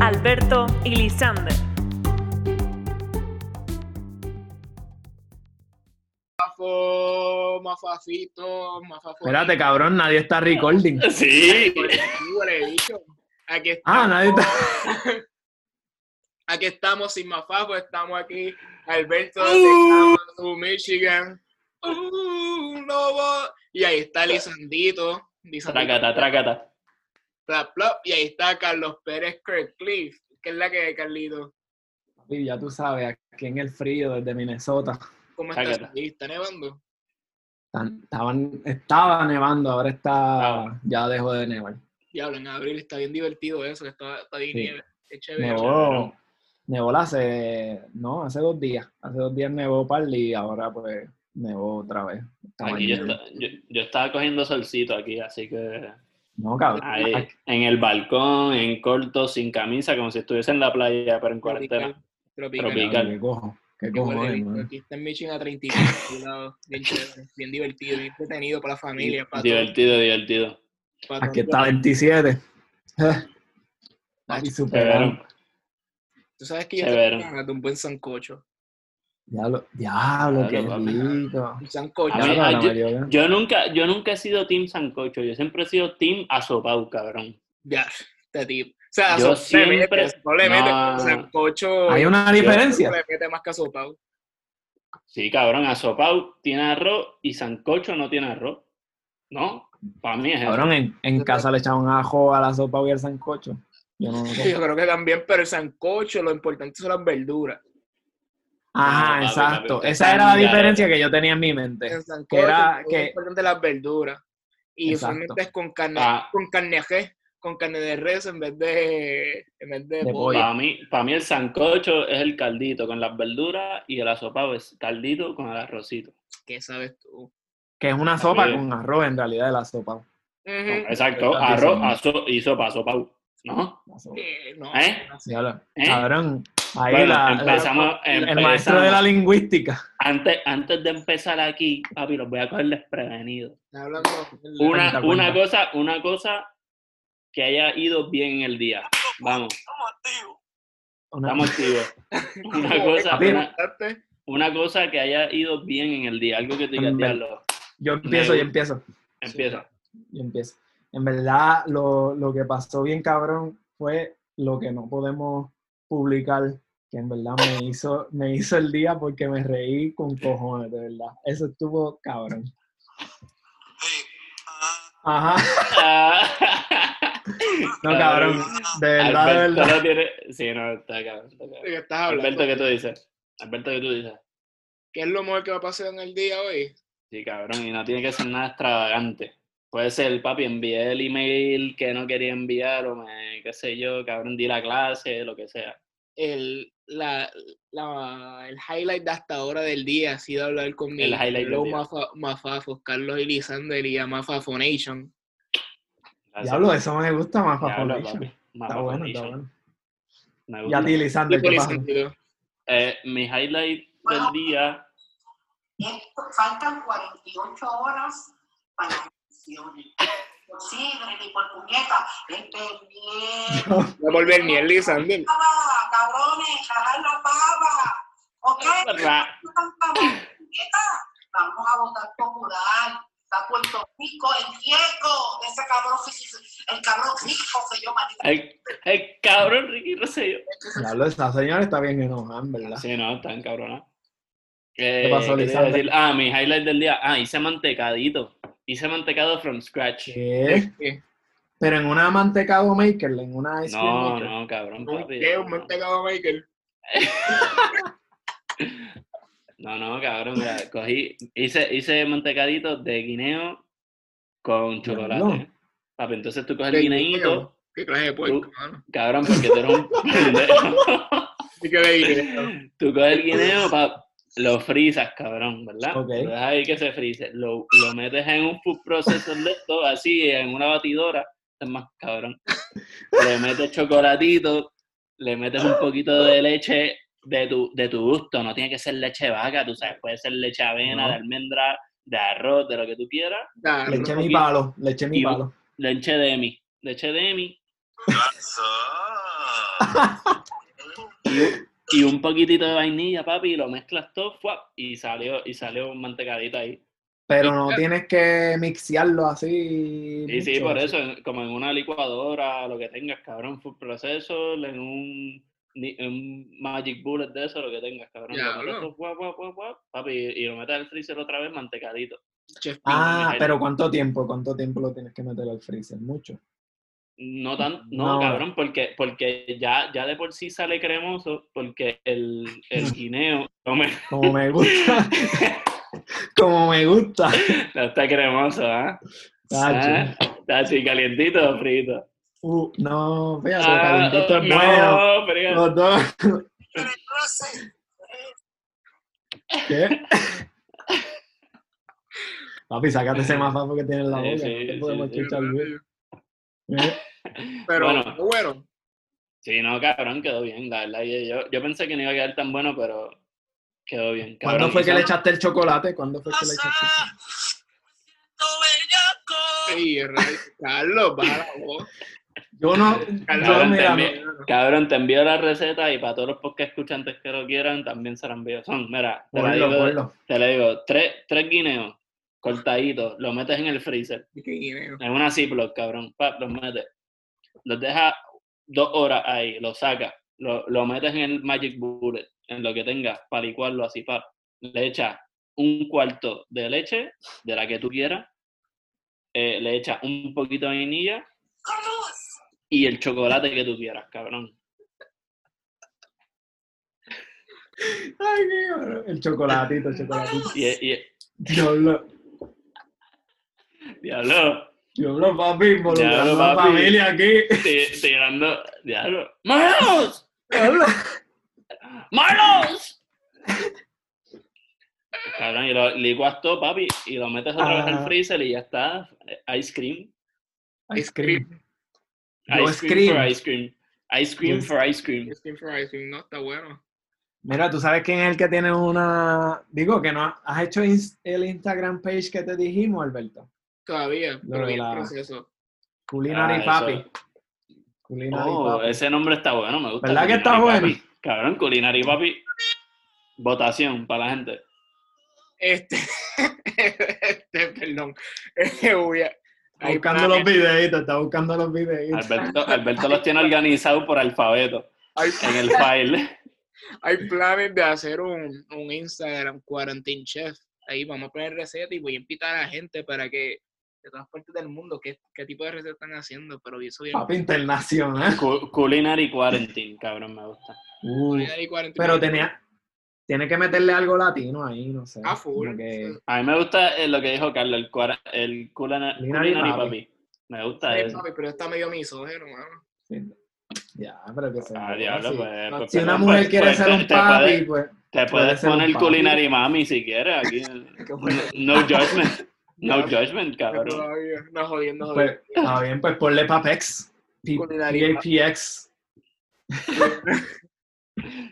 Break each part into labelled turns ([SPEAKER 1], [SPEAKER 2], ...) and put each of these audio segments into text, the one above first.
[SPEAKER 1] Alberto y Lisander.
[SPEAKER 2] Mafo, mafafito, mafafo.
[SPEAKER 3] Espérate, cabrón, nadie está recording.
[SPEAKER 4] Sí.
[SPEAKER 2] Huele bicho. Aquí
[SPEAKER 3] Ah,
[SPEAKER 2] estamos,
[SPEAKER 3] nadie está.
[SPEAKER 2] aquí estamos sin mafafo, estamos aquí. Alberto de
[SPEAKER 3] Uh.
[SPEAKER 2] Texas, Michigan. Uh, no voy. Y ahí está Lisandito. Lisandito.
[SPEAKER 4] Trácata, trácata.
[SPEAKER 2] plop, plop. Y ahí está Carlos Pérez Kirkcliffe. que es la que hay, Carlito?
[SPEAKER 3] Y ya tú sabes, aquí en el frío desde Minnesota.
[SPEAKER 2] ¿Cómo estás
[SPEAKER 4] Sácala.
[SPEAKER 2] ahí? ¿Está nevando?
[SPEAKER 3] tan- Estaban, estaba nevando, ahora está.
[SPEAKER 4] Estaba.
[SPEAKER 3] Ya dejó de nevar.
[SPEAKER 2] Diablo, en abril está bien divertido eso, que está, está bien
[SPEAKER 3] Sí.
[SPEAKER 2] nieve. Qué chévere.
[SPEAKER 3] Nevó. Nevó hace. No, hace dos días. Hace dos días nevó Parli y ahora pues nevó otra vez. Esta
[SPEAKER 4] Aquí yo,
[SPEAKER 3] mañana.
[SPEAKER 4] esta- yo, yo estaba cogiendo solcito aquí, así que
[SPEAKER 3] No, cabrón.
[SPEAKER 4] ahí,
[SPEAKER 3] Aquí-
[SPEAKER 4] en el balcón, en corto, sin camisa, como si estuviese en la playa, pero en cuarentena.
[SPEAKER 2] Tropical. Tropical.
[SPEAKER 4] Tropical.
[SPEAKER 3] cabrón, ¿Qué cojo? ¿Qué
[SPEAKER 2] Yo
[SPEAKER 3] cojo?
[SPEAKER 2] huele bicho. Aquí está en Michigan a 35 grados, bien chévere, bien divertido, bien entretenido para la familia, para todo.
[SPEAKER 4] Divertido, divertido.
[SPEAKER 2] para todo.
[SPEAKER 3] Aquí está 27. Papi, superaron.
[SPEAKER 4] Severo.
[SPEAKER 2] Tú sabes que yo
[SPEAKER 4] Severo.
[SPEAKER 2] tengo ganas de un buen sancocho.
[SPEAKER 3] Diablo, diablo, qué
[SPEAKER 4] Diablo, papi.
[SPEAKER 3] rico.
[SPEAKER 2] Un sancocho.
[SPEAKER 4] A
[SPEAKER 3] Diablo,
[SPEAKER 4] mí-
[SPEAKER 3] la
[SPEAKER 4] ah, yo-
[SPEAKER 3] mayoría.
[SPEAKER 4] Yo nunca, yo nunca he sido team sancocho, yo siempre he sido team asopau, cabrón.
[SPEAKER 2] Ya, este tipo. O sea,
[SPEAKER 4] Yo
[SPEAKER 2] so- le mete,
[SPEAKER 4] siempre-
[SPEAKER 2] no le mete,
[SPEAKER 4] No.
[SPEAKER 2] sancocho.
[SPEAKER 3] Hay una diferencia.
[SPEAKER 2] Le mete más que a sopao.
[SPEAKER 4] Sí, cabrón, asopau tiene arroz y sancocho no tiene arroz. ¿No? Para mí es eso.
[SPEAKER 3] Cabrón, en, en casa le echaban ajo a la sopa y al sancocho. Yo no lo
[SPEAKER 2] Yo creo que también, pero el sancocho, lo importante son las verduras.
[SPEAKER 3] Ajá,
[SPEAKER 4] papi,
[SPEAKER 3] exacto.
[SPEAKER 4] papi,
[SPEAKER 3] Esa era la
[SPEAKER 4] papi,
[SPEAKER 3] diferencia que yo tenía en mi mente.
[SPEAKER 2] El sancocho,
[SPEAKER 3] era
[SPEAKER 2] lo
[SPEAKER 3] que-
[SPEAKER 2] importante las verduras. Y
[SPEAKER 3] Exacto.
[SPEAKER 2] usualmente es con carne,
[SPEAKER 4] Ah.
[SPEAKER 2] con carne ajé, con carne de res en vez de, en vez de,
[SPEAKER 3] De
[SPEAKER 2] pollo.
[SPEAKER 3] pollo.
[SPEAKER 4] Para mí, para mí el sancocho es el caldito con las verduras y el asopao es caldito con el arrocito.
[SPEAKER 2] ¿Qué sabes tú?
[SPEAKER 3] Que es una sopa
[SPEAKER 4] También.
[SPEAKER 3] con arroz, en realidad, de la sopa.
[SPEAKER 2] Ujú.
[SPEAKER 4] Exacto,
[SPEAKER 3] Estás
[SPEAKER 4] arroz
[SPEAKER 3] diciendo.
[SPEAKER 4] aso- y sopa, sopa. uh, ¿No?
[SPEAKER 3] La sopa.
[SPEAKER 2] Eh, no,
[SPEAKER 4] ¿Eh?
[SPEAKER 2] no sé.
[SPEAKER 3] Diablo.
[SPEAKER 4] ¿Eh?
[SPEAKER 3] Cabrón, ahí
[SPEAKER 4] Bueno,
[SPEAKER 3] la- la-
[SPEAKER 4] empezamos,
[SPEAKER 3] el maestro de la
[SPEAKER 4] empezamos.
[SPEAKER 3] lingüística.
[SPEAKER 4] Antes, antes de empezar aquí, papi, los voy a coger desprevenidos.
[SPEAKER 2] Está hablando el-
[SPEAKER 4] Una,
[SPEAKER 3] Cuenta, cuenta.
[SPEAKER 4] una cosa, una cosa que haya ido bien en el día. Vamos,
[SPEAKER 3] Una-
[SPEAKER 4] estamos activos. Una
[SPEAKER 2] ¿Cómo
[SPEAKER 4] cosa,
[SPEAKER 3] Papi.
[SPEAKER 4] una,
[SPEAKER 2] es?
[SPEAKER 4] una cosa que haya ido bien en el día. Algo que te diga,
[SPEAKER 3] En ver-
[SPEAKER 4] diablo,
[SPEAKER 3] yo empiezo,
[SPEAKER 4] Me-
[SPEAKER 3] yo empiezo.
[SPEAKER 4] empieza.
[SPEAKER 3] Yo empiezo. En verdad, lo, lo que pasó bien cabrón fue lo que no podemos publicar, que en verdad me hizo, me hizo el día porque me reí con cojones, de verdad. Eso estuvo cabrón. Ajá. No, cabrón. De verdad, de
[SPEAKER 4] Alberto
[SPEAKER 3] verdad.
[SPEAKER 4] lo tiene- Sí, no, está cabrón. está cabrón.
[SPEAKER 2] ¿De qué estás hablando?
[SPEAKER 4] Alberto, ¿qué tú dices? Alberto, ¿qué tú dices?
[SPEAKER 2] ¿Qué es lo mejor que va a pasar en el día hoy?
[SPEAKER 4] Sí, cabrón, y no tiene que ser nada extravagante. Puede ser, papi, envié el email que no quería enviar o me, qué sé yo, cabrón, di la clase, lo que sea.
[SPEAKER 2] El, la, la- el highlight de hasta ahora del día ha sido hablar con mi
[SPEAKER 4] El highlight del
[SPEAKER 2] los
[SPEAKER 4] día.
[SPEAKER 2] mafa- mafafos, Carlos y Lisander y a Mafafo Nation.
[SPEAKER 3] Diablo, eso me gusta más para
[SPEAKER 4] Diablo,
[SPEAKER 3] Foundation.
[SPEAKER 4] papi.
[SPEAKER 3] Está
[SPEAKER 4] Mapa
[SPEAKER 3] bueno, está
[SPEAKER 4] Foundation.
[SPEAKER 3] bueno.
[SPEAKER 4] Me
[SPEAKER 3] Y a
[SPEAKER 4] gusta.
[SPEAKER 3] ti, Lisander,
[SPEAKER 2] Y
[SPEAKER 3] ¿qué pasó?
[SPEAKER 2] Lisandro,
[SPEAKER 4] Eh, mi highlight del día,
[SPEAKER 5] Esto- faltan 48 horas para las elecciones. Por sigre, ni por puñeta. Este mierda,
[SPEAKER 2] voy a volver ni el
[SPEAKER 4] ¿Eh?
[SPEAKER 2] Lisander.
[SPEAKER 5] cabrones, jalar la baba. ¿Ok?
[SPEAKER 4] Ra-
[SPEAKER 5] Tanta puñeta. Vamos a votar popular. Está Puerto Rico en riesgo. Ese cabrón, el cabrón rico se llama.
[SPEAKER 4] el, el cabrón Ricky Rosselló.
[SPEAKER 3] Diablo, esa señora está bien enojada, en verdad.
[SPEAKER 4] Sí, no, tan cabrona.
[SPEAKER 3] ¿Qué pasó,
[SPEAKER 4] te iba a
[SPEAKER 3] Lisandra?
[SPEAKER 4] decir? Ah, mi highlight del día. Ah, hice mantecadito. Hice mantecado from scratch.
[SPEAKER 3] ¿Qué? Pero en una mantecado maker, en una ice cream
[SPEAKER 4] No,
[SPEAKER 3] maker.
[SPEAKER 4] no, cabrón,
[SPEAKER 2] Un-
[SPEAKER 4] papi.
[SPEAKER 2] ¿Qué?
[SPEAKER 4] no,
[SPEAKER 2] ¿Un mantecado maker?
[SPEAKER 4] No, no, cabrón, mira, cogí, hice, hice mantecadito de guineo con chocolate.
[SPEAKER 3] Diablo.
[SPEAKER 4] Papi, entonces tú coges
[SPEAKER 2] De
[SPEAKER 4] el guineito,
[SPEAKER 2] guineo. ¿Qué clase de puerco, mano?
[SPEAKER 4] cabrón, porque tú eres un pendejo.
[SPEAKER 2] ¿Y qué le dije?
[SPEAKER 4] Tú coges el guineo, pa, lo frizas, cabrón, ¿verdad?
[SPEAKER 3] Ok.
[SPEAKER 4] Lo dejas ahí que se frice. Lo, lo metes en un food processor de esto, así, en una batidora. Es más, cabrón. Le metes chocolatito, le metes un poquito de leche de tu, de tu gusto. No tiene que ser leche de vaca, tú sabes. Puede ser leche de avena,
[SPEAKER 3] No.
[SPEAKER 4] de almendra, de arroz, de lo que tú quieras.
[SPEAKER 2] Nah,
[SPEAKER 3] Le eché mi
[SPEAKER 2] no,
[SPEAKER 3] palo, le eché mi
[SPEAKER 4] Y-
[SPEAKER 3] palo.
[SPEAKER 4] Leche de mi. Leche de mi. Y, y un poquitito de vainilla, papi, y lo mezclas todo, ¡fuap! y salió, y salió un mantecadito ahí.
[SPEAKER 3] Pero no tienes que mixearlo así.
[SPEAKER 4] Y sí,
[SPEAKER 3] mucho,
[SPEAKER 4] por
[SPEAKER 3] así.
[SPEAKER 4] eso, en- como en una licuadora, lo que tengas, cabrón, full proceso, en un, ni- un Magic Bullet de eso, lo que tengas, cabrón. Lo metes
[SPEAKER 2] Diablo.
[SPEAKER 4] todo, guap, guap, guap, guap, papi, y lo metes al freezer otra vez, mantecadito.
[SPEAKER 2] Chef
[SPEAKER 3] Ah,
[SPEAKER 4] Ahí.
[SPEAKER 3] pero ¿cuánto tiempo? ¿Cuánto tiempo lo tienes que meter al freezer? Mucho.
[SPEAKER 4] No tan, no,
[SPEAKER 3] No.
[SPEAKER 4] cabrón, porque, porque ya, ya de por sí sale cremoso, porque el, el guineo, no me-
[SPEAKER 3] Como me gusta. Como me gusta.
[SPEAKER 4] no está cremoso, ¿ah?
[SPEAKER 3] Tacho.
[SPEAKER 4] ¿Ah? Está así, calientito o frito.
[SPEAKER 3] Uh, no, fíjate,
[SPEAKER 4] Ah,
[SPEAKER 3] calentito es
[SPEAKER 4] no,
[SPEAKER 3] bueno.
[SPEAKER 4] frío.
[SPEAKER 3] Los dos.
[SPEAKER 5] Pero entonces,
[SPEAKER 3] ¿Qué? Papi, sácate ese mapa porque tienes la
[SPEAKER 4] Sí,
[SPEAKER 3] boca.
[SPEAKER 4] sí,
[SPEAKER 3] no te
[SPEAKER 4] sí,
[SPEAKER 3] podemos
[SPEAKER 4] sí.
[SPEAKER 3] escuchar bien. ¿Eh?
[SPEAKER 2] Pero
[SPEAKER 4] Bueno.
[SPEAKER 2] bueno, bueno
[SPEAKER 4] Sí, no, cabrón, quedó bien, la verdad. Yo, yo, yo pensé que no iba a quedar tan bueno, pero quedó bien.
[SPEAKER 3] ¿Cuándo
[SPEAKER 4] Cabrón,
[SPEAKER 3] fue que
[SPEAKER 4] hizo-
[SPEAKER 3] le echaste el chocolate? ¿Cuándo fue que le echaste? el chocolate?
[SPEAKER 5] pasa, siento bellaco.
[SPEAKER 2] sí, rey, Carlos, para la voz.
[SPEAKER 3] Yo no.
[SPEAKER 2] Carlos,
[SPEAKER 3] Yo,
[SPEAKER 4] Cabrón,
[SPEAKER 3] mira, no-
[SPEAKER 4] también. Cabrón, te envío la receta y para todos los podcast escuchantes que lo quieran, también se la envío. Son, mira, te la
[SPEAKER 3] ponlo,
[SPEAKER 4] digo,
[SPEAKER 3] ponlo.
[SPEAKER 4] te la digo, tres, tres guineos cortaditos, los metes en el freezer,
[SPEAKER 2] Qué guineo.
[SPEAKER 4] en una Ziploc, cabrón, pap, pues, los metes. Los dejas dos horas ahí, los sacas, lo, lo metes en el Magic Bullet, en lo que tengas, para licuarlo así, pap. Le echas un cuarto de leche, de la que tú quieras, eh, le echas un poquito de vainilla
[SPEAKER 5] Carlos,
[SPEAKER 4] y el chocolate que tú quieras, cabrón.
[SPEAKER 3] Ay, qué cabrón. El chocolatito, el chocolatito.
[SPEAKER 5] Carlos.
[SPEAKER 4] Y, eh, y,
[SPEAKER 3] Diablo,
[SPEAKER 4] diablo,
[SPEAKER 3] diablo, papi, involucrando a la
[SPEAKER 4] papi.
[SPEAKER 3] familia aquí.
[SPEAKER 4] te, te llegando, diablo. ¡Marlos!
[SPEAKER 3] Diablo.
[SPEAKER 4] ¡Marlos! Cabrón, y lo licuas todo, papi, y lo metes otra vez al
[SPEAKER 3] Ah.
[SPEAKER 4] freezer y ya está. Eh, Ice cream.
[SPEAKER 3] Ice cream. Yo
[SPEAKER 4] Ice cream,
[SPEAKER 3] scream.
[SPEAKER 4] for ice cream. Ice cream
[SPEAKER 3] Yo-
[SPEAKER 4] for ice cream.
[SPEAKER 2] Ice cream for ice cream, no está bueno.
[SPEAKER 3] Mira, tú sabes quién es el que tiene una. Digo, que no has hecho ins- el Instagram page que te dijimos, Alberto.
[SPEAKER 2] Todavía, pero
[SPEAKER 3] de
[SPEAKER 2] bien
[SPEAKER 3] la-
[SPEAKER 2] proceso.
[SPEAKER 3] Culinary
[SPEAKER 4] Ah,
[SPEAKER 3] Papi.
[SPEAKER 4] eso.
[SPEAKER 3] Culinary
[SPEAKER 4] Oh,
[SPEAKER 3] Papi.
[SPEAKER 4] ese nombre está bueno, me gusta.
[SPEAKER 3] ¿Verdad que está
[SPEAKER 4] Culinary
[SPEAKER 3] bueno?
[SPEAKER 4] Papi. Cabrón, Culinary Papi. Votación para la gente.
[SPEAKER 2] Este, este, perdón. este, Voy a-
[SPEAKER 3] Está
[SPEAKER 2] Ahí
[SPEAKER 3] buscando
[SPEAKER 2] para-
[SPEAKER 3] los videitos, está buscando los videitos.
[SPEAKER 4] Alberto, Alberto los tiene organizados por alfabeto
[SPEAKER 2] hay,
[SPEAKER 4] en el file.
[SPEAKER 2] hay planes de hacer un, un Instagram Quarantine Chef. Ahí vamos a poner recetas y voy a invitar a gente para que de todas partes del mundo, qué, qué tipo de recetas están haciendo, pero eso bien.
[SPEAKER 3] Papi internacional.
[SPEAKER 4] Cu- Culinary Quarantine, cabrón, me gusta.
[SPEAKER 3] Uy,
[SPEAKER 2] Culinary Quarantine.
[SPEAKER 3] pero tenía. Tiene que meterle algo latino ahí, no sé.
[SPEAKER 2] Ah, full.
[SPEAKER 3] como que-
[SPEAKER 4] A mí me gusta eh, lo que dijo Carlos, el, cuara- el culina-
[SPEAKER 3] Culinary
[SPEAKER 4] Culinary
[SPEAKER 3] Papi.
[SPEAKER 4] Papi. Me gusta
[SPEAKER 2] Ay,
[SPEAKER 4] eso.
[SPEAKER 2] papi, pero está medio misógino, mano.
[SPEAKER 3] sí. Ya, pero que se.
[SPEAKER 4] Ah, diablo,
[SPEAKER 3] sí.
[SPEAKER 4] pues, pues,
[SPEAKER 3] Si una
[SPEAKER 4] perdón,
[SPEAKER 3] mujer
[SPEAKER 4] pues,
[SPEAKER 3] quiere
[SPEAKER 4] pues,
[SPEAKER 3] ser
[SPEAKER 4] te-
[SPEAKER 3] un
[SPEAKER 4] te
[SPEAKER 3] papi,
[SPEAKER 4] puedes-
[SPEAKER 3] pues.
[SPEAKER 4] Te
[SPEAKER 3] puede
[SPEAKER 4] puedes
[SPEAKER 3] ser un
[SPEAKER 4] poner
[SPEAKER 3] papi.
[SPEAKER 4] Culinary Mami si quieres aquí.
[SPEAKER 2] Qué bueno.
[SPEAKER 4] No, no judgment. No judgment, cabrón.
[SPEAKER 2] Todavía, No jodiendo, jodiendo.
[SPEAKER 3] Pues, está bien, pues ponle Papex. P-
[SPEAKER 2] Culinaria.
[SPEAKER 3] PAPX.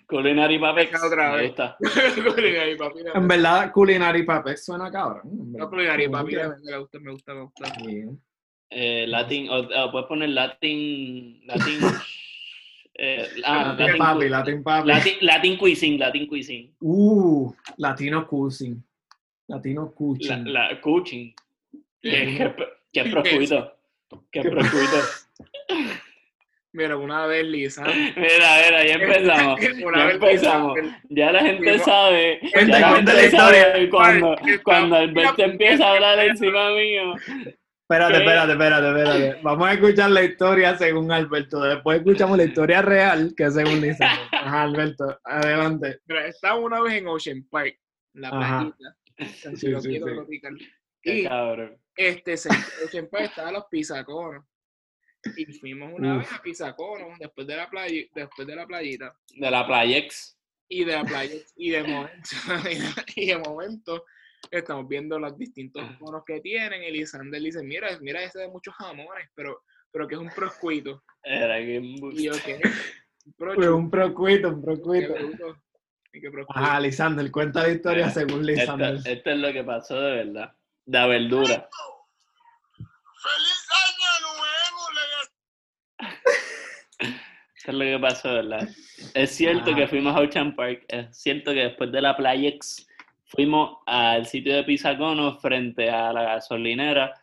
[SPEAKER 4] Culinary Papi.
[SPEAKER 2] Deja otra
[SPEAKER 4] Me
[SPEAKER 2] vez.
[SPEAKER 4] gusta.
[SPEAKER 2] Culinary papi. no.
[SPEAKER 3] En verdad, Culinary Papex suena cabrón. en verdad.
[SPEAKER 2] No, culinary
[SPEAKER 3] Como tú
[SPEAKER 2] papi,
[SPEAKER 3] quieras.
[SPEAKER 2] me gusta, me gusta, me gusta.
[SPEAKER 3] Bien.
[SPEAKER 4] Eh, Latin, o, o puedes poner Latin. Latin. eh, ah,
[SPEAKER 3] Latin
[SPEAKER 4] Latin,
[SPEAKER 3] Papi,
[SPEAKER 4] cu-
[SPEAKER 3] Latin Papi.
[SPEAKER 4] Latin, Latin Cuisine, Latin Cuisine.
[SPEAKER 3] Uh, Latino Cuisine. Latino
[SPEAKER 4] La,
[SPEAKER 3] Cuisine.
[SPEAKER 4] la coaching. Qué, qué, qué
[SPEAKER 2] ¿Qué?
[SPEAKER 4] proscuito. Qué proscuito.
[SPEAKER 2] Mira, una vez Lisa.
[SPEAKER 4] Mira, mira, ya empezamos.
[SPEAKER 2] Una
[SPEAKER 4] ya
[SPEAKER 2] vez
[SPEAKER 4] empezamos. Ya la gente
[SPEAKER 2] Fuimos-
[SPEAKER 4] sabe.
[SPEAKER 2] Cuenta,
[SPEAKER 4] ya la gente
[SPEAKER 3] cuenta la historia.
[SPEAKER 4] sabe Cuando,
[SPEAKER 2] Ay,
[SPEAKER 4] cuando
[SPEAKER 2] mira,
[SPEAKER 4] Alberto empieza a hablar encima mío.
[SPEAKER 3] Espérate,
[SPEAKER 4] ¿Qué?
[SPEAKER 3] espérate, espérate, espérate. Vamos a escuchar la historia según Alberto. Después escuchamos la historia real, que es según Lisa. Ajá, Alberto, adelante.
[SPEAKER 2] Mira, estaba una vez en Ocean Park, en la
[SPEAKER 3] Ajá.
[SPEAKER 2] playita, San
[SPEAKER 3] Sí, sí,
[SPEAKER 2] Sebastián,
[SPEAKER 3] sí.
[SPEAKER 2] tropical.
[SPEAKER 4] Qué
[SPEAKER 2] Y
[SPEAKER 4] cabrón.
[SPEAKER 2] este, se- en Ocean Park estaban los pisaconos. Y fuimos una
[SPEAKER 3] Uf.
[SPEAKER 2] vez a pisaconos, después de la playa, después de la playita.
[SPEAKER 4] De la Playex.
[SPEAKER 2] Y de la playa, y de momento, y de momento estamos viendo los distintos conos que tienen. Y Lisander dice, mira, mira ese de muchos jamones, pero, pero que es un proscuito.
[SPEAKER 4] Era que embuste.
[SPEAKER 2] Y yo, ¿qué? Un
[SPEAKER 3] Fue
[SPEAKER 2] prochu,
[SPEAKER 3] un procuito, un
[SPEAKER 2] ¿qué
[SPEAKER 3] procuito.
[SPEAKER 2] bruto? ¿Y qué proscuito?
[SPEAKER 3] Ajá, Lisander, cuenta la historia
[SPEAKER 4] Eh,
[SPEAKER 3] según
[SPEAKER 4] esto,
[SPEAKER 3] Lisander.
[SPEAKER 4] esto es lo que pasó de verdad. La verdura.
[SPEAKER 5] ¡Feliz año nuevo! Le
[SPEAKER 4] Eso es lo que pasó, ¿verdad? Es cierto
[SPEAKER 3] Ah.
[SPEAKER 4] que fuimos a Ocean Park, es cierto que después de la Playa X fuimos al sitio de Pisacono frente a la gasolinera,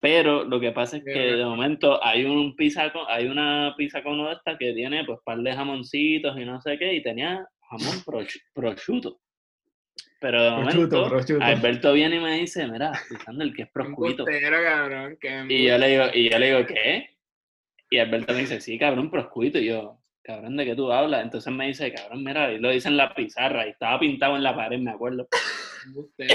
[SPEAKER 4] pero lo que pasa es que de momento hay un pisaco, hay una Pisacono de esta que tiene pues par de jamoncitos y no sé qué, y tenía jamón proch- prosciutto. Pero de
[SPEAKER 3] Prosciutto,
[SPEAKER 4] momento,
[SPEAKER 3] prosciutto.
[SPEAKER 4] Alberto viene y me dice, mira, Lisandro, el que es
[SPEAKER 2] Un
[SPEAKER 4] prosciutto.
[SPEAKER 2] costero, cabrón. Que
[SPEAKER 4] Y yo le digo, y yo le digo, ¿qué? Y Alberto me dice, sí, cabrón, proscuito. Y yo, cabrón, ¿de qué tú hablas? Entonces me dice, cabrón, mira, y lo dice en la pizarra, y estaba pintado en la pared, me acuerdo.
[SPEAKER 2] un costero.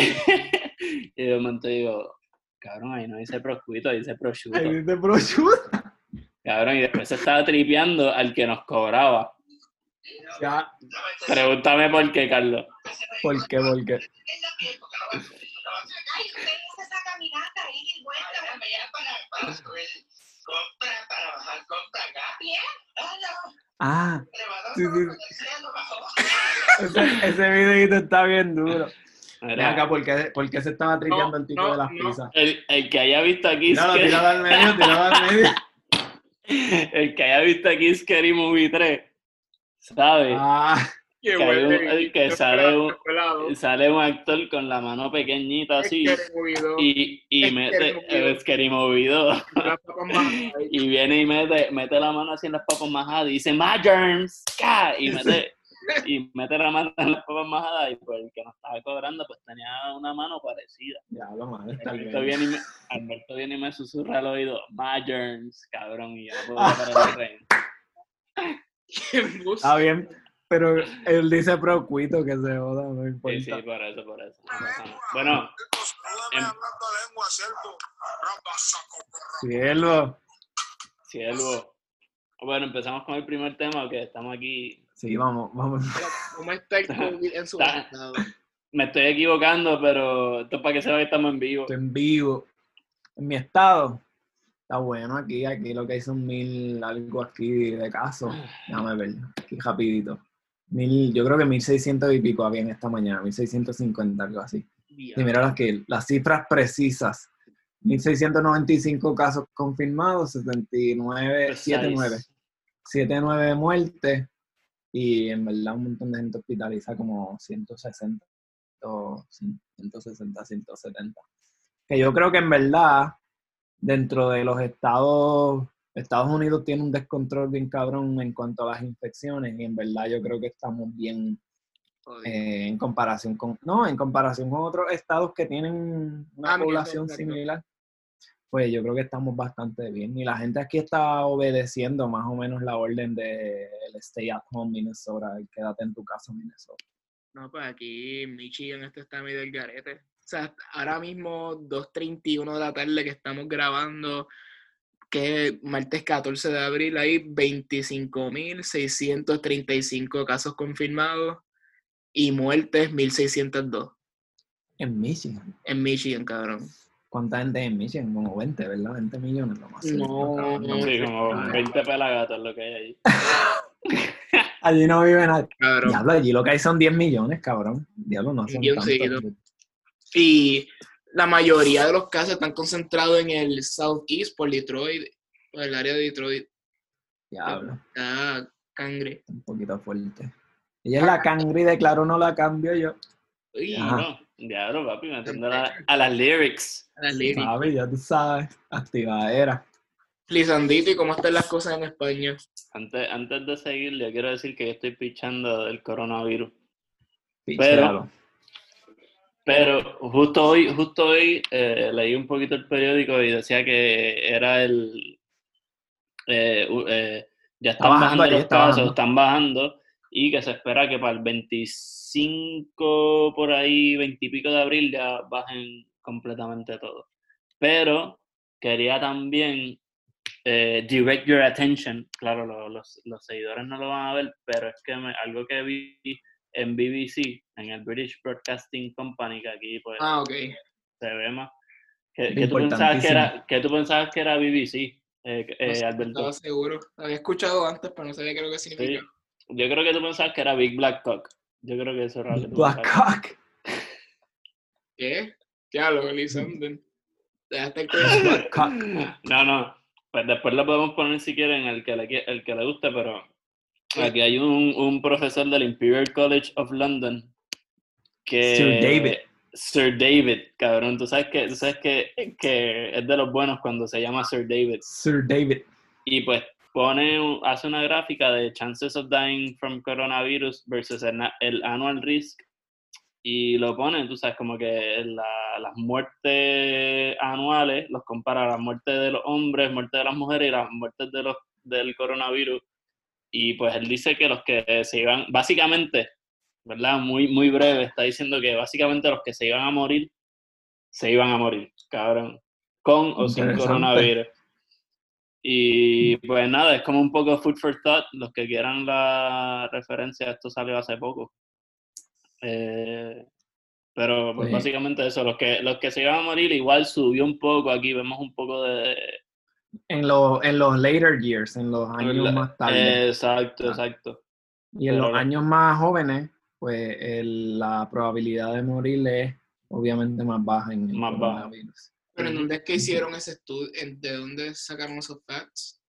[SPEAKER 4] Y de momento digo, cabrón, ahí no dice proscuito, dice prosciutto.
[SPEAKER 3] Ahí dice prosciutto.
[SPEAKER 4] Cabrón, y después se estaba tripeando al que nos cobraba.
[SPEAKER 3] Ya,
[SPEAKER 4] Pregúntame por qué, Carlos.
[SPEAKER 3] ¿por qué? ¿Por qué?
[SPEAKER 5] Ay, usted hizo esa caminata ahí y vuelta. ya para, para subir, compra, para bajar, compra acá. Bien.
[SPEAKER 3] Ah,
[SPEAKER 5] Elevador
[SPEAKER 3] Sí, sí.
[SPEAKER 5] bajo del cielo, bajó.
[SPEAKER 3] ese, ese videito está bien duro. Ven
[SPEAKER 4] Mira,
[SPEAKER 3] acá, ¿por qué, por qué se estaba tripeando el tipo
[SPEAKER 2] no,
[SPEAKER 3] de las
[SPEAKER 2] no.
[SPEAKER 3] pizzas?
[SPEAKER 4] el, el que haya visto aquí
[SPEAKER 3] Tíralo,
[SPEAKER 4] Scary-
[SPEAKER 3] tíralo al medio, tíralo al medio.
[SPEAKER 4] el que haya visto aquí Scary Movie 3, ¿sabes?
[SPEAKER 3] Ah,
[SPEAKER 2] Qué
[SPEAKER 4] Que hay
[SPEAKER 2] bueno.
[SPEAKER 4] un- el que
[SPEAKER 2] Yo
[SPEAKER 4] sale
[SPEAKER 2] esperaba
[SPEAKER 4] un-
[SPEAKER 2] pelado.
[SPEAKER 4] sale un actor con la mano pequeñita
[SPEAKER 2] Es
[SPEAKER 4] así
[SPEAKER 2] que eres movido,
[SPEAKER 4] y, y
[SPEAKER 2] es que
[SPEAKER 4] mete
[SPEAKER 2] removido.
[SPEAKER 4] es que removido,
[SPEAKER 2] las papas más- ay,
[SPEAKER 4] y viene y mete, mete la mano así en las papas majadas y dice my germs ca", y mete y mete la mano en las papas majadas y pues el que nos estaba cobrando pues tenía una mano parecida
[SPEAKER 3] ya lo mal, está
[SPEAKER 4] Alberto
[SPEAKER 3] bien.
[SPEAKER 4] viene, y me, Alberto viene y me susurra al oído my germs cabrón y yo no puedo parar de reír.
[SPEAKER 2] qué embuste.
[SPEAKER 3] Está bien, pero él dice proscuito que se joda, no importa.
[SPEAKER 4] sí, sí, por eso, por eso no pasa nada. bueno,
[SPEAKER 5] Ayúdame
[SPEAKER 4] Em-
[SPEAKER 5] hablando lengua, siervo. Rapa, saco, corra.
[SPEAKER 3] Cielo.
[SPEAKER 4] si algo bueno, empezamos con el primer tema que estamos aquí
[SPEAKER 3] Sí, vamos, vamos.
[SPEAKER 2] ¿Cómo está el COVID en su
[SPEAKER 4] Está-
[SPEAKER 2] estado?
[SPEAKER 4] Me estoy equivocando, pero esto es para que se vea que estamos en vivo.
[SPEAKER 3] Estoy en vivo. En mi estado. Está bueno aquí, aquí lo que hay son mil algo aquí de casos. Déjame ver, aquí rapidito. Mil, yo creo que 1600 y pico habían esta mañana, 1650, algo así. Y mira las, que, las cifras precisas. 1.695 casos confirmados, 79,
[SPEAKER 4] Precise.
[SPEAKER 3] 79, 79 muertes y en verdad un montón de gente hospitaliza como 160, o 160, 170. Que yo creo que en verdad dentro de los estados, Estados Unidos tiene un descontrol bien cabrón en cuanto a las infecciones y en verdad yo creo que estamos bien
[SPEAKER 2] Jodido.
[SPEAKER 3] eh, en comparación con no en comparación con otros estados que tienen una
[SPEAKER 2] Ah, mira,
[SPEAKER 3] población
[SPEAKER 2] exacto.
[SPEAKER 3] similar pues yo creo que estamos bastante bien y la gente aquí está obedeciendo más o menos la orden de el stay at home Minnesota el quédate en tu casa Minnesota
[SPEAKER 2] No, pues aquí Michigan este está medio del garete. O sea, ahora mismo 2.31 de la tarde que estamos grabando, que es martes 14 de abril, hay 25.635 casos confirmados y muertes 1.602
[SPEAKER 3] en Michigan
[SPEAKER 2] en Michigan, cabrón.
[SPEAKER 3] cuánta gente hay en Michigan como 20 verdad 20 millones lo más
[SPEAKER 2] No,
[SPEAKER 3] cabrón,
[SPEAKER 2] no,
[SPEAKER 4] Sí, como
[SPEAKER 3] Ah,
[SPEAKER 4] 20 pelagatos lo que hay ahí.
[SPEAKER 3] allí no viven nadie
[SPEAKER 2] Cabrón.
[SPEAKER 3] diablo allí lo que hay son 10 millones cabrón diablo no son
[SPEAKER 2] Bien seguido.
[SPEAKER 3] tantos
[SPEAKER 2] Y la mayoría de los casos están concentrados en el Southeast, por Detroit, por el área de Detroit.
[SPEAKER 3] diablo
[SPEAKER 2] Está cangre.
[SPEAKER 3] un poquito fuerte ella es
[SPEAKER 2] Ah.
[SPEAKER 3] la cangri declaró no la cambio yo
[SPEAKER 2] Uy,
[SPEAKER 3] Ajá.
[SPEAKER 4] Diablo, diablo, papi, metiendo la- a las lyrics.
[SPEAKER 2] la lírica.
[SPEAKER 3] Sabe, ya tú sabes, activadera.
[SPEAKER 2] Lisandito, ¿y cómo están las cosas en España?
[SPEAKER 4] Antes, antes de seguir, yo quiero decir que yo estoy pichando del coronavirus.
[SPEAKER 3] Pichado.
[SPEAKER 4] Pero justo hoy, justo hoy eh, leí un poquito el periódico y decía que era el... eh, u- eh, ya
[SPEAKER 3] Está
[SPEAKER 4] están
[SPEAKER 3] bajando
[SPEAKER 4] bajando
[SPEAKER 3] allí,
[SPEAKER 4] los
[SPEAKER 3] está
[SPEAKER 4] casos,
[SPEAKER 3] bajando.
[SPEAKER 4] están bajando y que se espera que para el 25 por ahí, 20 y pico de abril ya bajen completamente todo. Pero quería también eh, direct your attention, claro, lo- los, los seguidores no lo van a ver, pero es que me- algo que vi en BBC, en el British Broadcasting Company, que aquí pues
[SPEAKER 2] Ah, ok.
[SPEAKER 4] se ve más. ¿Qué,
[SPEAKER 3] Es
[SPEAKER 4] qué tú, pensabas que
[SPEAKER 3] importantísimo.
[SPEAKER 4] era, qué tú pensabas que era BBC, eh, eh,
[SPEAKER 2] No sé,
[SPEAKER 4] Alberto?
[SPEAKER 2] Estaba seguro. Lo había escuchado antes, pero no sabía qué era lo que significa.
[SPEAKER 4] Sí. Yo creo que tú pensabas que era Big Black Cock. Yo creo que eso era lo que tú
[SPEAKER 3] Black
[SPEAKER 4] pensabas.
[SPEAKER 3] Cock.
[SPEAKER 2] ¿Qué? Ya lo Lisandro. Dejaste el cuento.
[SPEAKER 3] Black Cock.
[SPEAKER 4] No, no. Pues después lo podemos poner si quieren el que le, qui- el que le guste, pero aquí hay un, un profesor del Imperial College of London que...
[SPEAKER 3] Sir David.
[SPEAKER 4] Sir David, cabrón. Tú sabes que, tú sabes que, que es de los buenos cuando se llama Sir David.
[SPEAKER 3] Sir David.
[SPEAKER 4] Y pues pone, un- hace una gráfica de chances of dying from coronavirus versus el, na- el annual risk. Y lo pone, tú sabes, como que la- las muertes anuales los compara a la muerte de los hombres, muerte de las mujeres y las muertes de los, del coronavirus. Y pues él dice que los que se iban, básicamente, ¿verdad? Muy, muy breve, está diciendo que básicamente los que se iban a morir, se iban a morir, cabrón, con o sin
[SPEAKER 3] Interesante.
[SPEAKER 4] coronavirus. Y pues nada, es como un poco food for thought. Los que quieran la referencia, esto salió hace poco. Eh, pero pues
[SPEAKER 3] Sí.
[SPEAKER 4] básicamente eso, los que, los que se iban a morir igual subió un poco aquí, vemos un poco de...
[SPEAKER 3] En, los en los later years, en los años
[SPEAKER 4] la- eh,
[SPEAKER 3] más tarde.
[SPEAKER 4] exacto,
[SPEAKER 3] Ah.
[SPEAKER 4] exacto.
[SPEAKER 3] y en
[SPEAKER 4] pero-
[SPEAKER 3] los años más jóvenes, pues el- la probabilidad de morir es obviamente más baja en el
[SPEAKER 4] Más baja.
[SPEAKER 3] coronavirus.
[SPEAKER 2] Pero ¿en dónde es que hicieron ese estudio? ¿De dónde sacaron esos facts?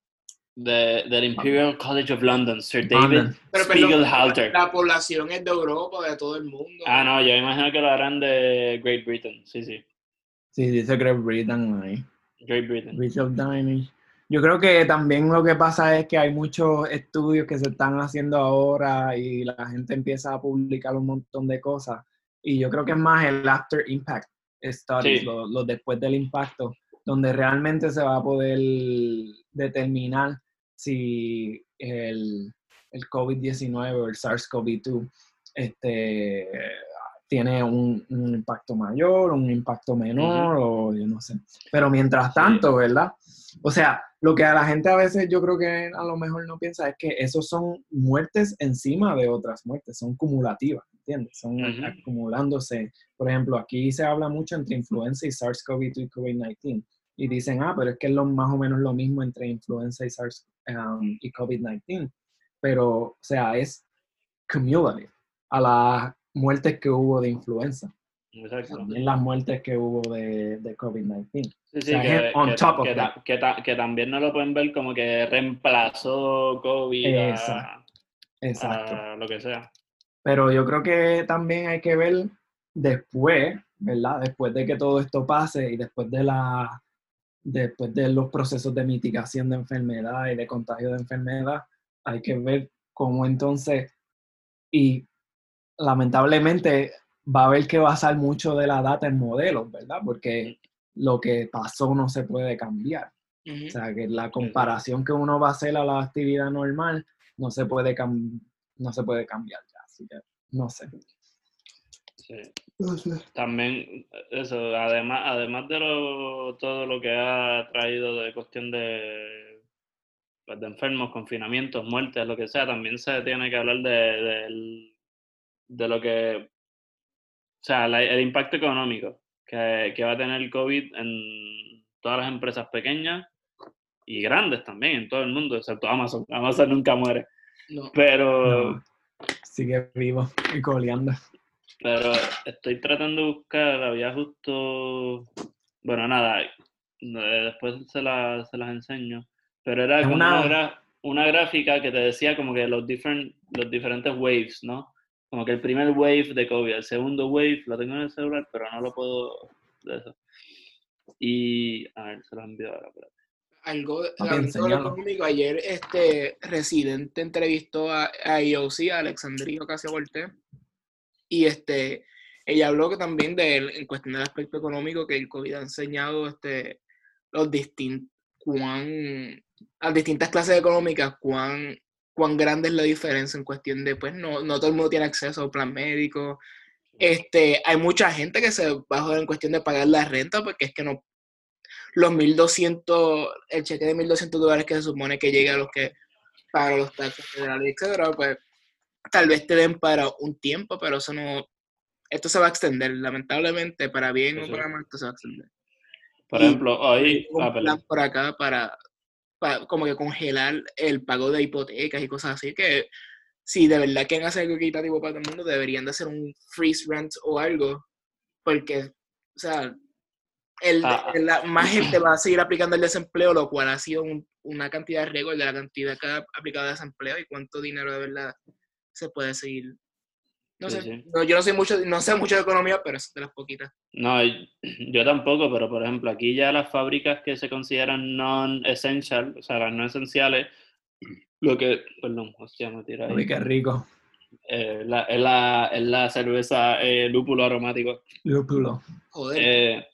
[SPEAKER 4] De- del Imperial College of London, Sir David
[SPEAKER 3] Ah. London.
[SPEAKER 2] Pero perdón,
[SPEAKER 4] Spiegelhalter.
[SPEAKER 2] la población es de Europa, de todo el mundo.
[SPEAKER 4] Ah, no, yo imagino que lo harán de Great Britain, sí, sí.
[SPEAKER 3] Sí, dice Great Britain ahí.
[SPEAKER 4] Great Britain.
[SPEAKER 3] Richard Dining. Yo creo que también lo que pasa es que hay muchos estudios que se están haciendo ahora y la gente empieza a publicar un montón de cosas. Y yo creo que es más el after impact studies,
[SPEAKER 4] Sí.
[SPEAKER 3] lo, lo después del impacto, donde realmente se va a poder determinar si el, el COVID-19 o el SARS-CoV-2 este, tiene un, un impacto mayor, un impacto menor, o yo no sé. Pero mientras tanto, ¿verdad? O sea, lo que a la gente a veces yo creo que a lo mejor no piensa es que esos son muertes encima de otras muertes, son cumulativas, ¿entiendes? Son
[SPEAKER 4] Ujú.
[SPEAKER 3] acumulándose. Por ejemplo, aquí se habla mucho entre influenza y SARS-CoV-2 y COVID-19. Y dicen, ah, pero es que es lo, más o menos lo mismo entre influenza y SARS um, y COVID-19. Pero, o sea, es cumulative a las muertes que hubo de influenza,
[SPEAKER 4] Exacto.
[SPEAKER 3] también las muertes que hubo de, de COVID-19.
[SPEAKER 4] Sí, sí,
[SPEAKER 3] sea,
[SPEAKER 4] que,
[SPEAKER 3] es on
[SPEAKER 4] que-
[SPEAKER 3] top of
[SPEAKER 4] que ta- que ta- que también no lo pueden ver como que reemplazó COVID a-
[SPEAKER 3] Exacto. Exacto.
[SPEAKER 4] a lo que sea.
[SPEAKER 3] Ah. Pero yo creo que también hay que ver después, ¿verdad? Después de que todo esto pase y después de la después de los procesos de mitigación de enfermedad y de contagio de enfermedad, hay que ver cómo entonces y lamentablemente va a haber que basar mucho de la data en modelos, ¿verdad? Porque lo que pasó no se puede cambiar.
[SPEAKER 2] Ujú.
[SPEAKER 3] O sea, que la comparación que uno va a hacer a la actividad normal no se puede, cam- no se puede cambiar ya. Así que, no sé.
[SPEAKER 4] Sí. También, eso, además, además de lo- todo lo que ha traído de cuestión de, pues, de enfermos, confinamientos, muertes, lo que sea, también se tiene que hablar de, del- de lo que, o sea, la- el impacto económico que, que va a tener el COVID en todas las empresas pequeñas y grandes también, en todo el mundo, excepto Amazon. Amazon nunca muere.
[SPEAKER 2] No.
[SPEAKER 4] Pero,
[SPEAKER 3] No, sigue vivo y coleando.
[SPEAKER 4] pero estoy tratando de buscar, había justo. Bueno, nada, eh, después se, la- se las enseño. Pero era
[SPEAKER 3] Es
[SPEAKER 4] como una...
[SPEAKER 3] una-
[SPEAKER 4] gra- una gráfica que te decía como que los, different, los diferentes waves, ¿no? Como que el primer wave de COVID, el segundo wave, lo tengo en el celular, pero no lo puedo. de eso. Y. A ver, se lo envío ahora. espérate.
[SPEAKER 2] Algo,
[SPEAKER 3] Papi,
[SPEAKER 2] hablando de lo
[SPEAKER 3] enséñalo.
[SPEAKER 2] económico, ayer este residente entrevistó a, a IOC, a Alexandria Ocasio Cortés, y este, ella habló que también del, en cuestión del aspecto económico, que el COVID ha enseñado este, los distintos, cuán, a distintas clases económicas, cuán, cuán grande es la diferencia en cuestión de, pues, no, no todo el mundo tiene acceso a un plan médico. Este, hay mucha gente que se bajó en cuestión de pagar la renta porque es que no los 1200, el cheque de 1200 dólares que se supone que llega a los que para los taxes federales, etcétera, pues tal vez te den para un tiempo, pero eso no. Esto se va a extender, lamentablemente, para bien o
[SPEAKER 4] Eso.
[SPEAKER 2] para mal, esto se va a extender.
[SPEAKER 4] Por
[SPEAKER 2] Y-
[SPEAKER 4] ejemplo, hoy.
[SPEAKER 2] Hubo
[SPEAKER 4] ah,
[SPEAKER 2] un
[SPEAKER 4] perdón.
[SPEAKER 2] plan por acá para, pa- como que congelar el pago de hipotecas y cosas así, que si de verdad quieren hacer algo equitativo para todo el mundo, deberían de hacer un freeze rent o algo, porque, o sea, el,
[SPEAKER 4] Ah.
[SPEAKER 2] el- la- más gente va a seguir aplicando el desempleo, lo cual ha sido un- una cantidad récord de la cantidad que ha aplicado el desempleo y cuánto dinero de verdad se puede seguir. No
[SPEAKER 4] Sí,
[SPEAKER 2] sé,
[SPEAKER 4] sí.
[SPEAKER 2] no, yo no sé mucho, no sé mucho de economía, pero es de las poquitas.
[SPEAKER 4] No, y- yo tampoco, pero por ejemplo, aquí ya las fábricas que se consideran non-essential, o sea, las no esenciales, lo que, perdón, hostia, me tira
[SPEAKER 3] Uy,
[SPEAKER 4] ahí.
[SPEAKER 3] qué rico.
[SPEAKER 4] Eh, la, es, la, es la cerveza eh, lúpulo aromático.
[SPEAKER 3] Lúpulo.
[SPEAKER 2] Joder,
[SPEAKER 4] Eh,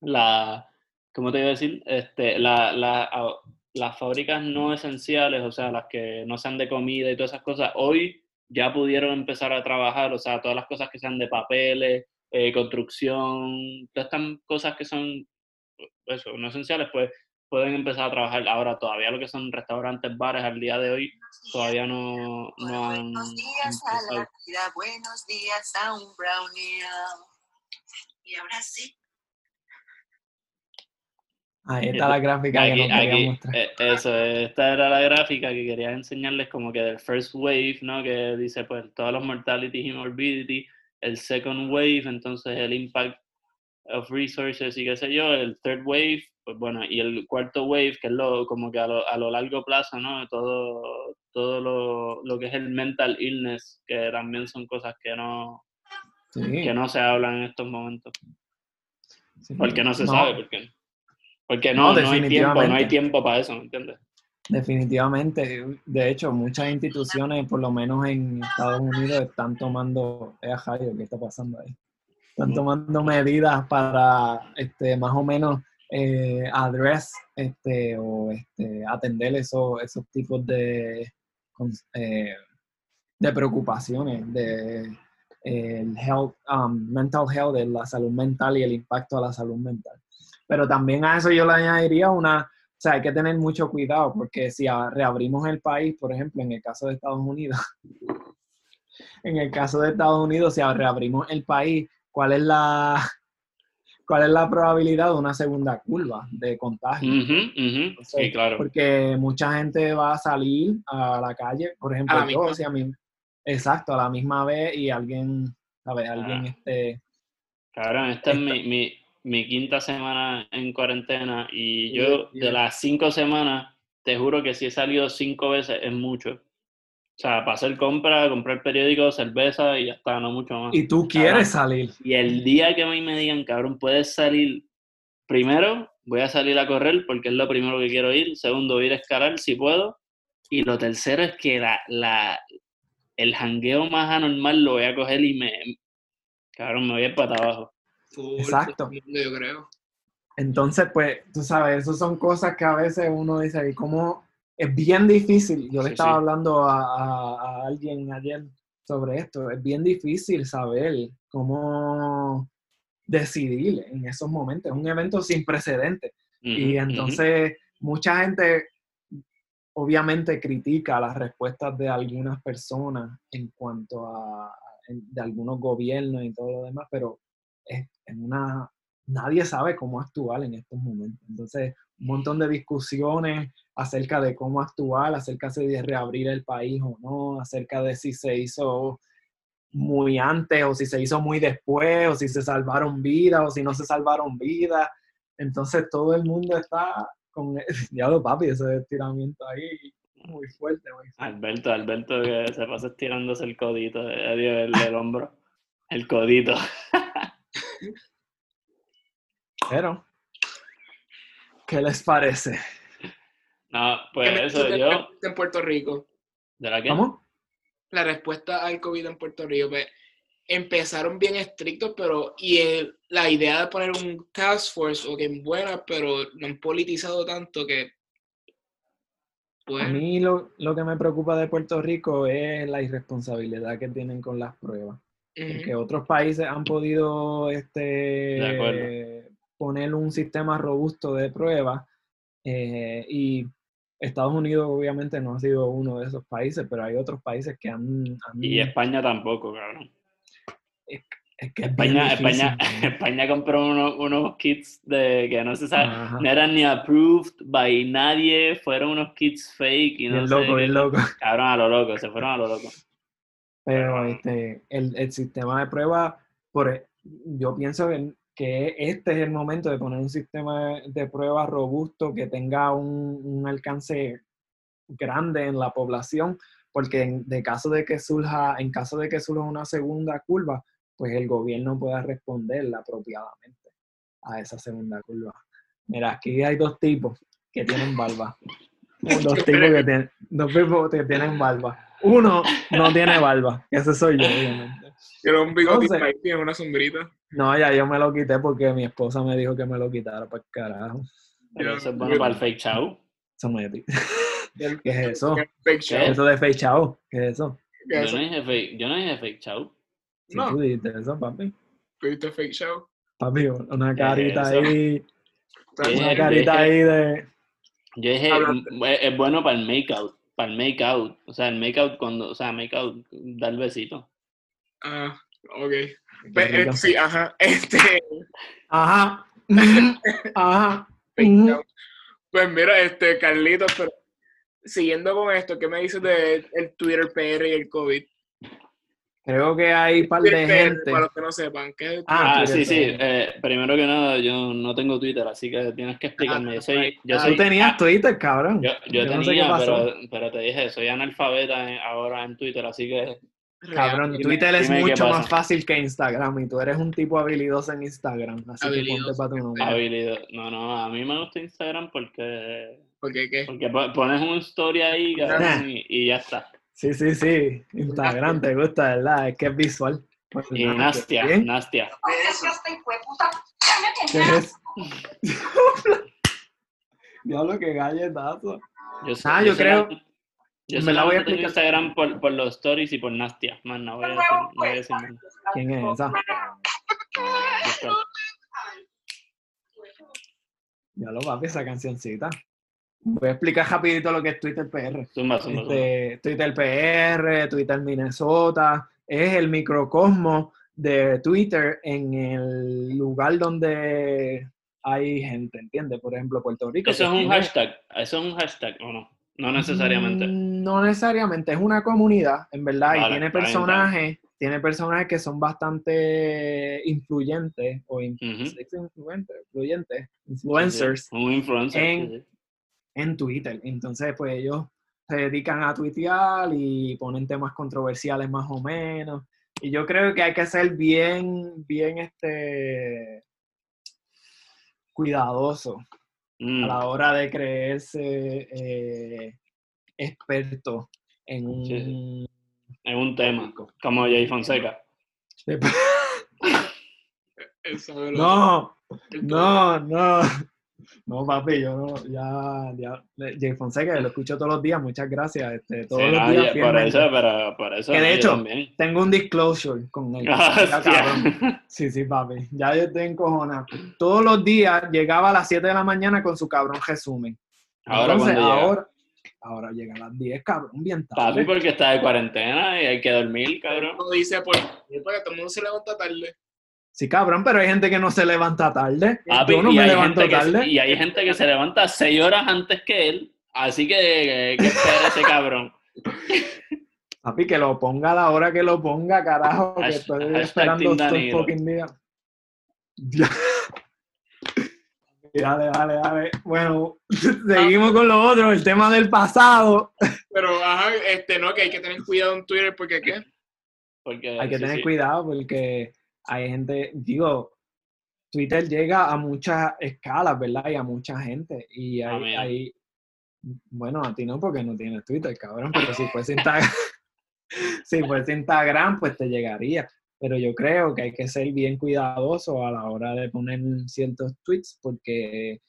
[SPEAKER 4] la, ¿cómo te iba a decir? Este, la, la- a- las fábricas no esenciales, o sea, las que no sean de comida y todas esas cosas, hoy ya pudieron empezar a trabajar, o sea, todas las cosas que sean de papeles, eh, construcción, todas estas cosas que son, eso, no esenciales, pues pueden empezar a trabajar ahora todavía lo que son restaurantes, bares al día de hoy todavía no, no han
[SPEAKER 5] Buenos días a
[SPEAKER 4] empezado.
[SPEAKER 5] la vida, buenos días a un brownie. Y ahora sí,
[SPEAKER 3] Ahí está la gráfica
[SPEAKER 4] Eh,
[SPEAKER 3] que
[SPEAKER 4] Aquí,
[SPEAKER 3] nos quería
[SPEAKER 4] aquí,
[SPEAKER 3] mostrar.
[SPEAKER 4] eh, eso, eh, esta era la gráfica que quería enseñarles como que del first wave, ¿no? Que dice pues todos los mortalities y morbidity, el second wave, entonces el impact of resources y qué sé yo, el third wave, pues bueno, y el cuarto wave, que es lo, como que a lo, a lo largo plazo, ¿no? Todo, todo lo, lo que es el mental illness, que también son cosas que no,
[SPEAKER 3] Sí,
[SPEAKER 4] que no se hablan en estos momentos.
[SPEAKER 3] sí.
[SPEAKER 4] Porque no se
[SPEAKER 3] No,
[SPEAKER 4] sabe, porque, porque
[SPEAKER 3] No,
[SPEAKER 4] no, no, hay tiempo, no hay
[SPEAKER 3] definitivamente.
[SPEAKER 4] tiempo para eso, ¿me entiendes?
[SPEAKER 3] Definitivamente. De hecho, muchas instituciones, por lo menos en Estados Unidos, están tomando. Eh, Jairo, ¿qué está pasando ahí? Están
[SPEAKER 4] Ujú.
[SPEAKER 3] tomando medidas para este, más o menos eh, address este, o este, atender esos, esos tipos de, con- eh, de preocupaciones, de eh, el health, um, mental health, de la salud mental y el impacto a la salud mental. Pero también a eso yo le añadiría una, o sea, hay que tener mucho cuidado porque si a- reabrimos el país, por ejemplo, en el caso de Estados Unidos, en el caso de Estados Unidos, si a- reabrimos el país, ¿cuál es la, cuál es la probabilidad de una segunda curva de contagio?
[SPEAKER 4] Ujú, ujú, Sí,
[SPEAKER 3] Entonces,
[SPEAKER 4] claro.
[SPEAKER 3] Porque mucha gente va a salir a la calle, por ejemplo,
[SPEAKER 2] A la
[SPEAKER 3] yo,
[SPEAKER 2] misma.
[SPEAKER 3] si a mí- exacto, a la misma vez y alguien, ¿sabes? Alguien
[SPEAKER 4] Ah.
[SPEAKER 3] este,
[SPEAKER 4] Cabrón, esta es
[SPEAKER 3] Esta-
[SPEAKER 4] mi, mi, mi quinta semana en cuarentena y
[SPEAKER 3] Sí,
[SPEAKER 4] yo
[SPEAKER 3] sí.
[SPEAKER 4] de las cinco semanas, te juro que si he salido cinco veces es mucho. O sea, para hacer compra, comprar periódicos, cerveza y ya Ah, está, no mucho más.
[SPEAKER 3] y tú quieres salir.
[SPEAKER 4] Y el día que a mí me digan, cabrón, puedes salir, primero voy a salir a correr porque es lo primero que quiero ir, segundo voy a ir a escalar si puedo, y lo tercero es que la, la, el jangueo más anormal lo voy a coger y me, cabrón, me voy a ir para abajo.
[SPEAKER 2] full,
[SPEAKER 3] exacto.
[SPEAKER 2] todo el mundo, yo creo.
[SPEAKER 3] Entonces, pues, tú sabes, esas son cosas que a veces uno dice, "Ay, ¿cómo? Es bien difícil. Yo le
[SPEAKER 4] Sí,
[SPEAKER 3] estaba
[SPEAKER 4] sí.
[SPEAKER 3] hablando a, a- a alguien ayer sobre esto. Es bien difícil saber cómo decidir en esos momentos. Es un evento sin precedentes. Y
[SPEAKER 4] Ujú, ujú.
[SPEAKER 3] entonces mucha gente obviamente critica las respuestas de algunas personas en cuanto a en- de algunos gobiernos y todo lo demás, pero es, es una nadie sabe cómo actuar en estos momentos. Entonces, un montón de discusiones acerca de cómo actuar, acerca de reabrir el país o no, acerca de si se hizo muy antes o si se hizo muy después o si se salvaron vidas o si no se salvaron vidas. Entonces todo el mundo está con, e-, ya lo papi, ese estiramiento ahí muy fuerte. muy fuerte.
[SPEAKER 4] Alberto, Alberto que se pasa estirándose el codito, eh, adiós, el, el hombro, el codito.
[SPEAKER 3] Pero, ¿qué les parece?
[SPEAKER 4] No, pues
[SPEAKER 2] ¿Qué me
[SPEAKER 4] eso
[SPEAKER 2] dices de la
[SPEAKER 4] yo,
[SPEAKER 2] respuesta En Puerto Rico,
[SPEAKER 4] ¿de la que?
[SPEAKER 3] ¿Cómo?
[SPEAKER 2] la respuesta al COVID en Puerto Rico, pues, empezaron bien estrictos, pero, y el- la idea de poner un task force, o que es buena, pero lo han politizado tanto que, pues,
[SPEAKER 3] A mí lo, lo que me preocupa de Puerto Rico es la irresponsabilidad que tienen con las pruebas.
[SPEAKER 2] ujú.
[SPEAKER 3] Porque otros países han podido
[SPEAKER 4] De
[SPEAKER 3] este, poner un sistema robusto de pruebas eh, y Estados Unidos obviamente no ha sido uno de esos países, pero hay otros países que han... han-
[SPEAKER 4] Y España tampoco, cabrón.
[SPEAKER 3] es que es bien
[SPEAKER 4] España,
[SPEAKER 3] difícil,
[SPEAKER 4] España,
[SPEAKER 3] mano.
[SPEAKER 4] España compró uno- unos kits de que no se sabe,
[SPEAKER 3] Ajá.
[SPEAKER 4] no eran ni approved by nadie, fueron unos kits fake y no
[SPEAKER 3] Bien
[SPEAKER 4] sé
[SPEAKER 3] loco,
[SPEAKER 4] qué.
[SPEAKER 3] bien loco.
[SPEAKER 4] Cabrón, a lo loco, se fueron a lo loco.
[SPEAKER 3] Pero este, el, el sistema de prueba, por, e, yo pienso que que este es el momento de poner un sistema de pruebas robusto que tenga un, un alcance grande en la población, porque en, de caso de que surja, en caso de que surja una segunda curva, pues el gobierno pueda responderla apropiadamente a esa segunda curva. Mira, aquí hay dos tipos que tienen barba. Dos tipos que tienen, dos tipos que tienen barba. Uno no tiene barba, ese soy yo, obviamente.
[SPEAKER 2] Pero un bigotito
[SPEAKER 3] Entonces-
[SPEAKER 2] ahí tiene una sombrita.
[SPEAKER 3] No, ya yo me lo quité porque mi esposa me dijo que me lo quitara para carajo.
[SPEAKER 4] Pero eso es bueno para el fake chau.
[SPEAKER 3] Eso me pi- ¿Qué es eso?
[SPEAKER 2] Qué pecho,
[SPEAKER 4] ¿Qué?
[SPEAKER 3] Eso de fechado. ¿Qué es eso?
[SPEAKER 2] qué
[SPEAKER 4] Yo
[SPEAKER 2] eso.
[SPEAKER 4] no dije fake, yo no dije fake chau.
[SPEAKER 3] Si
[SPEAKER 2] No.
[SPEAKER 3] tú dijiste eso, papi.
[SPEAKER 2] ¿Tuviste fake show?
[SPEAKER 3] Papi, una
[SPEAKER 4] ¿Qué
[SPEAKER 3] carita
[SPEAKER 4] es eso?
[SPEAKER 3] ahí.
[SPEAKER 4] ¿Qué?
[SPEAKER 3] Una carita ahí de.
[SPEAKER 4] Yo dije,
[SPEAKER 2] Hablando-
[SPEAKER 4] mm, es es bueno para el make out, para el make out. O sea, el make out cuando, o sea, make out, dar el besito.
[SPEAKER 2] Ah, ok. Pe- eh, sí, ajá. Este,
[SPEAKER 3] Ajá. Ajá.
[SPEAKER 2] fake
[SPEAKER 3] Ujú.
[SPEAKER 2] show. Pues mira, este, Carlitos, pero siguiendo con esto, ¿qué me dices de el Twitter PR y el COVID?
[SPEAKER 3] Creo que hay un par de
[SPEAKER 2] Twitter PR,
[SPEAKER 3] gente.
[SPEAKER 2] para los que no sepan, ¿qué es el Twitter?
[SPEAKER 3] Ah,
[SPEAKER 4] Ah,
[SPEAKER 3] Twitter
[SPEAKER 4] sí, sí.
[SPEAKER 3] también.
[SPEAKER 4] eh, primero que nada, yo no tengo Twitter, así que tienes que explicarme. Yo soy, yo
[SPEAKER 2] Ah,
[SPEAKER 4] soy,
[SPEAKER 3] Tú tenías Twitter, cabrón.
[SPEAKER 4] yo, yo
[SPEAKER 3] yo no sé qué
[SPEAKER 4] tenía,
[SPEAKER 3] pasó.
[SPEAKER 4] pero, pero te dije, soy analfabeta en- ahora en Twitter, así que
[SPEAKER 3] Cabrón,
[SPEAKER 2] Real.
[SPEAKER 3] Twitter es
[SPEAKER 4] dime qué
[SPEAKER 3] mucho
[SPEAKER 4] pasa.
[SPEAKER 3] más fácil que Instagram y tú eres un tipo habilidoso en Instagram, así
[SPEAKER 2] Habilidoso.
[SPEAKER 3] que ponte para
[SPEAKER 4] eh,
[SPEAKER 3] tu nombre.
[SPEAKER 4] habilidad. No, no, a mí me gusta Instagram porque,
[SPEAKER 2] Porque qué?
[SPEAKER 4] porque po- pones una historia ahí cabrón, y, y ya está.
[SPEAKER 3] Sí, sí, sí. Instagram te gusta, ¿verdad? Es que es visual. Pues,
[SPEAKER 4] Y
[SPEAKER 3] nada,
[SPEAKER 4] Nastia,
[SPEAKER 3] ¿bien?
[SPEAKER 4] Nastia.
[SPEAKER 5] Yo estoy hueputa.
[SPEAKER 3] ¿Qué es? Diablo, qué galletazo.
[SPEAKER 4] Yo
[SPEAKER 3] Ah, yo creo-
[SPEAKER 4] solamente- Yo
[SPEAKER 3] me la voy a
[SPEAKER 4] solamente tengo
[SPEAKER 3] explicar.
[SPEAKER 4] Instagram por, por los stories y por Nastia. Más no voy a decir, no voy a decir más.
[SPEAKER 3] ¿Quién es esa?
[SPEAKER 4] Busca.
[SPEAKER 3] Diablo, papi, esa cancioncita. Voy a explicar rapidito lo que es Twitter PR.
[SPEAKER 4] Zumba, zumba, zumba.
[SPEAKER 3] Este, Twitter PR, Twitter Minnesota, es el microcosmo de Twitter en el lugar donde hay gente, ¿entiendes? Por ejemplo, Puerto Rico.
[SPEAKER 4] Eso es
[SPEAKER 3] que
[SPEAKER 4] un
[SPEAKER 3] tiene-
[SPEAKER 4] hashtag. Eso es un hashtag, ¿o no? No necesariamente.
[SPEAKER 3] Mm, No necesariamente, es una comunidad, en verdad, y
[SPEAKER 4] Vale,
[SPEAKER 3] tiene
[SPEAKER 4] está bien, está
[SPEAKER 3] personajes, tiene personajes que son bastante influyentes o in-
[SPEAKER 4] Ujú.
[SPEAKER 3] ¿se dice influentes, influyentes, Mm, influencers
[SPEAKER 4] Un influencer.
[SPEAKER 3] En-
[SPEAKER 4] sí, sí.
[SPEAKER 3] en Twitter. Entonces, pues ellos se dedican a tuitear y ponen temas controversiales más o menos. Y yo creo que hay que ser bien, bien este cuidadoso
[SPEAKER 4] Mm.
[SPEAKER 3] a la hora de creerse eh, experto en un
[SPEAKER 4] Sí, Es un tema. Como Jay Fonseca.
[SPEAKER 2] Él sabe lo-
[SPEAKER 3] No,
[SPEAKER 2] el
[SPEAKER 3] no, no. No, papi, yo no, ya, ya. eh, Jay Fonseca, lo escucho todos los días, muchas gracias. Este, todos
[SPEAKER 4] Sí,
[SPEAKER 3] los
[SPEAKER 4] ah,
[SPEAKER 3] días.
[SPEAKER 4] ya, para
[SPEAKER 3] fielmente.
[SPEAKER 4] eso, para, para eso.
[SPEAKER 3] Que de
[SPEAKER 4] yo
[SPEAKER 3] hecho-
[SPEAKER 4] también.
[SPEAKER 3] Tengo un disclosure con él.
[SPEAKER 4] Ah,
[SPEAKER 3] Ya, cabrón.
[SPEAKER 4] Hostia.
[SPEAKER 3] Sí, sí, papi. Ya yo estoy encojonado. Todos los días llegaba a las 7 de la mañana con su cabrón resumen.
[SPEAKER 4] Ahora
[SPEAKER 3] Entonces,
[SPEAKER 4] cuando llega.
[SPEAKER 3] ahora, ahora llega a las 10, cabrón, bien tarde.
[SPEAKER 4] Papi, porque está de cuarentena y hay que dormir, cabrón.
[SPEAKER 2] No dice por qué, porque todo el mundo se levanta tarde.
[SPEAKER 3] Sí, cabrón, pero hay gente que no se levanta tarde.
[SPEAKER 4] Papi,
[SPEAKER 3] yo no
[SPEAKER 4] y,
[SPEAKER 3] me
[SPEAKER 4] hay
[SPEAKER 3] levanto
[SPEAKER 4] gente que,
[SPEAKER 3] tarde.
[SPEAKER 4] se- y hay gente que se levanta seis horas antes que él. Así que, que, que espera ese cabrón.
[SPEAKER 3] Papi, que lo ponga a la hora que lo ponga, carajo, que
[SPEAKER 4] Hash-
[SPEAKER 3] estoy
[SPEAKER 4] hashtag
[SPEAKER 3] esperando
[SPEAKER 4] Team
[SPEAKER 3] todo el
[SPEAKER 4] Danilo.
[SPEAKER 3] fucking día. Ya. Dale, dale, dale. Bueno,
[SPEAKER 4] Ah.
[SPEAKER 3] seguimos con lo otro, el tema del pasado.
[SPEAKER 2] Pero ajá, este no, que hay que tener cuidado en Twitter porque qué.
[SPEAKER 4] Porque,
[SPEAKER 3] Hay que
[SPEAKER 4] Eh, sí,
[SPEAKER 3] tener
[SPEAKER 4] sí.
[SPEAKER 3] cuidado porque hay gente, digo, Twitter llega a muchas escalas, ¿verdad? Y a mucha gente. Y
[SPEAKER 4] A
[SPEAKER 3] hay,
[SPEAKER 4] mí.
[SPEAKER 3] hay- bueno, a ti no porque no tienes Twitter, cabrón, pero si fuese Instagram, si fuese Instagram, pues te llegaría. Pero yo creo que hay que ser bien cuidadoso a la hora de poner ciertos tweets porque,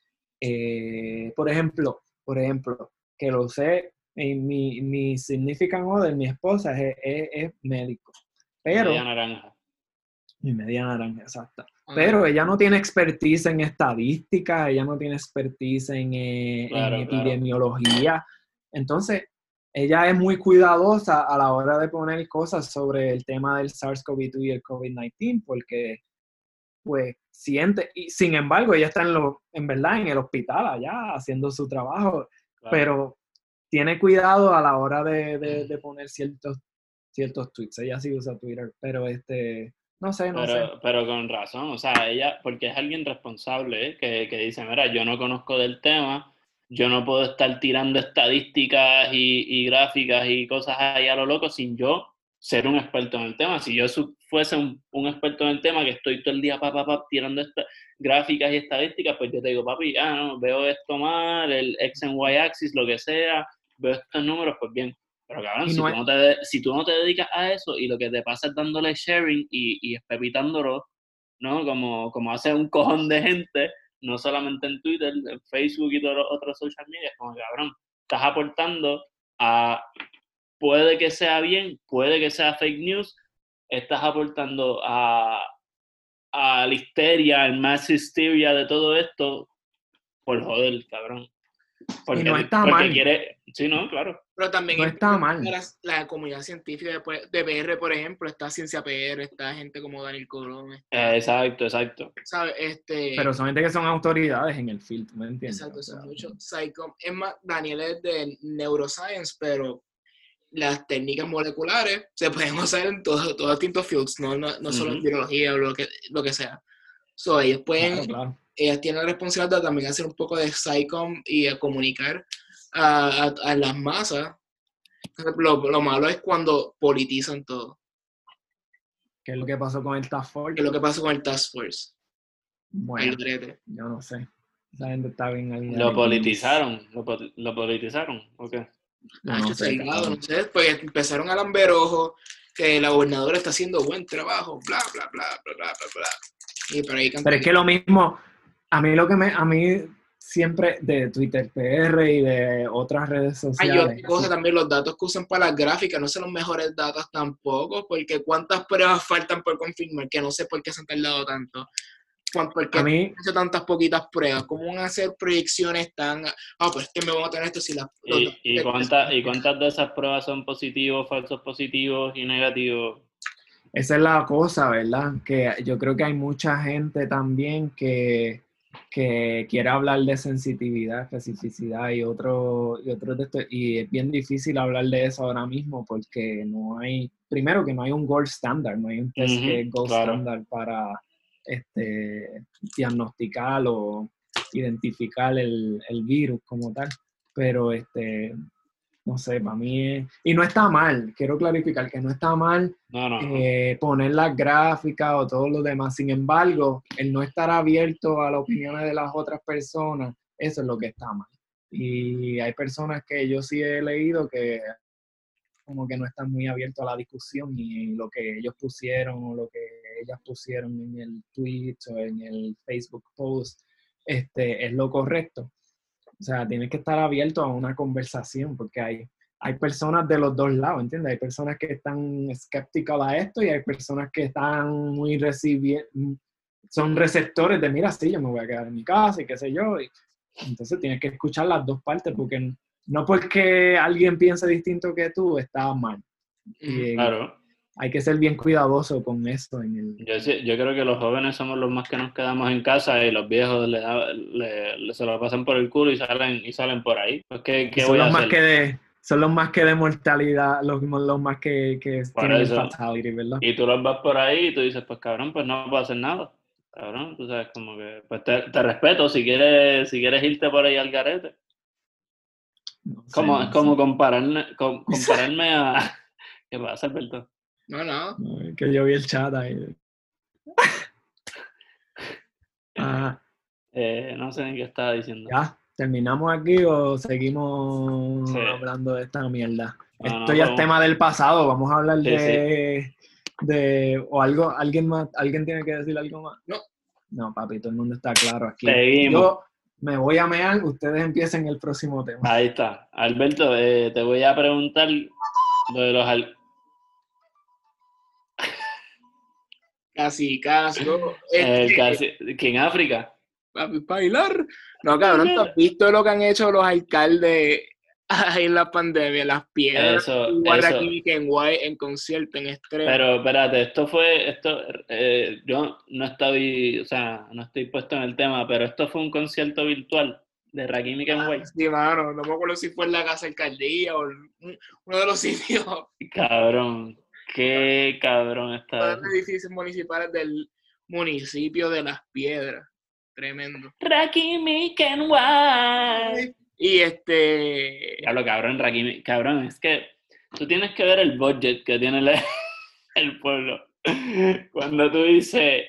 [SPEAKER 3] eh, por ejemplo, por ejemplo, que lo sé, eh, mi, mi significant other, mi esposa, es, es- es médico. Pero,
[SPEAKER 4] Media naranja.
[SPEAKER 3] mi media naranja, exacta. Pero ella no tiene expertise en estadística, ella no tiene expertise en, eh, en
[SPEAKER 4] Claro, claro.
[SPEAKER 3] epidemiología. Entonces, ella es muy cuidadosa a la hora de poner cosas sobre el tema del SARS-CoV-2 y el COVID-19, porque, pues, siente, y sin embargo, ella está en, lo, en verdad en el hospital allá haciendo su trabajo
[SPEAKER 4] Claro.
[SPEAKER 3] pero tiene cuidado a la hora de, de- de poner ciertos, ciertos tweets. Ella sí usa Twitter, pero este, No sé, no
[SPEAKER 4] pero,
[SPEAKER 3] sé.
[SPEAKER 4] pero con razón, o sea, ella, porque es alguien responsable, ¿eh? que, que dice, mira, yo no conozco del tema, yo no puedo estar tirando estadísticas y, y gráficas y cosas ahí a lo loco sin yo ser un experto en el tema. Si yo su- fuese un, un experto en el tema, que estoy todo el día pa, pa, pa, tirando esta- gráficas y estadísticas, pues yo te digo, papi, ah, no, veo esto mal, el X en Y axis, lo que sea, veo estos números, pues bien. Pero cabrón,
[SPEAKER 3] Y
[SPEAKER 4] si,
[SPEAKER 3] no
[SPEAKER 4] tú
[SPEAKER 3] es-
[SPEAKER 4] no te, de- si tú no te dedicas a eso y lo que te pasa es dándole sharing y, y espepitándolo, ¿no? Como, como hace un cojón de gente, no solamente en Twitter, en Facebook y todos los otros social media, es como cabrón, estás aportando a, puede que sea bien, puede que sea fake news, estás aportando a, a la histeria, al mass hysteria de todo esto, por joder, cabrón. Porque,
[SPEAKER 3] no está
[SPEAKER 4] porque
[SPEAKER 3] mal.
[SPEAKER 4] quiere- sí, no, claro.
[SPEAKER 2] Pero también
[SPEAKER 3] No
[SPEAKER 2] es
[SPEAKER 3] está mal.
[SPEAKER 2] la, la comunidad científica de, pu- de PR, por ejemplo, está Ciencia PR, está gente como Daniel Colón, está-
[SPEAKER 4] Eh, exacto, exacto.
[SPEAKER 2] ¿sabes? Este,
[SPEAKER 3] Pero son gente que son autoridades en el field, ¿me entiendes?
[SPEAKER 2] Exacto,
[SPEAKER 3] O
[SPEAKER 2] son
[SPEAKER 3] sea,
[SPEAKER 2] mucho psycho- Es más, Daniel es de neuroscience, pero las técnicas moleculares se pueden usar en todos todos distintos fields, no, no, no solo en
[SPEAKER 4] Ujú.
[SPEAKER 2] biología o lo que, lo que sea. So, ellos pueden,
[SPEAKER 3] claro, claro.
[SPEAKER 2] ellas tienen la responsabilidad de también hacer un poco de psychom y de comunicar a, a- a las masas. Lo, lo malo es cuando politizan todo,
[SPEAKER 3] ¿Qué es lo que pasó con el Task Force?
[SPEAKER 2] que es lo que pasó con el Task Force,
[SPEAKER 3] Bueno,
[SPEAKER 2] el grete.
[SPEAKER 3] yo no sé. Esa gente está bien al
[SPEAKER 4] Lo politizaron, lo, po- lo politizaron, ok.
[SPEAKER 3] Yo
[SPEAKER 2] Ah,
[SPEAKER 3] no
[SPEAKER 2] yo
[SPEAKER 3] sé,
[SPEAKER 2] soy ligado,
[SPEAKER 3] cabrón.
[SPEAKER 2] no sé, pues empezaron a lamber ojos, que la gobernadora está haciendo buen trabajo, bla, bla, bla, bla, bla, bla, bla. Y por ahí
[SPEAKER 3] Pero es que
[SPEAKER 2] cantando.
[SPEAKER 3] lo mismo, a mí lo que me, a mí siempre de Twitter PR y de otras redes
[SPEAKER 2] Hay otra
[SPEAKER 3] sociales.
[SPEAKER 2] cosa también, los datos que usan para las gráficas no son los mejores datos tampoco, porque cuántas pruebas faltan por confirmar, que no sé por qué se han tardado tanto. Cuán- ¿Por qué
[SPEAKER 3] a mí,
[SPEAKER 2] han hecho tantas poquitas pruebas? ¿Cómo van a hacer proyecciones tan... Ah, pues es que me van a tener esto si las... los
[SPEAKER 4] ¿Y,
[SPEAKER 2] datos-
[SPEAKER 3] eh,
[SPEAKER 4] y, cuántas- ¿Y cuántas de esas pruebas son positivos, falsos positivos y negativos?
[SPEAKER 3] Esa es la cosa, ¿verdad? Que yo creo que hay mucha gente también que, que quiere hablar de sensitividad, especificidad y otro, y otro de esto, y es bien difícil hablar de eso ahora mismo porque no hay, primero que no hay un gold standard, no hay un test que es
[SPEAKER 4] Ujú,
[SPEAKER 3] gold
[SPEAKER 4] claro.
[SPEAKER 3] standard para este, diagnosticar o identificar el, el virus como tal, pero este, no sé, para mí es, y no está mal, quiero clarificar que no está mal
[SPEAKER 4] No, no. no.
[SPEAKER 3] eh, poner las gráficas o todo lo demás. Sin embargo, el no estar abierto a las opiniones de las otras personas, eso es lo que está mal. Y hay personas que yo sí he leído que como que no están muy abiertos a la discusión y lo que ellos pusieron o lo que ellas pusieron en el tweet o en el Facebook post este, es lo correcto. O sea, tienes que estar abierto a una conversación porque hay, hay personas de los dos lados, ¿entiendes? Hay personas que están escépticas a esto y hay personas que están muy recibiendo, son receptores de, mira, sí, yo me voy a quedar en mi casa y qué sé yo. Y entonces tienes que escuchar las dos partes porque no porque alguien piense distinto que tú, está mal.
[SPEAKER 2] Mm,
[SPEAKER 3] Y, eh,
[SPEAKER 4] Mm, Claro.
[SPEAKER 3] Hay que ser bien cuidadoso con esto en el,
[SPEAKER 4] Yo, sí- yo creo que los jóvenes somos los más que nos quedamos en casa y los viejos le da- le- le- se lo pasan por el culo y salen y salen por ahí. Pues, ¿qué, qué
[SPEAKER 3] son
[SPEAKER 4] voy a
[SPEAKER 3] los más
[SPEAKER 4] hacer?
[SPEAKER 3] que de son los más que de mortalidad los, los más que, que
[SPEAKER 4] Por
[SPEAKER 3] tienen el
[SPEAKER 4] eso.
[SPEAKER 3] fatality verdad
[SPEAKER 4] Y tú los vas por ahí y tú dices, pues cabrón, pues no puedo hacer nada. Cabrón, tú sabes, como que, pues te, te respeto si quieres, si quieres irte por ahí al garete.
[SPEAKER 3] No sé,
[SPEAKER 4] Como,
[SPEAKER 3] no
[SPEAKER 4] es como
[SPEAKER 3] sé.
[SPEAKER 4] compararme, com- compararme a... ¿Qué pasa, Alberto?
[SPEAKER 2] No, no.
[SPEAKER 3] Ay, que yo vi el chat ahí Ah,
[SPEAKER 4] Eh, no sé ni qué estaba diciendo.
[SPEAKER 3] ya terminamos aquí o seguimos
[SPEAKER 4] Sí.
[SPEAKER 3] hablando de esta mierda
[SPEAKER 4] No, no,
[SPEAKER 3] esto ya es
[SPEAKER 4] vamos.
[SPEAKER 3] tema del pasado vamos a hablar
[SPEAKER 4] Sí,
[SPEAKER 3] de de o algo alguien más alguien tiene que decir algo más
[SPEAKER 2] No.
[SPEAKER 3] no papi todo el mundo está claro aquí
[SPEAKER 4] Seguimos.
[SPEAKER 3] yo me voy a mear ustedes empiecen el próximo tema
[SPEAKER 4] Ahí está. Alberto, eh, te voy a preguntar lo de los... al-
[SPEAKER 2] Casi, casi. ¿no?
[SPEAKER 4] el
[SPEAKER 2] Este,
[SPEAKER 4] casi- eh, que en África.
[SPEAKER 2] Papi, pa' bailar. No, cabrón, ¿tú has visto lo que han hecho los alcaldes ahí en la pandemia? Las piedras
[SPEAKER 4] Eso,
[SPEAKER 2] en
[SPEAKER 4] eso.
[SPEAKER 2] Guayaquil, que en Guay, en concierto, en estreno.
[SPEAKER 4] Pero espérate, esto fue, esto, eh, yo no estoy, o sea, no estoy puesto en el tema, pero esto fue un concierto virtual de Rakim y Kenway.
[SPEAKER 2] Sí, mano, no me acuerdo si fue en la casa alcaldía o en un- uno de los sitios.
[SPEAKER 4] Cabrón, Qué cabrón está.
[SPEAKER 2] Todos
[SPEAKER 4] eso.
[SPEAKER 2] los edificios municipales del municipio de Las Piedras. Tremendo.
[SPEAKER 4] Rakimi Kenwai.
[SPEAKER 2] Y este.
[SPEAKER 4] Diablo, cabrón, Rakimi. Cabrón, es que tú tienes que ver el budget que tiene la- el pueblo. Cuando tú dices,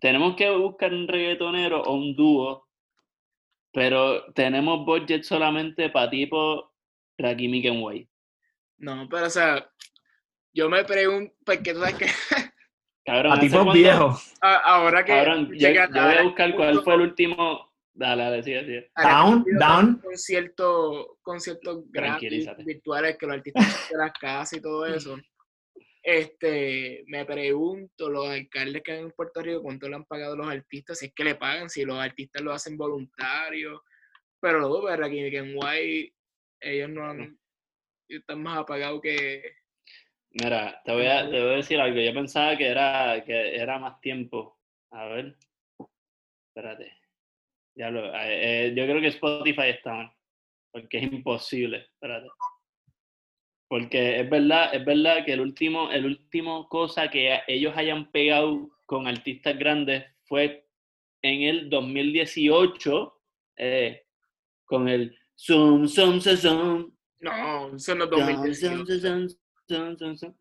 [SPEAKER 4] tenemos que buscar un reggaetonero o un dúo, pero tenemos budget solamente para tipo Rakimi Kenway.
[SPEAKER 2] No, pero o sea, yo me pregunto, porque tú sabes que
[SPEAKER 4] Cabrón,
[SPEAKER 3] A
[SPEAKER 4] ¿hace
[SPEAKER 3] tipos
[SPEAKER 4] cuánto-
[SPEAKER 3] viejos.
[SPEAKER 2] a- ahora que.
[SPEAKER 4] Cabrón, yo,
[SPEAKER 2] llega-
[SPEAKER 4] yo voy
[SPEAKER 2] ahora
[SPEAKER 4] a
[SPEAKER 2] que
[SPEAKER 4] buscar cuál fue el último. Dale, dale, sí, sí.
[SPEAKER 2] ahora que
[SPEAKER 3] Down,
[SPEAKER 2] han habido
[SPEAKER 3] down.
[SPEAKER 2] Conciertos, conciertos gratis,
[SPEAKER 4] Tranquilízate.
[SPEAKER 2] virtuales, que los artistas hacen de las casas y todo eso. Este, me pregunto, los alcaldes que hay en Puerto Rico, cuánto le han pagado a los artistas, si es que le pagan, si los artistas lo hacen voluntarios. Pero luego, verdad que que en Guay ellos no han, están más apagados que...
[SPEAKER 4] Mira, te voy, a, te voy a decir algo. Yo pensaba que era, que era más tiempo. A ver. Espérate. Ya lo, eh, eh, yo creo que Spotify está mal. Porque es imposible. Espérate. Porque es verdad, es verdad que el último, el último cosa que a- ellos hayan pegado con artistas grandes fue en el 2018 eh, con el Zoom, Zoom, Zoom, Zoom.
[SPEAKER 2] No, son los
[SPEAKER 4] Dun,
[SPEAKER 2] 2018.
[SPEAKER 4] dun, dun, dun, dun, dun.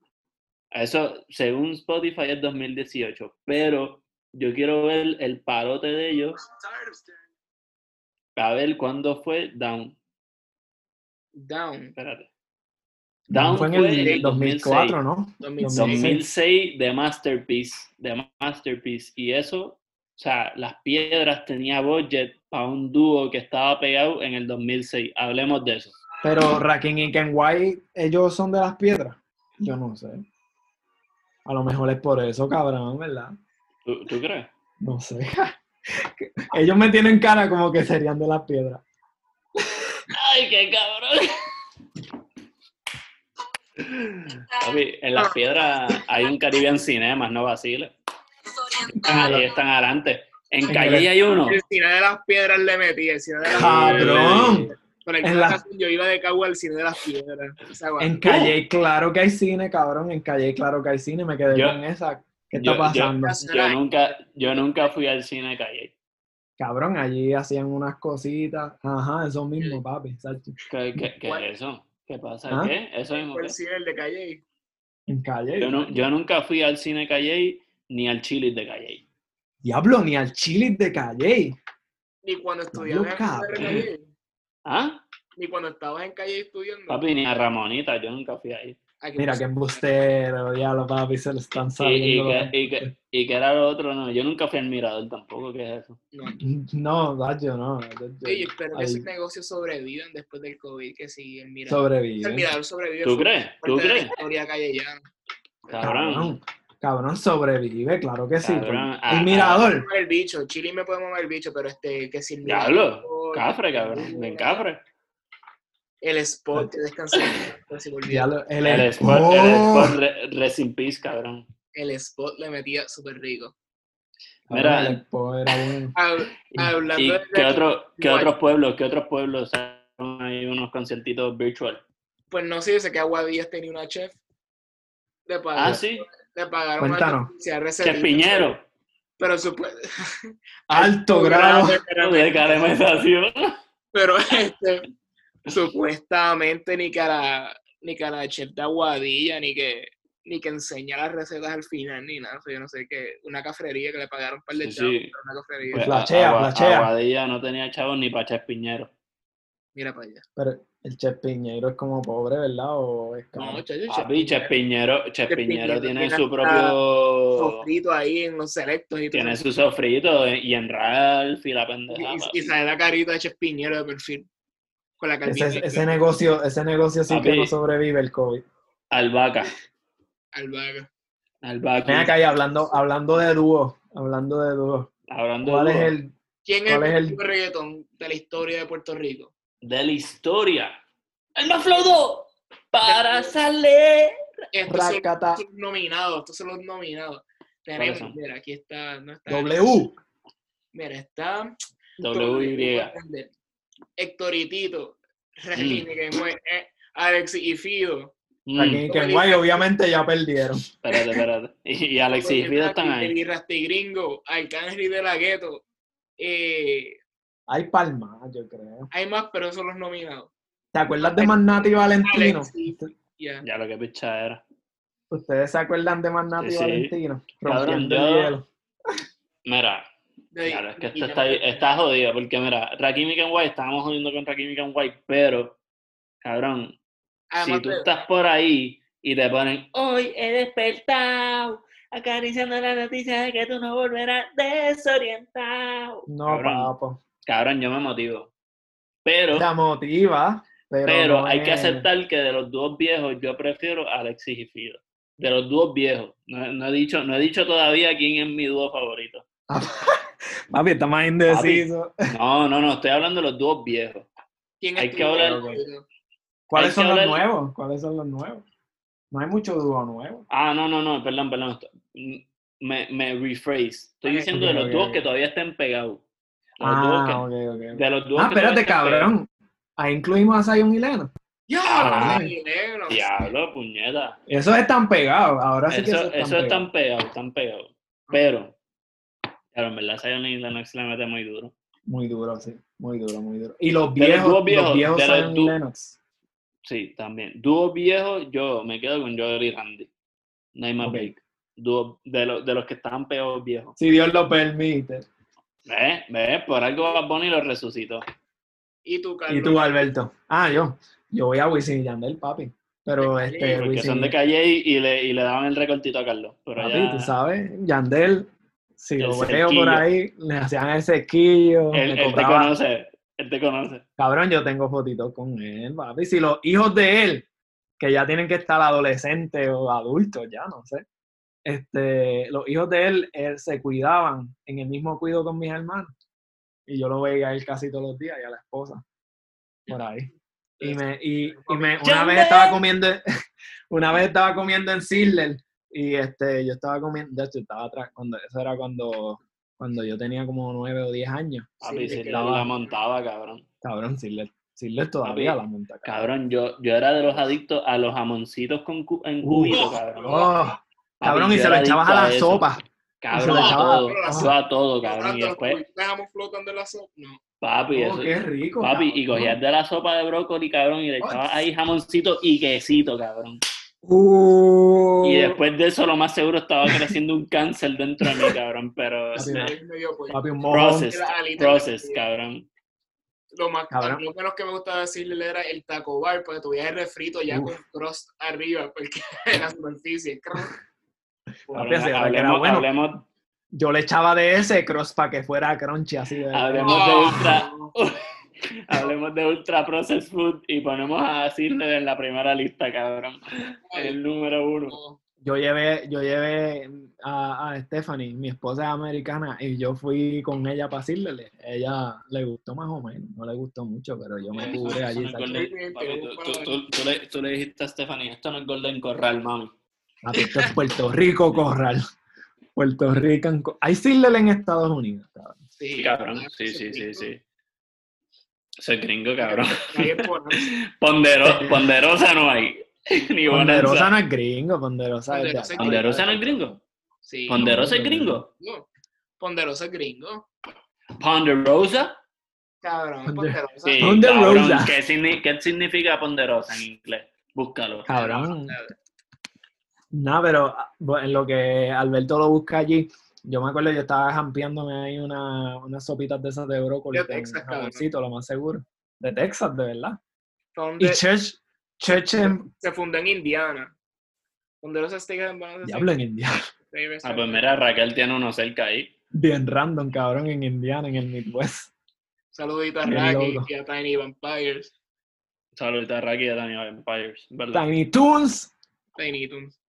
[SPEAKER 4] Eso, según Spotify, es 2018. Pero yo quiero ver el parote de ellos a ver cuándo fue Down.
[SPEAKER 2] Down,
[SPEAKER 4] Espérate. Down
[SPEAKER 3] fue en
[SPEAKER 4] fue en
[SPEAKER 3] el
[SPEAKER 4] el
[SPEAKER 3] 2004, ¿no?
[SPEAKER 2] 2006.
[SPEAKER 4] 2006 de Masterpiece. De Masterpiece. Y eso, o sea, Las Piedras tenía budget para un dúo que estaba pegado en el 2006. Hablemos de eso.
[SPEAKER 3] Pero Rakim y Kenway, ellos son de las piedras. Yo no sé. A lo mejor es por eso, cabrón, ¿verdad?
[SPEAKER 4] ¿Tú, tú crees?
[SPEAKER 3] No sé. ellos me tienen cara como que serían de las piedras.
[SPEAKER 4] ¡Ay, qué cabrón! Papi, en las piedras hay un Caribbean Cinemas, no vaciles. Ahí están adelante. En
[SPEAKER 3] En
[SPEAKER 4] calle
[SPEAKER 3] el-
[SPEAKER 4] hay uno.
[SPEAKER 2] El cine de las piedras le metí, el cine de las
[SPEAKER 3] Cabrón.
[SPEAKER 2] Por
[SPEAKER 3] En
[SPEAKER 2] alguna
[SPEAKER 3] la-
[SPEAKER 2] razón yo iba de cagua al cine de las piedras. O sea,
[SPEAKER 3] En
[SPEAKER 2] bueno,
[SPEAKER 3] Calle, claro que hay cine, cabrón. En Calle, claro que hay cine. Me quedé
[SPEAKER 4] Yo-
[SPEAKER 3] con esa. ¿Qué
[SPEAKER 4] yo-
[SPEAKER 3] está
[SPEAKER 4] yo-
[SPEAKER 3] pasando?
[SPEAKER 4] Yo nunca, yo nunca fui al cine calle.
[SPEAKER 3] Cabrón, allí hacían unas cositas. Ajá, eso mismo, papi. exacto.
[SPEAKER 4] ¿Qué, qué- qué es eso? ¿Qué pasa?
[SPEAKER 3] ¿Ah?
[SPEAKER 4] ¿Qué? Eso mismo.
[SPEAKER 2] fue
[SPEAKER 4] ¿qué?
[SPEAKER 2] el cine el de calle.
[SPEAKER 3] En Calle.
[SPEAKER 4] Yo, nu- yo nunca fui al cine calle ni al chilis de calle.
[SPEAKER 3] Diablo, ni al Chili de Calle.
[SPEAKER 2] Ni cuando estudiaba en
[SPEAKER 3] Cabrón.
[SPEAKER 2] el calle.
[SPEAKER 4] ¿Ah?
[SPEAKER 2] Ni cuando estabas en calle estudiando.
[SPEAKER 4] Papi, ni a Ramonita, yo nunca fui ahí.
[SPEAKER 2] Aquí
[SPEAKER 3] Mira qué embustero, diablo, papi, se le están
[SPEAKER 4] Y, y,
[SPEAKER 3] saliendo.
[SPEAKER 4] que, y, que, y que era lo otro, no. Yo nunca fui al mirador tampoco, ¿qué es eso?
[SPEAKER 2] No.
[SPEAKER 3] No, yo no.
[SPEAKER 2] Oye, yo espero que
[SPEAKER 3] Ahí.
[SPEAKER 2] esos negocios sobrevivan después del COVID, que si el mirador. El
[SPEAKER 3] Sobrevive.
[SPEAKER 2] mirador sobrevive.
[SPEAKER 4] ¿Tú
[SPEAKER 2] fue
[SPEAKER 4] crees?
[SPEAKER 2] parte
[SPEAKER 4] ¿Tú
[SPEAKER 2] de la
[SPEAKER 4] crees?
[SPEAKER 2] historia callejana.
[SPEAKER 4] Cabrón.
[SPEAKER 3] Cabrón. Cabrón, sobrevive, claro que sí.
[SPEAKER 4] Cabrón,
[SPEAKER 3] El
[SPEAKER 4] ah,
[SPEAKER 3] mirador.
[SPEAKER 2] Mamar el bicho, Chile me puede mamar el bicho, pero este, que si el
[SPEAKER 4] Diablo.
[SPEAKER 2] mirador,
[SPEAKER 4] Cafre, cabrón. Ven, cafre.
[SPEAKER 2] El spot que descansa. se me olvidó.
[SPEAKER 3] diablo, el, Oh.
[SPEAKER 4] El sport, el sport re- rest in peace, cabrón.
[SPEAKER 2] El spot le metía súper rico. Ah,
[SPEAKER 4] Mira.
[SPEAKER 3] Cabrón, el expo era bueno.
[SPEAKER 2] Hab-
[SPEAKER 4] Y-
[SPEAKER 2] Hablando
[SPEAKER 4] ¿Y
[SPEAKER 2] de
[SPEAKER 4] qué, otro, qué
[SPEAKER 2] Guay.
[SPEAKER 4] otros pueblos, qué otros pueblos sacaron ahí unos conciertitos virtual?
[SPEAKER 2] Pues no sé, yo sé que Aguadillas tenía una chef. Le pagaron,
[SPEAKER 4] Ah, sí,
[SPEAKER 2] le pagaron
[SPEAKER 3] Cuéntanos.
[SPEAKER 2] Se ha
[SPEAKER 4] Chef Piñero.
[SPEAKER 2] Pero supo-
[SPEAKER 3] Alto grado.
[SPEAKER 2] pero-
[SPEAKER 4] De caramelización.
[SPEAKER 2] Pero este, supuestamente ni cara, ni cara chef de aguadilla, ni que, ni que enseña las recetas al final, ni nada. O sea, yo no sé qué, una cafrería que le pagaron un par de
[SPEAKER 4] Sí,
[SPEAKER 2] chavos,
[SPEAKER 4] sí.
[SPEAKER 2] pero una cafrería.
[SPEAKER 4] Pues,
[SPEAKER 3] flashea,
[SPEAKER 4] Agua-
[SPEAKER 3] flashea.
[SPEAKER 4] Aguadilla no tenía chavos ni para Chef Piñero.
[SPEAKER 2] Mira para allá.
[SPEAKER 3] Pero el Chef Piñero es como pobre, ¿verdad? O es caro.
[SPEAKER 2] No, chacho,
[SPEAKER 4] Papi, Chef Piñero, Chef
[SPEAKER 2] Chef Piñero
[SPEAKER 4] Piñero tiene
[SPEAKER 2] tiene
[SPEAKER 4] su
[SPEAKER 2] hasta
[SPEAKER 4] propio...
[SPEAKER 2] Sofrito ahí en los selectos y todo.
[SPEAKER 4] Tiene su sofrito eh, y en Ralph y la pendejada.
[SPEAKER 2] Y, y sale la carita de Chef Piñero de perfil. Con la
[SPEAKER 3] ese,
[SPEAKER 2] calvicie.
[SPEAKER 3] ese negocio, ese negocio sí que
[SPEAKER 4] Papi.
[SPEAKER 3] no sobrevive el COVID.
[SPEAKER 4] Albaca.
[SPEAKER 2] Albahaca.
[SPEAKER 3] Ven
[SPEAKER 4] Albaca.
[SPEAKER 3] acá y hablando, hablando de dúo, hablando de dúo.
[SPEAKER 4] Hablando
[SPEAKER 3] ¿Cuál es
[SPEAKER 4] de-
[SPEAKER 3] el
[SPEAKER 2] ¿Quién es el
[SPEAKER 3] ¿Cuál es el-
[SPEAKER 2] mejor reggaetón de la historia de Puerto Rico?
[SPEAKER 4] de la historia. ¡El más flaudo! Para salir.
[SPEAKER 2] Estos son,
[SPEAKER 3] Rakata
[SPEAKER 2] estos son nominados, estos son los nominados.
[SPEAKER 4] ¿Cuáles
[SPEAKER 2] Tenemos,
[SPEAKER 4] son?
[SPEAKER 2] mira, aquí está, no está.
[SPEAKER 3] W?
[SPEAKER 2] Mira, está.
[SPEAKER 4] W. Mm.
[SPEAKER 2] Héctor y Tito, Regine, que fue, eh, Alex y Fido,
[SPEAKER 3] Aquí en Kenway obviamente ya perdieron.
[SPEAKER 4] Espérate, espérate. Y, y Alex y Fido están ahí.
[SPEAKER 2] El Rastigringo, Arcángel y De La Gueto. Eh,
[SPEAKER 3] Hay palmas, yo creo.
[SPEAKER 2] hay más, pero esos son los nominados.
[SPEAKER 3] ¿Te acuerdas de Magnati y Valentino?
[SPEAKER 2] Alexis. Ya.
[SPEAKER 4] Ya lo que picha era.
[SPEAKER 3] ¿Ustedes se acuerdan de Magnati
[SPEAKER 4] Sí,
[SPEAKER 3] y
[SPEAKER 4] sí.
[SPEAKER 3] Valentino?
[SPEAKER 4] Cabrón,
[SPEAKER 3] Rompiendo
[SPEAKER 4] yo-
[SPEAKER 3] el hielo.
[SPEAKER 4] Mira,
[SPEAKER 2] De-
[SPEAKER 4] claro, es que
[SPEAKER 2] y
[SPEAKER 4] esto
[SPEAKER 2] ya
[SPEAKER 4] está,
[SPEAKER 2] me-
[SPEAKER 4] está jodido, porque mira, Rakim y Kenway, estábamos jodiendo con Rakim y Kenway, pero, cabrón,
[SPEAKER 2] Además
[SPEAKER 4] si tú
[SPEAKER 2] de-
[SPEAKER 4] estás por ahí y te ponen, hoy he despertado, acariciando la noticia de que tú no volverás desorientado.
[SPEAKER 3] No,
[SPEAKER 4] cabrón,
[SPEAKER 3] papo.
[SPEAKER 4] cabrón, yo me motivo. Pero,
[SPEAKER 3] La motiva, pero,
[SPEAKER 4] pero
[SPEAKER 3] no
[SPEAKER 4] hay que
[SPEAKER 3] es-
[SPEAKER 4] aceptar que de los dúos viejos yo prefiero a Alexis y Fido. De los dúos viejos. No, no he dicho, no he dicho todavía quién es mi dúo favorito.
[SPEAKER 3] Papi, está más indeciso.
[SPEAKER 4] No, no, no, estoy hablando de los dúos viejos.
[SPEAKER 2] ¿Quién
[SPEAKER 4] hay
[SPEAKER 2] es
[SPEAKER 4] que
[SPEAKER 2] tu
[SPEAKER 4] hablar-
[SPEAKER 2] favorito?
[SPEAKER 4] Hay
[SPEAKER 3] ¿Cuáles son
[SPEAKER 4] que
[SPEAKER 3] los
[SPEAKER 4] hablar-
[SPEAKER 3] nuevos? ¿Cuáles son los nuevos? No hay mucho dúo nuevo.
[SPEAKER 4] Ah, no, no, no, perdón, perdón. esto- mm, Me, me rephrase. Estoy
[SPEAKER 2] Ok,
[SPEAKER 4] diciendo de
[SPEAKER 3] ok,
[SPEAKER 4] los
[SPEAKER 3] ok,
[SPEAKER 4] dúos
[SPEAKER 3] ok.
[SPEAKER 4] que todavía estén pegados. Los dúos que-
[SPEAKER 3] Ah, ok, ok. ok.
[SPEAKER 4] de los dúos
[SPEAKER 3] Ah,
[SPEAKER 4] que todavía
[SPEAKER 3] espérate,
[SPEAKER 4] estén pegados.
[SPEAKER 3] cabrón. Ahí incluimos a Zion y Lennon.
[SPEAKER 2] ¡Ya!
[SPEAKER 4] Ah.
[SPEAKER 2] mi negro!
[SPEAKER 4] Diablo, puñeta.
[SPEAKER 3] Esos están pegados. Ahora sí que
[SPEAKER 4] Eso,
[SPEAKER 3] esos están
[SPEAKER 4] eso
[SPEAKER 3] pegados.
[SPEAKER 4] están pegados, están pegados. Pero, claro, en verdad, Zion y Lennox se la mete muy duro.
[SPEAKER 3] Muy duro, sí. Muy duro, muy duro. Y los
[SPEAKER 4] De los
[SPEAKER 3] viejos,
[SPEAKER 4] dúos viejos,
[SPEAKER 3] los viejos
[SPEAKER 4] de los
[SPEAKER 3] Zion y
[SPEAKER 4] dú-
[SPEAKER 3] Lennox.
[SPEAKER 4] Sí, también. Dúo viejo, yo me quedo con Joel y Randy. No hay más
[SPEAKER 3] Ok.
[SPEAKER 4] break. Dúo- de, los- de los que están pegados viejos.
[SPEAKER 3] Si Dios lo permite.
[SPEAKER 4] ¿Ves? ¿Ves? Por algo Bad Bunny lo resucitó.
[SPEAKER 2] ¿Y tú, Carlos?
[SPEAKER 3] Y tú, Alberto. Ah, yo. Yo voy a Wisin y Yandel, papi. Pero
[SPEAKER 2] Sí,
[SPEAKER 3] este,
[SPEAKER 4] Porque
[SPEAKER 3] Wisin
[SPEAKER 4] son de calle y, y le, y le daban el recortito a Carlos. Pero
[SPEAKER 3] Papi,
[SPEAKER 4] ya-
[SPEAKER 3] tú sabes, Yandel, si
[SPEAKER 4] El
[SPEAKER 3] lo veo
[SPEAKER 4] cerquillo.
[SPEAKER 3] por ahí, le hacían el
[SPEAKER 4] él,
[SPEAKER 3] sequillo, me
[SPEAKER 4] él te
[SPEAKER 3] cobraba.
[SPEAKER 4] conoce. Él te conoce.
[SPEAKER 3] Cabrón, yo tengo fotitos con él, papi. Si los hijos de él, que ya tienen que estar adolescentes o adultos, ya no sé. Este, los hijos de él, él se cuidaban en el mismo cuido con mis hermanos. Y yo lo veía a él casi todos los días y a la esposa. Por ahí. Y me, y, y me- una vez estaba comiendo, una vez estaba comiendo en Sidler y este, yo estaba comiendo, de hecho, estaba atrás, cuando, eso era cuando, cuando yo tenía como nueve o diez años.
[SPEAKER 4] Papi,
[SPEAKER 2] Sí,
[SPEAKER 4] si
[SPEAKER 2] que
[SPEAKER 4] la,
[SPEAKER 3] daba-
[SPEAKER 4] la montaba, cabrón.
[SPEAKER 3] Cabrón, Sidler, Sidler todavía
[SPEAKER 4] Papi,
[SPEAKER 3] la monta.
[SPEAKER 4] Cabrón, yo, yo era de los adictos a los jamoncitos con cu- en cubito, cabrón.
[SPEAKER 3] Oh,
[SPEAKER 4] Papi,
[SPEAKER 3] cabrón, y
[SPEAKER 4] yo
[SPEAKER 3] se lo
[SPEAKER 4] era
[SPEAKER 3] echabas a
[SPEAKER 4] adicto
[SPEAKER 3] la
[SPEAKER 4] eso.
[SPEAKER 3] sopa.
[SPEAKER 4] Cabrón,
[SPEAKER 3] se lo
[SPEAKER 4] a
[SPEAKER 3] echaba-
[SPEAKER 4] todo.
[SPEAKER 2] Ah.
[SPEAKER 4] Yo a todo, cabrón. Y
[SPEAKER 2] Hablando, los
[SPEAKER 4] después,
[SPEAKER 2] que estábamos flotando en la sopa. No.
[SPEAKER 4] papi,
[SPEAKER 3] Oh,
[SPEAKER 4] eso,
[SPEAKER 3] qué rico.
[SPEAKER 4] papi, y
[SPEAKER 3] cabrón.
[SPEAKER 4] cogías de la sopa de brócoli, cabrón, y le
[SPEAKER 3] Oh.
[SPEAKER 4] echabas ahí jamoncito y quesito, cabrón.
[SPEAKER 3] Uh,
[SPEAKER 4] Y después de eso, lo más seguro estaba creciendo un cáncer dentro de mí, cabrón. Pero
[SPEAKER 3] Así
[SPEAKER 2] Sí, pues,
[SPEAKER 3] no.
[SPEAKER 2] me dio por-
[SPEAKER 3] Papi, un mojón.
[SPEAKER 4] process,
[SPEAKER 2] Las alitas
[SPEAKER 4] process,
[SPEAKER 2] me-
[SPEAKER 4] cabrón.
[SPEAKER 2] Lo más
[SPEAKER 3] Cabrón.
[SPEAKER 2] lo menos que me gustaba decirle era el taco bar, porque tuviera el refrito ya
[SPEAKER 3] Uf.
[SPEAKER 2] con crust arriba, porque en la superficie.
[SPEAKER 3] Papi,
[SPEAKER 4] Cabrón,
[SPEAKER 3] así era que era
[SPEAKER 4] hablemos,
[SPEAKER 3] bueno.
[SPEAKER 4] hablemos-
[SPEAKER 3] Yo le echaba de ese cross para que fuera crunchy así de.
[SPEAKER 4] Hablemos de ultra, hablemos de ultra process food y ponemos a decirle en la primera lista, cabrón. El número uno.
[SPEAKER 2] oh,
[SPEAKER 3] Yo llevé, yo llevé a, a Stephanie, mi esposa es americana, y yo fui con ella para decirle. Ella le gustó más o menos, no le gustó mucho, pero yo me cubre allí.
[SPEAKER 4] Esto no es Golden-
[SPEAKER 3] sacho.
[SPEAKER 4] papi, tú- tú- tú- tú le- Tú le dijiste a Stephanie, esto no es Golden Corral, mami.
[SPEAKER 3] Papi, esto es Puerto Rico, Corral. Puerto Rican. Co- Hay Sidler en Estados Unidos, cabrón.
[SPEAKER 2] Sí,
[SPEAKER 4] Sí, cabrón. Sí, sí, sí, sí. Soy gringo, cabrón.
[SPEAKER 2] Ahí es por-
[SPEAKER 4] Pondero- ponderosa no hay. Ni
[SPEAKER 3] Ponderosa
[SPEAKER 4] bonanza.
[SPEAKER 3] no es gringo, Ponderosa es de
[SPEAKER 2] Ponderosa es
[SPEAKER 3] acá.
[SPEAKER 4] Ponderosa no es gringo.
[SPEAKER 2] sí.
[SPEAKER 4] Ponderosa es gringo.
[SPEAKER 2] No. Ponderosa es gringo.
[SPEAKER 4] Ponderosa.
[SPEAKER 2] Cabrón,
[SPEAKER 3] Ponder-
[SPEAKER 2] ponderosa.
[SPEAKER 4] Sí,
[SPEAKER 3] Ponderosa.
[SPEAKER 4] cabrón, ¿Qué, signi- qué significa ponderosa en inglés? Búscalo.
[SPEAKER 3] Cabrón. No, pero ah, bueno, en lo que Alberto lo busca allí, yo me acuerdo, yo estaba jampeándome ahí una- unas sopitas de esas de brócoli.
[SPEAKER 2] De
[SPEAKER 3] con
[SPEAKER 2] Texas, cabrón.
[SPEAKER 3] jamoncito, lo más seguro. De Texas, de verdad. Y
[SPEAKER 2] Ponde-
[SPEAKER 3] Church, Church en.
[SPEAKER 2] se fundó en Indiana. Ponderosa se queda en Bonanza
[SPEAKER 3] Diablo, en Indiana.
[SPEAKER 2] State.
[SPEAKER 4] Ah, pues mira, Raquel tiene uno cerca ahí.
[SPEAKER 3] Bien random, cabrón, en Indiana, en el Midwest.
[SPEAKER 2] Saludito a
[SPEAKER 3] Qué
[SPEAKER 2] Raki
[SPEAKER 3] loco.
[SPEAKER 2] y a Tiny Vampires.
[SPEAKER 4] Saludita a Raquel y a Daniel Empires. ¿Verdad?
[SPEAKER 3] Tiny Toons.
[SPEAKER 2] Tiny Toons.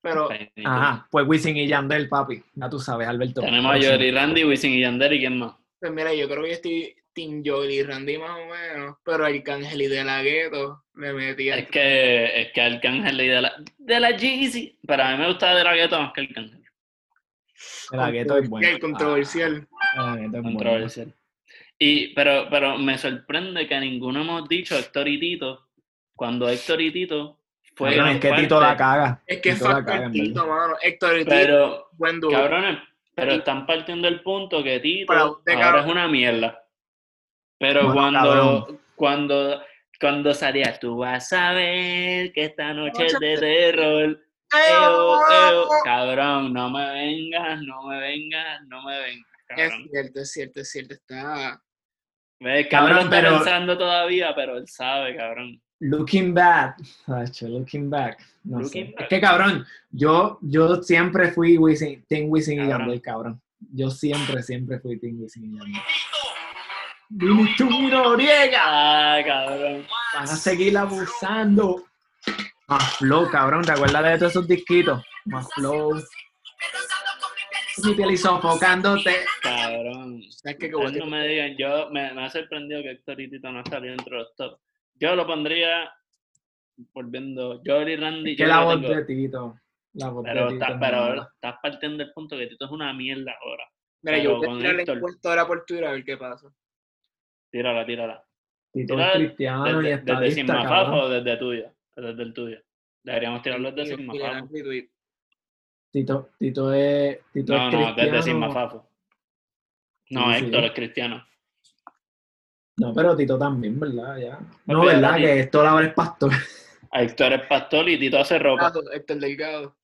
[SPEAKER 2] Pero
[SPEAKER 4] Tiny
[SPEAKER 3] Ajá, pues Wisin y Yandel, papi. Ya tú sabes, Alberto.
[SPEAKER 4] Toon. Tenemos a Yori Randy, Wisin y Yander y quién más.
[SPEAKER 2] Pues mira, yo creo que yo estoy Team Jolly Randy más o menos, pero Arcángel y de la Gueto me metí al-
[SPEAKER 4] Es que, es que Arcángel y de la, de la Jeezy. Pero a mí me gusta de la gueto más que Arcángel.
[SPEAKER 3] La gueto es buena.
[SPEAKER 2] el controversial.
[SPEAKER 3] Ah, la gueto es buena.
[SPEAKER 4] Controversial. Y, pero, pero me sorprende que ninguno hemos dicho Héctor y Tito. Cuando Héctor y Tito fue
[SPEAKER 3] Cabrón, es que
[SPEAKER 4] fuerte,
[SPEAKER 3] Tito la caga.
[SPEAKER 2] Es que es
[SPEAKER 3] Tito la
[SPEAKER 2] factor
[SPEAKER 3] caga, en
[SPEAKER 2] Tito, mano. Héctor y Tito,
[SPEAKER 4] Pero,
[SPEAKER 2] buen dúo.
[SPEAKER 4] cabrones, em, pero están partiendo el punto que Tito
[SPEAKER 2] Para usted,
[SPEAKER 4] ahora
[SPEAKER 2] cabrón.
[SPEAKER 4] es una mierda. Pero
[SPEAKER 3] Bueno,
[SPEAKER 4] cuando,
[SPEAKER 3] cabrón.
[SPEAKER 4] cuando, cuando salía, tú vas a ver que esta noche es de terror. Eo, eo. Cabrón, no me vengas, no me vengas, no me vengas.
[SPEAKER 2] Es
[SPEAKER 4] Cabrón,
[SPEAKER 2] cierto, es cierto, es cierto. Está.
[SPEAKER 4] Ve, cabrón,
[SPEAKER 3] Cabrón,
[SPEAKER 4] está
[SPEAKER 3] pero-
[SPEAKER 4] pensando todavía, pero él sabe, cabrón.
[SPEAKER 3] Looking back, Hacho, looking back, no
[SPEAKER 4] Looking
[SPEAKER 3] sé.
[SPEAKER 4] back.
[SPEAKER 3] Es que cabrón, yo, yo siempre fui Wisin, Team Wisin y
[SPEAKER 4] Cabrón.
[SPEAKER 3] Yandel, cabrón. Yo siempre, siempre fui Team Wisin y Yandel. Dime tú, Noriega,
[SPEAKER 4] Ah, cabrón.
[SPEAKER 3] van a seguir abusando. Más flow, cabrón, ¿te acuerdas de todos esos disquitos? Más flow. Mi piel y sofocándote.
[SPEAKER 4] Cabrón.
[SPEAKER 2] ¿Sabes qué?
[SPEAKER 4] Ustedes no me digan, yo me, me ha sorprendido que Héctor y Tito no ha salido entre los top. Yo lo pondría volviendo Joel y Randy.
[SPEAKER 3] Que
[SPEAKER 4] yo
[SPEAKER 3] la
[SPEAKER 4] lo
[SPEAKER 3] voz
[SPEAKER 4] tengo,
[SPEAKER 3] de Tito. La voz
[SPEAKER 4] pero
[SPEAKER 3] de Tito.
[SPEAKER 4] estás
[SPEAKER 3] es
[SPEAKER 4] pero
[SPEAKER 3] mala.
[SPEAKER 4] estás partiendo del punto que Tito es una mierda ahora.
[SPEAKER 2] Mira,
[SPEAKER 4] Pero
[SPEAKER 2] yo voy a
[SPEAKER 4] con
[SPEAKER 2] tirar la
[SPEAKER 4] Héctor.
[SPEAKER 2] encuesta ahora por Twitter a ver qué pasa.
[SPEAKER 4] Tírala, tírala.
[SPEAKER 3] Tito
[SPEAKER 4] Mira,
[SPEAKER 3] es cristiano y
[SPEAKER 4] Desde, desde Sin
[SPEAKER 3] estadista,
[SPEAKER 4] Mafafa
[SPEAKER 3] cabrón.
[SPEAKER 4] o desde tuyo. Desde el tuyo. Deberíamos tirarlo desde Sin
[SPEAKER 2] Twitter,
[SPEAKER 4] Mafafa.
[SPEAKER 2] retweet.
[SPEAKER 3] Tito, Tito es, Tito
[SPEAKER 4] No,
[SPEAKER 3] es
[SPEAKER 4] no,
[SPEAKER 3] cristiano.
[SPEAKER 4] desde Sin Mafafa. No,
[SPEAKER 3] Sí, sí.
[SPEAKER 4] Héctor es cristiano.
[SPEAKER 3] No, pero Tito también, ¿verdad? Ya.
[SPEAKER 4] Pero
[SPEAKER 3] No, ¿verdad?
[SPEAKER 4] Tito-
[SPEAKER 3] Que esto la hora es pastor.
[SPEAKER 4] A Héctor es pastor y Tito hace ropa.
[SPEAKER 2] Delgado, Héctor Delgado.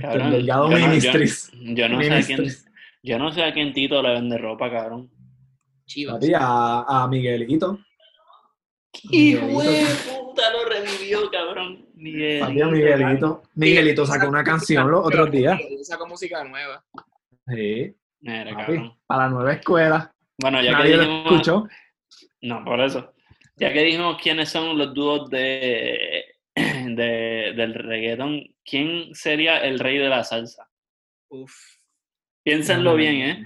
[SPEAKER 4] Cabrón,
[SPEAKER 3] Este, Delgado
[SPEAKER 4] yo no- yo-
[SPEAKER 3] Ministries.
[SPEAKER 4] Yo no, sé a quién,
[SPEAKER 3] Ministries.
[SPEAKER 4] yo no sé a quién Tito le vende ropa, cabrón.
[SPEAKER 2] Chivas.
[SPEAKER 3] Papi, a, a Miguelito.
[SPEAKER 4] Hijo de
[SPEAKER 3] Miguelito.
[SPEAKER 4] puta, lo revivió, cabrón. Miguelito.
[SPEAKER 3] Papi, a Miguelito. Miguelito sacó una canción los otros días.
[SPEAKER 2] Saca música nueva.
[SPEAKER 3] Sí,
[SPEAKER 4] Mira,
[SPEAKER 3] Papi.
[SPEAKER 4] cabrón.
[SPEAKER 3] para la nueva escuela.
[SPEAKER 4] Bueno, ya que
[SPEAKER 3] Nadie lo
[SPEAKER 4] dijimos.
[SPEAKER 3] escuchó.
[SPEAKER 4] No, por eso. Ya que dijimos quiénes son los dúos de, de- del reggaetón, ¿quién sería el rey de la salsa?
[SPEAKER 2] Uf.
[SPEAKER 4] Piénsenlo bien, ¿eh?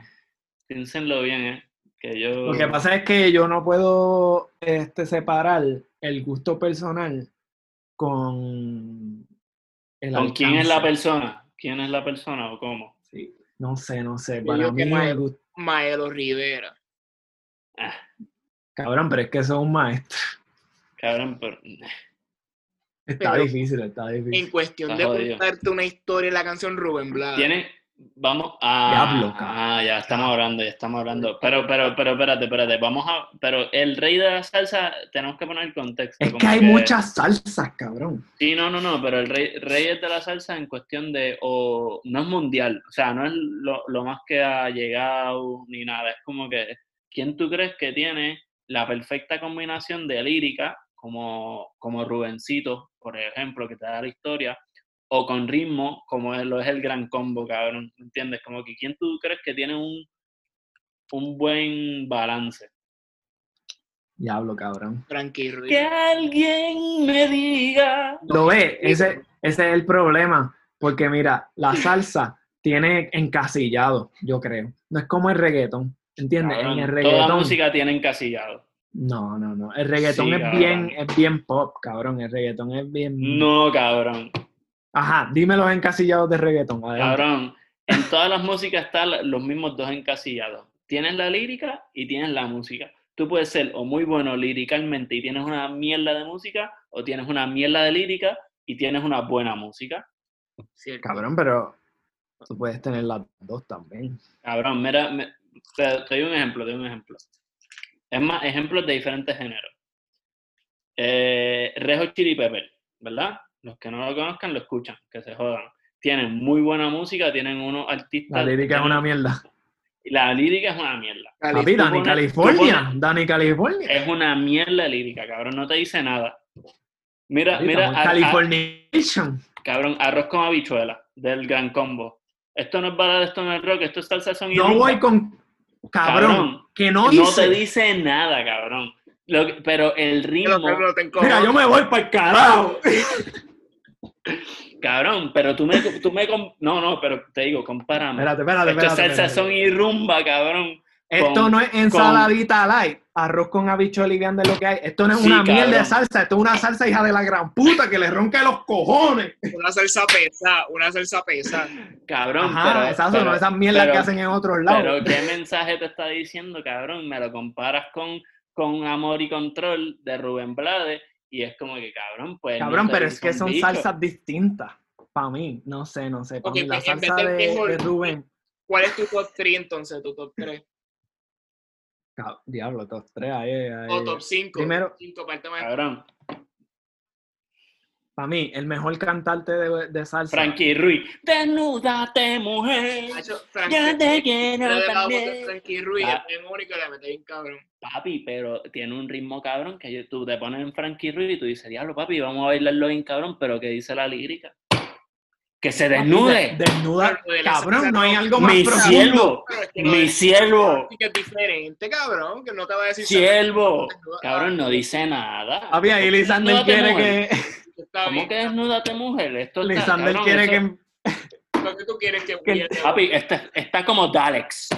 [SPEAKER 4] Piénsenlo bien, ¿eh? Que yo.
[SPEAKER 3] Lo que pasa es que yo no puedo este, separar el gusto personal con el
[SPEAKER 4] ¿Con quién es la
[SPEAKER 3] alcance.
[SPEAKER 4] persona? ¿Quién es la persona o cómo?
[SPEAKER 3] Sí, No sé, no sé.
[SPEAKER 2] Yo
[SPEAKER 3] Para
[SPEAKER 2] digo
[SPEAKER 3] mí
[SPEAKER 2] que
[SPEAKER 3] el
[SPEAKER 2] Mael.
[SPEAKER 3] gusto-
[SPEAKER 2] Maelo Rivera.
[SPEAKER 4] Ah,
[SPEAKER 3] Cabrón, pero es que eso es un maestro.
[SPEAKER 4] cabrón, pero.
[SPEAKER 3] Está
[SPEAKER 2] Pero-
[SPEAKER 3] difícil, está difícil.
[SPEAKER 2] En cuestión
[SPEAKER 4] Está
[SPEAKER 2] de
[SPEAKER 4] jodido.
[SPEAKER 2] contarte una historia en la canción Rubén Blades.
[SPEAKER 4] Tienen, vamos a.
[SPEAKER 3] Diablo, cabrón.
[SPEAKER 4] Ah, ya estamos hablando, ya estamos hablando. Pero, pero, pero, espérate, espérate. Vamos a. Pero el rey de la salsa, tenemos que poner el contexto.
[SPEAKER 3] Es que
[SPEAKER 4] como
[SPEAKER 3] hay muchas salsas, cabrón.
[SPEAKER 4] Sí, no, no, no, pero el rey, reyes de la salsa en cuestión de. O, no es mundial, o sea, no es lo, lo más que ha llegado ni nada. Es como que. ¿Quién tú crees que tiene la perfecta combinación de lírica, como, como Rubencito, por ejemplo, que te da la historia, o con ritmo, como es, lo es el gran combo, cabrón. ¿me ¿Entiendes? Como que quién tú crees que tiene un, un buen balance.
[SPEAKER 3] Diablo, cabrón.
[SPEAKER 2] Frankie Ruiz.
[SPEAKER 4] Que alguien me diga.
[SPEAKER 3] Lo ve, ese, ese es el problema. Porque mira, la salsa tiene encasillado, yo creo. No es como el reggaetón. ¿Entiendes?
[SPEAKER 4] Cabrón,
[SPEAKER 3] en el
[SPEAKER 4] Toda
[SPEAKER 3] reggaetón.
[SPEAKER 4] música tiene encasillado.
[SPEAKER 3] No, no, no. El reggaetón
[SPEAKER 4] Sí,
[SPEAKER 3] es
[SPEAKER 4] cabrón.
[SPEAKER 3] bien, es bien pop, cabrón. El reggaetón es bien.
[SPEAKER 4] No, cabrón.
[SPEAKER 3] Ajá, dime los encasillados de reggaetón. adelante.
[SPEAKER 4] Cabrón. En todas las músicas están los mismos dos encasillados. Tienes la lírica y tienes la música. Tú puedes ser o muy bueno liricalmente y tienes una mierda de música, o tienes una mierda de lírica y tienes una buena música.
[SPEAKER 2] Cierto.
[SPEAKER 3] Cabrón, pero tú puedes tener las dos también.
[SPEAKER 4] Cabrón, mira, me- te, te doy un ejemplo, te doy un ejemplo. Es más, ejemplos de diferentes géneros. Eh, Rejo Chili Pepper, ¿verdad? Los que no lo conozcan lo escuchan, que se jodan. Tienen muy buena música, tienen unos artistas.
[SPEAKER 3] La lírica es
[SPEAKER 4] tienen-
[SPEAKER 3] una mierda.
[SPEAKER 4] La lírica es una mierda.
[SPEAKER 3] Papi, Dani
[SPEAKER 4] pones- tú
[SPEAKER 3] California.
[SPEAKER 4] pones-
[SPEAKER 3] Dani California.
[SPEAKER 4] Es una mierda lírica, cabrón. No te dice nada. Mira,
[SPEAKER 3] Papi,
[SPEAKER 4] mira,
[SPEAKER 3] estamos
[SPEAKER 4] ar-
[SPEAKER 3] en
[SPEAKER 4] ar-
[SPEAKER 3] Californication.
[SPEAKER 4] cabrón, arroz con habichuela del gran combo. Esto no es balada, esto no es rock, esto es salsa son y
[SPEAKER 3] No
[SPEAKER 4] rumba.
[SPEAKER 3] voy con. Cabrón,
[SPEAKER 4] Cabrón,
[SPEAKER 3] que
[SPEAKER 4] No,
[SPEAKER 3] no hice.
[SPEAKER 4] te dice nada, cabrón. Lo que- pero el
[SPEAKER 2] Pero,
[SPEAKER 4] ritmo,
[SPEAKER 2] pero, te encojo.
[SPEAKER 3] Mira, yo me voy para el carajo.
[SPEAKER 4] cabrón, pero tú me, tú me com- no, no, pero te digo, compárame.
[SPEAKER 3] Espérate,
[SPEAKER 4] esto
[SPEAKER 3] espérate,
[SPEAKER 4] es
[SPEAKER 3] espérate.
[SPEAKER 4] salsa son
[SPEAKER 3] espérate.
[SPEAKER 4] y rumba, cabrón.
[SPEAKER 3] Esto
[SPEAKER 4] con-
[SPEAKER 3] no es ensaladita light, arroz con habichuela y vianda es lo que hay. Esto no es
[SPEAKER 4] Sí,
[SPEAKER 3] una mierda de
[SPEAKER 4] cabrón.
[SPEAKER 3] salsa, esto es una salsa hija de la gran puta que le ronca los cojones.
[SPEAKER 2] Una salsa pesada, una salsa pesada.
[SPEAKER 4] Cabrón,
[SPEAKER 3] Ajá,
[SPEAKER 4] pero,
[SPEAKER 3] esas son
[SPEAKER 4] pero-
[SPEAKER 3] esas mierdas
[SPEAKER 4] pero-
[SPEAKER 3] que hacen en otros lados.
[SPEAKER 4] Pero qué mensaje te está diciendo, cabrón, me lo comparas con, con Amor y Control de Rubén Blades Y es como que, cabrón, pues.
[SPEAKER 3] Cabrón,
[SPEAKER 4] no
[SPEAKER 3] pero
[SPEAKER 4] soy
[SPEAKER 3] es que
[SPEAKER 4] un
[SPEAKER 3] son
[SPEAKER 4] bicho.
[SPEAKER 3] salsas distintas. Para mí, no sé, no sé. Para
[SPEAKER 2] Ok,
[SPEAKER 3] mí, la
[SPEAKER 2] pues, en vez
[SPEAKER 3] salsa de,
[SPEAKER 2] del mejor-
[SPEAKER 3] de Rubén.
[SPEAKER 2] ¿Cuál es tu top 3 entonces? ¿Tu top 3?
[SPEAKER 3] Cab- Diablo, top 3 ahí. ahí.
[SPEAKER 4] Oh,
[SPEAKER 2] ¿O top 5?
[SPEAKER 3] primero-
[SPEAKER 2] 5 parte más.
[SPEAKER 4] Cabrón,
[SPEAKER 3] Para mí, el mejor cantante de, de salsa.
[SPEAKER 4] Frankie Ruiz. Desnúdate, mujer.
[SPEAKER 2] Macho, Frankie-
[SPEAKER 4] Ya te
[SPEAKER 2] Yo
[SPEAKER 4] quiero
[SPEAKER 2] le daba voto a
[SPEAKER 4] también.
[SPEAKER 2] Frankie Ruiz,
[SPEAKER 4] Ah.
[SPEAKER 2] es único la mete bien cabrón.
[SPEAKER 4] Papi, pero tiene un ritmo cabrón que yo- tú te pones en Frankie Ruiz y tú dices, diablo, papi, vamos a bailarlo bien cabrón, pero ¿qué dice la lírica? Que se desnude.
[SPEAKER 3] De- desnuda.
[SPEAKER 2] Pero lo de la salsa
[SPEAKER 3] Cabrón, no hay
[SPEAKER 2] no-
[SPEAKER 3] algo más
[SPEAKER 4] Mi
[SPEAKER 3] profundo.
[SPEAKER 4] siervo.
[SPEAKER 2] Pero es que lo de-
[SPEAKER 4] Mi siervo.
[SPEAKER 2] que es diferente, cabrón, que no te va a decir.
[SPEAKER 4] Siervo. Cabrón, no dice nada.
[SPEAKER 3] Papi, ahí Lisander
[SPEAKER 4] Desnúdate,
[SPEAKER 3] quiere
[SPEAKER 4] mujer.
[SPEAKER 3] que.
[SPEAKER 2] Ah, Está
[SPEAKER 4] ¿Cómo
[SPEAKER 2] bien,
[SPEAKER 4] que desnúdate, mujer? Esto está,
[SPEAKER 3] Lisander
[SPEAKER 4] cabrón,
[SPEAKER 3] quiere
[SPEAKER 4] eso-
[SPEAKER 3] que. em-
[SPEAKER 2] Lo que tú quieres que
[SPEAKER 3] Que el-
[SPEAKER 2] huele,
[SPEAKER 4] Papi, está, está como Dalex.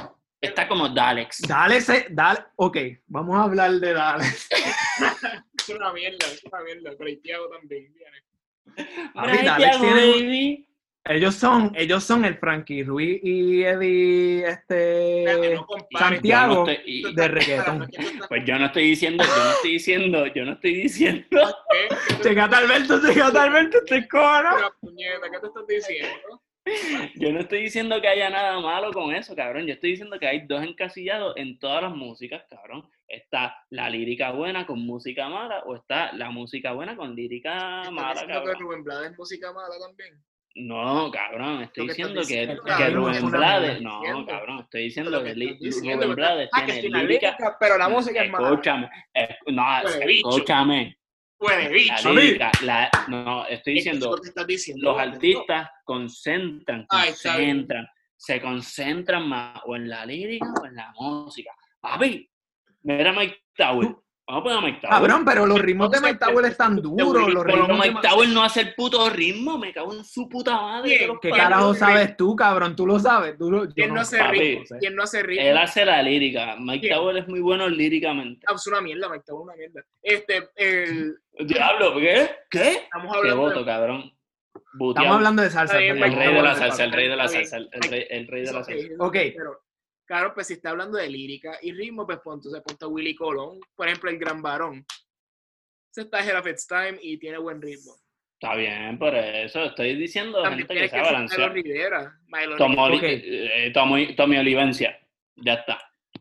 [SPEAKER 4] Está como Dalex.
[SPEAKER 3] Dale, ese- dale. Ok, vamos a hablar de Dale.
[SPEAKER 2] Es una mierda, es una mierda. Pero y Thiago también. viene.
[SPEAKER 3] Papi,
[SPEAKER 4] Ay,
[SPEAKER 3] Dalex
[SPEAKER 4] Thiago,
[SPEAKER 3] tiene.
[SPEAKER 4] baby.
[SPEAKER 3] Ellos son, ellos son el Frankie Ruiz y Eddie
[SPEAKER 2] Espérate,
[SPEAKER 3] este
[SPEAKER 2] no compares.
[SPEAKER 3] Santi- Thiago,
[SPEAKER 4] Yo no estoy- y-
[SPEAKER 2] Tú
[SPEAKER 3] de
[SPEAKER 2] estás-
[SPEAKER 3] reggaetón.
[SPEAKER 2] tú estás-
[SPEAKER 4] pues yo no estoy diciendo, yo no estoy diciendo, yo no estoy diciendo.
[SPEAKER 2] ¿Qué? ¿Qué tú-
[SPEAKER 3] Checate Alberto, checate Alberto, este coro.
[SPEAKER 2] una puñeta, ¿Qué tú estás
[SPEAKER 4] Ah,
[SPEAKER 2] diciendo?
[SPEAKER 4] Yo no estoy diciendo que haya nada malo con eso, cabrón. Yo estoy diciendo que hay dos encasillados en todas las músicas, cabrón. Está la lírica buena con música mala o está la música buena con lírica
[SPEAKER 2] ¿Estás
[SPEAKER 4] mala,
[SPEAKER 2] diciendo que
[SPEAKER 4] cabrón.
[SPEAKER 2] Rubén Blades es música mala también?
[SPEAKER 4] No, cabrón, estoy
[SPEAKER 2] Lo que estás
[SPEAKER 4] diciendo que,
[SPEAKER 2] diciendo,
[SPEAKER 4] que
[SPEAKER 2] cabrón, es
[SPEAKER 4] Rubén
[SPEAKER 3] una
[SPEAKER 4] Blades.
[SPEAKER 2] mierda.
[SPEAKER 4] No,
[SPEAKER 2] Diciendo.
[SPEAKER 4] cabrón, estoy
[SPEAKER 2] Lo
[SPEAKER 4] diciendo
[SPEAKER 2] que
[SPEAKER 4] que li-
[SPEAKER 2] estás diciendo,
[SPEAKER 4] Rubén
[SPEAKER 2] ¿verdad?
[SPEAKER 4] Blades
[SPEAKER 2] Ah, que
[SPEAKER 4] tiene
[SPEAKER 2] si la
[SPEAKER 4] lírica.
[SPEAKER 2] lírica, pero la música es mala.
[SPEAKER 4] Escúchame, eh, no,
[SPEAKER 2] Huele bicho.
[SPEAKER 4] escúchame.
[SPEAKER 2] Huele
[SPEAKER 4] La
[SPEAKER 2] bicho.
[SPEAKER 4] lírica, la, no, estoy
[SPEAKER 2] Eso es
[SPEAKER 4] diciendo
[SPEAKER 2] lo que estás diciendo,
[SPEAKER 4] los
[SPEAKER 2] ¿verdad?
[SPEAKER 4] artistas concentran,
[SPEAKER 2] Ah, está bien.
[SPEAKER 4] concentran, se concentran más o en la lírica o en la música. Papi, mira a Mike Tower. Vamos a poner a Mike Tower.
[SPEAKER 3] Cabrón, pero los ritmos de Mike Tower están duros. Los
[SPEAKER 4] Pero
[SPEAKER 3] ritmos de
[SPEAKER 4] Mike
[SPEAKER 3] Ma-
[SPEAKER 4] Tower no hace el puto ritmo, me cago en su puta madre.
[SPEAKER 2] Bien,
[SPEAKER 4] que los
[SPEAKER 3] ¿Qué
[SPEAKER 4] parió.
[SPEAKER 3] carajo sabes tú, cabrón? Tú lo sabes. Tú lo- yo
[SPEAKER 2] ¿Quién no hace
[SPEAKER 4] papi.
[SPEAKER 2] ritmo?
[SPEAKER 3] sé.
[SPEAKER 2] ¿Quién no hace ritmo?
[SPEAKER 4] Él hace la lírica. Mike
[SPEAKER 2] Bien.
[SPEAKER 4] Tower es muy bueno líricamente.
[SPEAKER 2] Ah, Es una mierda, Mike Tower es una mierda. Este, el-
[SPEAKER 4] Diablo, ¿qué? ¿Qué?
[SPEAKER 2] estamos
[SPEAKER 4] Te
[SPEAKER 2] hablando
[SPEAKER 4] voto,
[SPEAKER 2] de
[SPEAKER 4] cabrón. Buteado.
[SPEAKER 3] Estamos hablando de salsa.
[SPEAKER 2] Está bien, pues,
[SPEAKER 4] El
[SPEAKER 3] perdón,
[SPEAKER 4] rey de la
[SPEAKER 3] cabrón.
[SPEAKER 4] salsa, el rey de la
[SPEAKER 2] Está bien.
[SPEAKER 4] salsa, el rey, el rey de la
[SPEAKER 2] Ok,
[SPEAKER 4] salsa.
[SPEAKER 2] eso
[SPEAKER 3] Ok.
[SPEAKER 2] sí, Pero, claro, pues si está hablando de lírica y ritmo, pues pon- entonces ponte a Willy Colón, por ejemplo, el Gran Varón. Se está Hera Time y tiene buen ritmo.
[SPEAKER 4] Está bien, por eso estoy diciendo
[SPEAKER 2] También
[SPEAKER 4] gente que
[SPEAKER 2] tienes que
[SPEAKER 4] sabe
[SPEAKER 2] ser Milo
[SPEAKER 4] balancear.
[SPEAKER 2] Rivera. Milo
[SPEAKER 4] Tommy,
[SPEAKER 2] Rivera.
[SPEAKER 4] Oli-
[SPEAKER 3] Ok.
[SPEAKER 4] eh, Tommy- Tommy Olivencia. Ya está.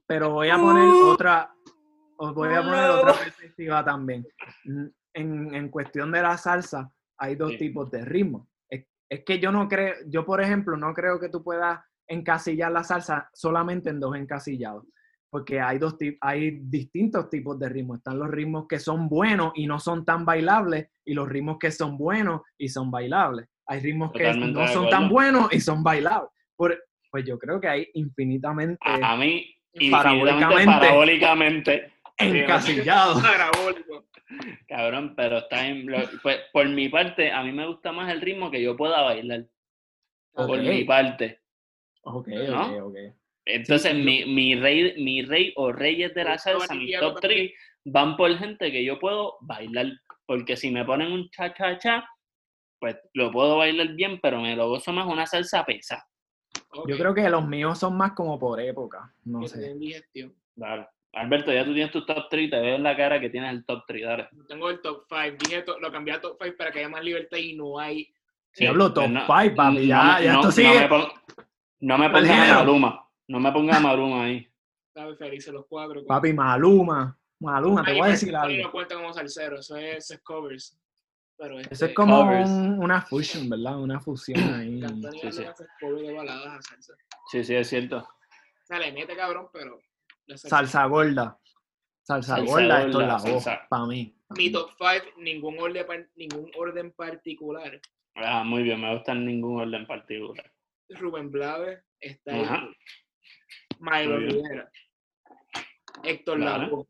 [SPEAKER 3] Pero voy a poner otra. Os voy a poner otra perspectiva también. Mm, En, en cuestión de la salsa, hay dos
[SPEAKER 4] Sí.
[SPEAKER 3] tipos de ritmo. Es, es que yo no creo, yo por ejemplo, no creo que tú puedas encasillar la salsa solamente en dos encasillados. Porque hay, dos tip- hay distintos tipos de ritmos. Están los ritmos que son buenos y no son tan bailables, y los ritmos que son buenos y son bailables. Hay ritmos que
[SPEAKER 4] Totalmente
[SPEAKER 3] no
[SPEAKER 4] de
[SPEAKER 3] son tan
[SPEAKER 4] acuerdo.
[SPEAKER 3] buenos y son bailables. Por- pues yo creo que hay infinitamente
[SPEAKER 4] A, a mí, infinitamente,
[SPEAKER 3] Eh, Parabólicamente.
[SPEAKER 4] parabólicamente.
[SPEAKER 3] encasillado.
[SPEAKER 2] Parabólico.
[SPEAKER 4] Cabrón, pero está en. lo- pues, por mi parte, a mí me gusta más el ritmo que yo pueda bailar. Por
[SPEAKER 3] Ok.
[SPEAKER 4] mi parte.
[SPEAKER 3] Ok, ok,
[SPEAKER 4] ¿No?
[SPEAKER 3] ok.
[SPEAKER 4] Entonces, mi, mi, rey, mi rey o reyes de la
[SPEAKER 2] Yo estaba
[SPEAKER 4] salsa,
[SPEAKER 2] en
[SPEAKER 4] mis
[SPEAKER 2] Santiago
[SPEAKER 4] top
[SPEAKER 2] también.
[SPEAKER 4] 3, van por gente que yo puedo bailar. Porque si me ponen un cha-cha-cha, pues lo puedo bailar bien, pero me lo gozo más una salsa pesa.
[SPEAKER 3] Yo creo que los míos son más como por época. No sé.
[SPEAKER 4] Dale. Alberto, ya tú tienes tu top 3 te veo en la cara que tienes el top 3, dale.
[SPEAKER 2] Tengo el top 5. Dije to- lo cambié a top 5 para que haya más libertad y no hay.
[SPEAKER 4] Sí,
[SPEAKER 3] Diablo,
[SPEAKER 4] pues
[SPEAKER 3] top
[SPEAKER 4] no-
[SPEAKER 3] five, papi, ya-
[SPEAKER 4] me-
[SPEAKER 3] ya esto
[SPEAKER 4] No
[SPEAKER 3] sigue.
[SPEAKER 4] me, pon- no me pongas a
[SPEAKER 3] Perdieron.
[SPEAKER 4] Maluma. No me pongas a Maluma ahí.
[SPEAKER 2] ¿Sabes? Felices los cuatro. con-
[SPEAKER 3] Papi, Maluma. Maluma, te
[SPEAKER 2] Ay,
[SPEAKER 3] voy a
[SPEAKER 2] pero
[SPEAKER 3] decir
[SPEAKER 2] eso
[SPEAKER 3] algo.
[SPEAKER 2] No cuenta como salsero, eso es, eso es covers. Pero este,
[SPEAKER 3] Eso es como
[SPEAKER 4] Covers.
[SPEAKER 3] un- una fusion, ¿verdad? Una fusión ahí.
[SPEAKER 2] Antonio
[SPEAKER 4] Sí, sí.
[SPEAKER 2] Banderas es cover de baladas a salsa.
[SPEAKER 4] Sí, sí, es cierto.
[SPEAKER 2] O sea, le mete cabrón, pero. la salsa-
[SPEAKER 3] Salsa gorda. Salsa,
[SPEAKER 4] Salsa
[SPEAKER 3] gorda, esto es la
[SPEAKER 4] gorda,
[SPEAKER 3] voz.
[SPEAKER 4] salsa.
[SPEAKER 3] Para mí.
[SPEAKER 2] Mi top 5, ningún orden, par- ningún orden particular.
[SPEAKER 4] Ah, muy bien, me gusta en ningún orden particular.
[SPEAKER 2] Rubén Blades está
[SPEAKER 4] Ajá.
[SPEAKER 2] ahí. Milo
[SPEAKER 4] Muy bien.
[SPEAKER 2] Rivera. Héctor
[SPEAKER 4] Vale.
[SPEAKER 2] Lavoe.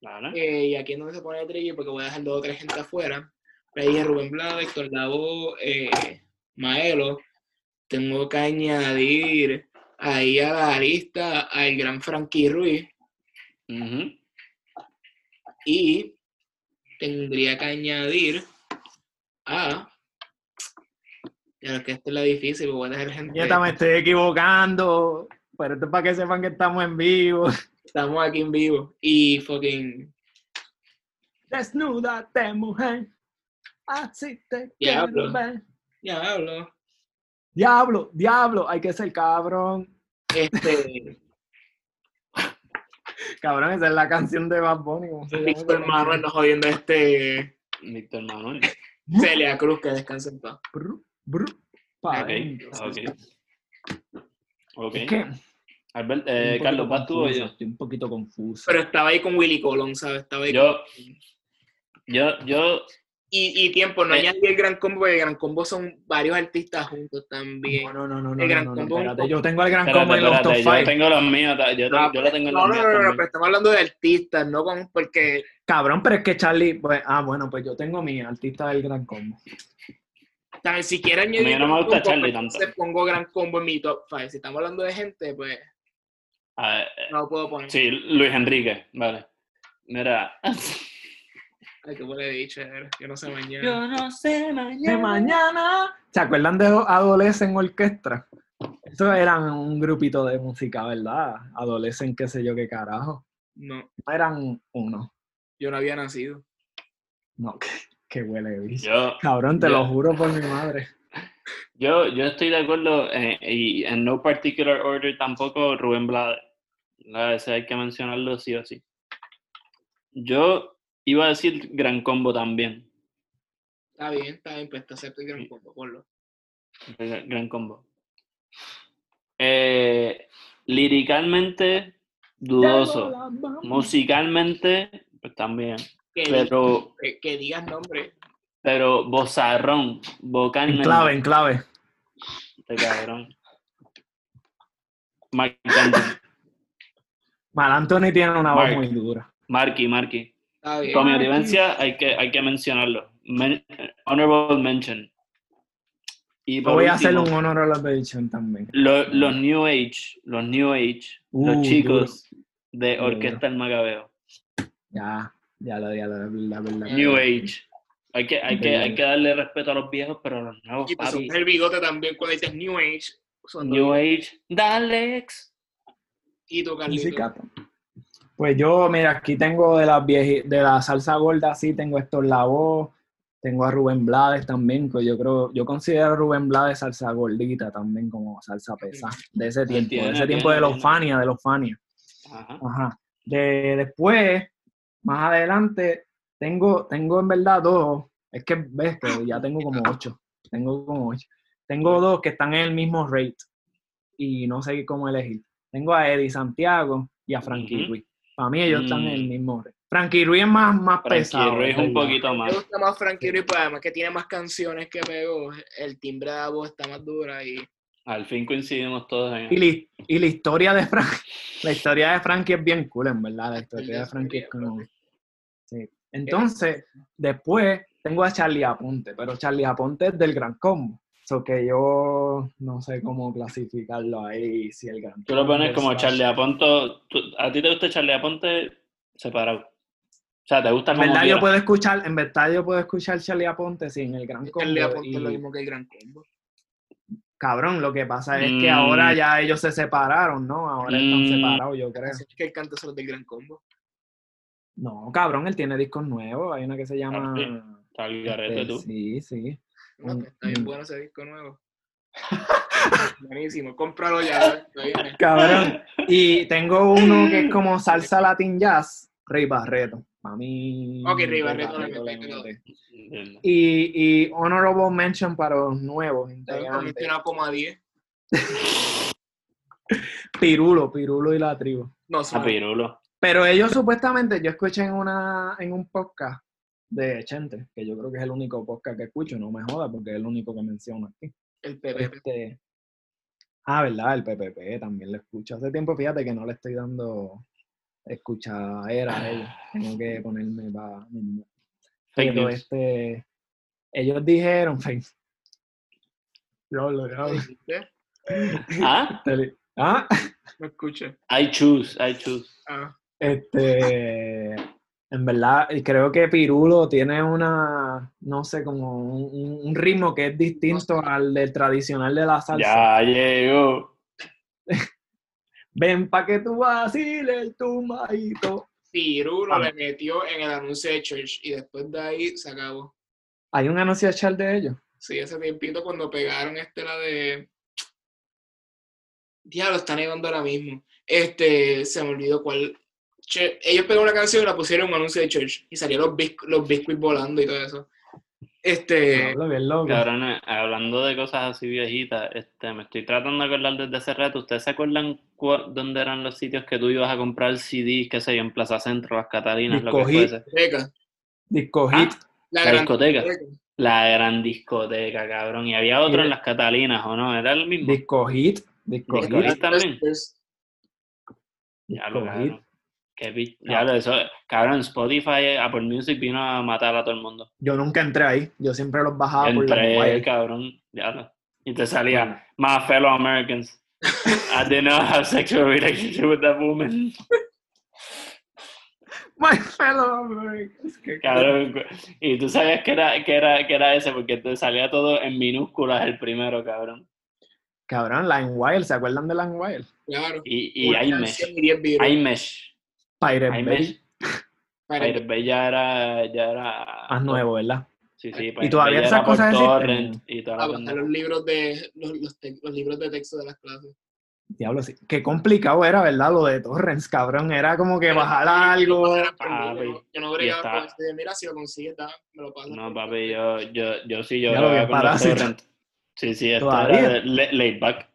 [SPEAKER 4] Dale.
[SPEAKER 2] Eh, y aquí es donde se pone el trillo porque voy a dejar dos o tres gente afuera. Le dije Rubén Blades, Héctor Lavoe, eh, Maelo. Tengo que añadir ahí a la lista al gran Frankie Ruiz.
[SPEAKER 4] Ujú.
[SPEAKER 2] Y tendría que añadir a. Claro que esta es la difícil, porque voy a dejar gente.
[SPEAKER 3] Nieta, me estoy equivocando. Pero esto es para que sepan que estamos en vivo.
[SPEAKER 2] Estamos aquí en vivo. Y fucking.
[SPEAKER 3] Desnúdate, mujer. Así te
[SPEAKER 2] Diablo.
[SPEAKER 3] quiero ver.
[SPEAKER 2] Ya hablo.
[SPEAKER 3] Diablo, diablo, hay que ser cabrón.
[SPEAKER 2] Este,
[SPEAKER 3] Cabrón, esa es la canción de Bad Bunny. ¿cómo se llama?
[SPEAKER 2] Víctor Manuel nos jodiendo este
[SPEAKER 4] Víctor Manuel.
[SPEAKER 2] Celia Cruz que descansa en paz.
[SPEAKER 3] Bru, bru, pa' adentro.
[SPEAKER 4] Ah, Ok, ok. Ok.
[SPEAKER 3] Es que,
[SPEAKER 4] Albert,
[SPEAKER 3] estoy un
[SPEAKER 4] eh,
[SPEAKER 3] poquito
[SPEAKER 4] Carlos, ¿vas tú o
[SPEAKER 3] confuso,
[SPEAKER 4] yo?
[SPEAKER 3] Estoy un poquito confuso.
[SPEAKER 2] Pero estaba ahí con Willy Colón, ¿sabes? Estaba ahí con-
[SPEAKER 4] Yo, yo, yo,
[SPEAKER 2] Y, y tiempo, no
[SPEAKER 4] Eh.
[SPEAKER 2] añadí el Gran Combo, porque el Gran Combo son varios artistas juntos también.
[SPEAKER 3] No, no, no, no, no,
[SPEAKER 2] El Gran
[SPEAKER 3] no, no,
[SPEAKER 2] Combo.
[SPEAKER 3] espérate, Yo tengo el gran combo
[SPEAKER 4] espérate,
[SPEAKER 3] en los top
[SPEAKER 4] espérate, yo
[SPEAKER 3] 5.
[SPEAKER 4] tengo los míos, ta- yo,
[SPEAKER 2] Ah,
[SPEAKER 4] te- yo lo tengo en
[SPEAKER 2] No,
[SPEAKER 4] los
[SPEAKER 2] no,
[SPEAKER 4] míos
[SPEAKER 2] no, no, pero
[SPEAKER 4] también.
[SPEAKER 2] estamos hablando de artistas, no con porque
[SPEAKER 3] Cabrón, pero es que Charlie, pues, ah, bueno, pues yo tengo mi artista del gran combo.
[SPEAKER 2] tan siquiera añadir
[SPEAKER 4] mí no me
[SPEAKER 2] Gran
[SPEAKER 4] gusta
[SPEAKER 2] Combo,
[SPEAKER 4] Charlie
[SPEAKER 2] pues,
[SPEAKER 4] tanto.
[SPEAKER 2] entonces pongo Gran Combo en mi top 5. Si estamos hablando de gente, pues
[SPEAKER 4] Ah, eh,
[SPEAKER 2] no lo puedo poner.
[SPEAKER 4] sí, Luis Enrique, vale. Mira.
[SPEAKER 2] Ay, qué huele bicho, eh. yo no sé mañana.
[SPEAKER 4] Yo no sé
[SPEAKER 3] De mañana. ¿Se acuerdan de Adolescent Orquestra? Eso eran un grupito de música, ¿verdad? Adolescent, qué sé yo qué carajo.
[SPEAKER 2] No,
[SPEAKER 3] Eran uno.
[SPEAKER 2] yo no había nacido.
[SPEAKER 3] No, qué, qué huele bicho.
[SPEAKER 4] Yo,
[SPEAKER 3] Cabrón, te
[SPEAKER 4] Ya.
[SPEAKER 3] lo juro por mi madre.
[SPEAKER 4] yo, yo estoy de acuerdo eh, y en no particular order tampoco Rubén Blades. A veces hay que mencionarlo sí o sí. Yo iba a decir Gran Combo también.
[SPEAKER 2] Está bien, está bien, pues te acepto el Gran Combo, ponlo.
[SPEAKER 4] Gran gran combo. Eh, liricalmente, dudoso. Musicalmente, pues también.
[SPEAKER 2] Que, di-
[SPEAKER 4] Pero,
[SPEAKER 2] que, que digas nombre.
[SPEAKER 4] pero bozarrón,
[SPEAKER 3] En
[SPEAKER 4] vocalmente.
[SPEAKER 3] clave, en clave.
[SPEAKER 4] Este cabrón. Mark Anthony,
[SPEAKER 3] Mal Anthony tiene una voz
[SPEAKER 4] Mark.
[SPEAKER 3] muy dura.
[SPEAKER 4] Marky, Marky.
[SPEAKER 2] Está bien.
[SPEAKER 4] Con mi vivencia hay que, hay que mencionarlo. Men- honorable mention. Y
[SPEAKER 3] Yo
[SPEAKER 4] por
[SPEAKER 3] voy a hacer
[SPEAKER 4] último,
[SPEAKER 3] un honorable mention también.
[SPEAKER 4] lo- los New Age, los New Age,
[SPEAKER 3] Uh,
[SPEAKER 4] los chicos de
[SPEAKER 3] Duro.
[SPEAKER 4] Orquesta El Macabeo.
[SPEAKER 3] Ya, ya lo ya lo la verdad.
[SPEAKER 4] New Age. Hay que, hay, que, hay
[SPEAKER 3] Ah, Increíble.
[SPEAKER 4] que darle respeto a los viejos, pero a los nuevos,
[SPEAKER 2] Y pues
[SPEAKER 4] papi.
[SPEAKER 2] son el bigote también cuando dices New Age. Son
[SPEAKER 4] New Age. Dale, ex.
[SPEAKER 2] Y tu Carlito.
[SPEAKER 3] Música. Pues yo, mira, aquí tengo de las vieji- de la salsa gorda, sí, tengo Héctor Lavoe, tengo a Rubén Blades también, que yo creo, yo considero a Rubén Blades salsa gordita también, como salsa pesa, de ese tiempo, de ese
[SPEAKER 4] Entiendo,
[SPEAKER 3] tiempo de
[SPEAKER 4] entiendo,
[SPEAKER 3] los Fania, de los Fania.
[SPEAKER 4] Ajá.
[SPEAKER 3] Ajá. De, después, más adelante, tengo, tengo en verdad dos. Es que ves que ya tengo como ocho. Tengo como ocho. Tengo dos que están en el mismo rate. Y no sé cómo elegir. Tengo a Eddie Santiago y a Frankie
[SPEAKER 4] Ujú.
[SPEAKER 3] Ruiz. Para mí ellos están en el
[SPEAKER 4] Mm.
[SPEAKER 3] mismo rate. Frankie Ruiz es más, más
[SPEAKER 4] Frankie
[SPEAKER 3] pesado.
[SPEAKER 4] Ruiz es un
[SPEAKER 3] ¿verdad?
[SPEAKER 4] poquito
[SPEAKER 2] Me
[SPEAKER 4] más.
[SPEAKER 2] gusta más Frankie Ruiz, pues, además que tiene más canciones que pegó. El timbre de la voz está más dura y
[SPEAKER 4] Al fin coincidimos todos en
[SPEAKER 3] Y, li- y la historia de Frankie, la historia de Frankie es bien cool, en verdad. La historia de Frankie es como. Sí. Entonces, después tengo a Charlie Aponte, pero Charlie Aponte es del Gran Combo. So que yo no sé cómo clasificarlo ahí. Si el Gran
[SPEAKER 4] Tú lo pones
[SPEAKER 3] Combo,
[SPEAKER 4] como
[SPEAKER 3] slash-
[SPEAKER 4] Charlie Aponto. tú- ¿A ti te gusta Charlie Aponte separado? O sea, ¿te gusta
[SPEAKER 3] En
[SPEAKER 4] como
[SPEAKER 3] verdad yo
[SPEAKER 4] quiera?
[SPEAKER 3] puedo escuchar, en verdad yo puedo escuchar Charlie Aponte sin el Gran Combo.
[SPEAKER 2] él este le apunta
[SPEAKER 3] y-
[SPEAKER 2] lo mismo que el Gran Combo.
[SPEAKER 3] Cabrón, lo que pasa es que
[SPEAKER 4] Mm.
[SPEAKER 3] ahora ya ellos se separaron, ¿no? Ahora
[SPEAKER 4] Mm.
[SPEAKER 3] están separados, yo creo.
[SPEAKER 2] Así que él canta solo del Gran Combo.
[SPEAKER 3] No, cabrón, él tiene discos nuevos. Hay una que se llama.
[SPEAKER 4] Ah, sí. Está al garete
[SPEAKER 3] Este,
[SPEAKER 4] tú.
[SPEAKER 3] Sí, sí.
[SPEAKER 2] No,
[SPEAKER 3] Mm,
[SPEAKER 2] que está bien
[SPEAKER 3] mm.
[SPEAKER 2] bueno ese disco nuevo. Buenísimo, cómpralo ya. está bien.
[SPEAKER 3] Cabrón. Y tengo uno que es como salsa latin jazz, Rey Barreto. A mí.
[SPEAKER 2] Ok, Rey Barreto le mete,
[SPEAKER 3] le
[SPEAKER 2] claro.
[SPEAKER 3] mete.
[SPEAKER 4] Entiendo.
[SPEAKER 3] Y, y honorable mention para los nuevos
[SPEAKER 2] También
[SPEAKER 3] integrantes.
[SPEAKER 2] mencionado como a 10.
[SPEAKER 3] Pirulo, Pirulo y la tribu.
[SPEAKER 2] No,
[SPEAKER 4] A
[SPEAKER 2] son
[SPEAKER 4] Pirulo.
[SPEAKER 3] Pero ellos supuestamente, yo escuché en una en un podcast de Chente, que yo creo que es el único podcast que escucho, no me joda porque es el único que menciono aquí.
[SPEAKER 2] el PPP.
[SPEAKER 3] Este, ah, ¿verdad? El PPP también lo escucho. Hace tiempo, fíjate que no le estoy dando escuchadera a ellos. Tengo que ponerme para...
[SPEAKER 4] Ah. Fake
[SPEAKER 3] Pero
[SPEAKER 4] news.
[SPEAKER 3] este, ellos dijeron... fake- Diablo, diablo.
[SPEAKER 2] ¿Viste?
[SPEAKER 4] Ah,
[SPEAKER 3] Tele- Ah,
[SPEAKER 2] No escuché.
[SPEAKER 4] I choose, I choose.
[SPEAKER 2] Ah,
[SPEAKER 3] este... En verdad, y creo que Pirulo tiene una, no sé, como un, un- un ritmo que es distinto al del tradicional de la salsa.
[SPEAKER 4] Ya llegó.
[SPEAKER 3] Ven pa' que tú vaciles tu majito.
[SPEAKER 2] Pirulo
[SPEAKER 3] Ah.
[SPEAKER 2] le metió en el anuncio de Church y después de ahí se acabó.
[SPEAKER 3] Hay un anuncio de Charles de ellos.
[SPEAKER 2] Sí, ese tiempito cuando pegaron este la de. Diablo, está negando ahora mismo. Este, se me olvidó cuál. Che- ellos pegaron una canción y la pusieron en un anuncio de Church y salieron los, bis- los biscuits volando y todo eso.
[SPEAKER 4] Ah,
[SPEAKER 2] Este.
[SPEAKER 3] Hablo bien loco.
[SPEAKER 4] Cabrón, eh, hablando de cosas así viejitas, este, me estoy tratando de acordar desde hace rato. ¿Ustedes se acuerdan cua- dónde eran los sitios que tú ibas a comprar CDs, qué sé yo, en Plaza Centro, las Catalinas, lo que
[SPEAKER 3] Disco Hit.
[SPEAKER 4] fuese?
[SPEAKER 2] Beca,
[SPEAKER 3] Disco
[SPEAKER 4] Ah,
[SPEAKER 3] hit.
[SPEAKER 2] la
[SPEAKER 4] la
[SPEAKER 2] gran
[SPEAKER 4] discoteca.
[SPEAKER 2] beca.
[SPEAKER 4] La gran discoteca, cabrón. Y había otro
[SPEAKER 3] Mira.
[SPEAKER 4] en las Catalinas, ¿o no? Era el mismo.
[SPEAKER 3] Disco hit. Disco
[SPEAKER 4] Disco
[SPEAKER 3] hit.
[SPEAKER 4] hit. también.
[SPEAKER 2] Pues,
[SPEAKER 4] Ya lo
[SPEAKER 3] Disco
[SPEAKER 4] cabrón.
[SPEAKER 3] Hit.
[SPEAKER 4] Qué bi- ya lo, eso, cabrón, Spotify, Apple Music vino a matar a todo el mundo.
[SPEAKER 3] Yo nunca entré ahí. Yo siempre los bajaba por la
[SPEAKER 4] Entre el
[SPEAKER 3] mobile.
[SPEAKER 4] cabrón, ya lo. Y te salía, my fellow Americans, I did not have sexual relationship with that woman.
[SPEAKER 3] My fellow Americans. Qué
[SPEAKER 4] Cabrón, cu- y tú sabías que era, que era, que era ese, porque te salía todo en minúsculas el primero, cabrón.
[SPEAKER 3] Cabrón, LimeWire, ¿se acuerdan de LimeWire?
[SPEAKER 2] Claro.
[SPEAKER 4] Y, y
[SPEAKER 2] Una
[SPEAKER 4] iMesh,
[SPEAKER 2] canción y diez virus.
[SPEAKER 4] iMesh,
[SPEAKER 3] Pirate Bay,
[SPEAKER 4] iMesh,
[SPEAKER 2] Para
[SPEAKER 4] Pirate Bay ya era, ya era...
[SPEAKER 3] más Ah, nuevo, ¿verdad?
[SPEAKER 4] Sí, sí,
[SPEAKER 3] ¿Y todavía
[SPEAKER 4] Pirate Bay ya
[SPEAKER 3] esas
[SPEAKER 4] era por
[SPEAKER 3] cosas existen?
[SPEAKER 4] torrent y toda la
[SPEAKER 2] a
[SPEAKER 4] pendeja.
[SPEAKER 2] buscar los libros de los, los te- los libros de texto de las clases.
[SPEAKER 3] Diablo, sí. Qué complicado era, ¿verdad? Lo de Torrents, cabrón. Era como que bajar algo.
[SPEAKER 2] Era por mí,
[SPEAKER 4] papi,
[SPEAKER 2] yo no- yo no
[SPEAKER 4] y
[SPEAKER 2] bregaba
[SPEAKER 4] está-
[SPEAKER 2] con eso de, mira si lo consigues, da, me lo pasas.
[SPEAKER 4] No, papi, yo, yo, yo sí yo
[SPEAKER 3] Ya lo vi,
[SPEAKER 4] con los
[SPEAKER 3] parásito.
[SPEAKER 4] torrent. Sí, sí, esto
[SPEAKER 3] Todavía.
[SPEAKER 4] era de la- laid back.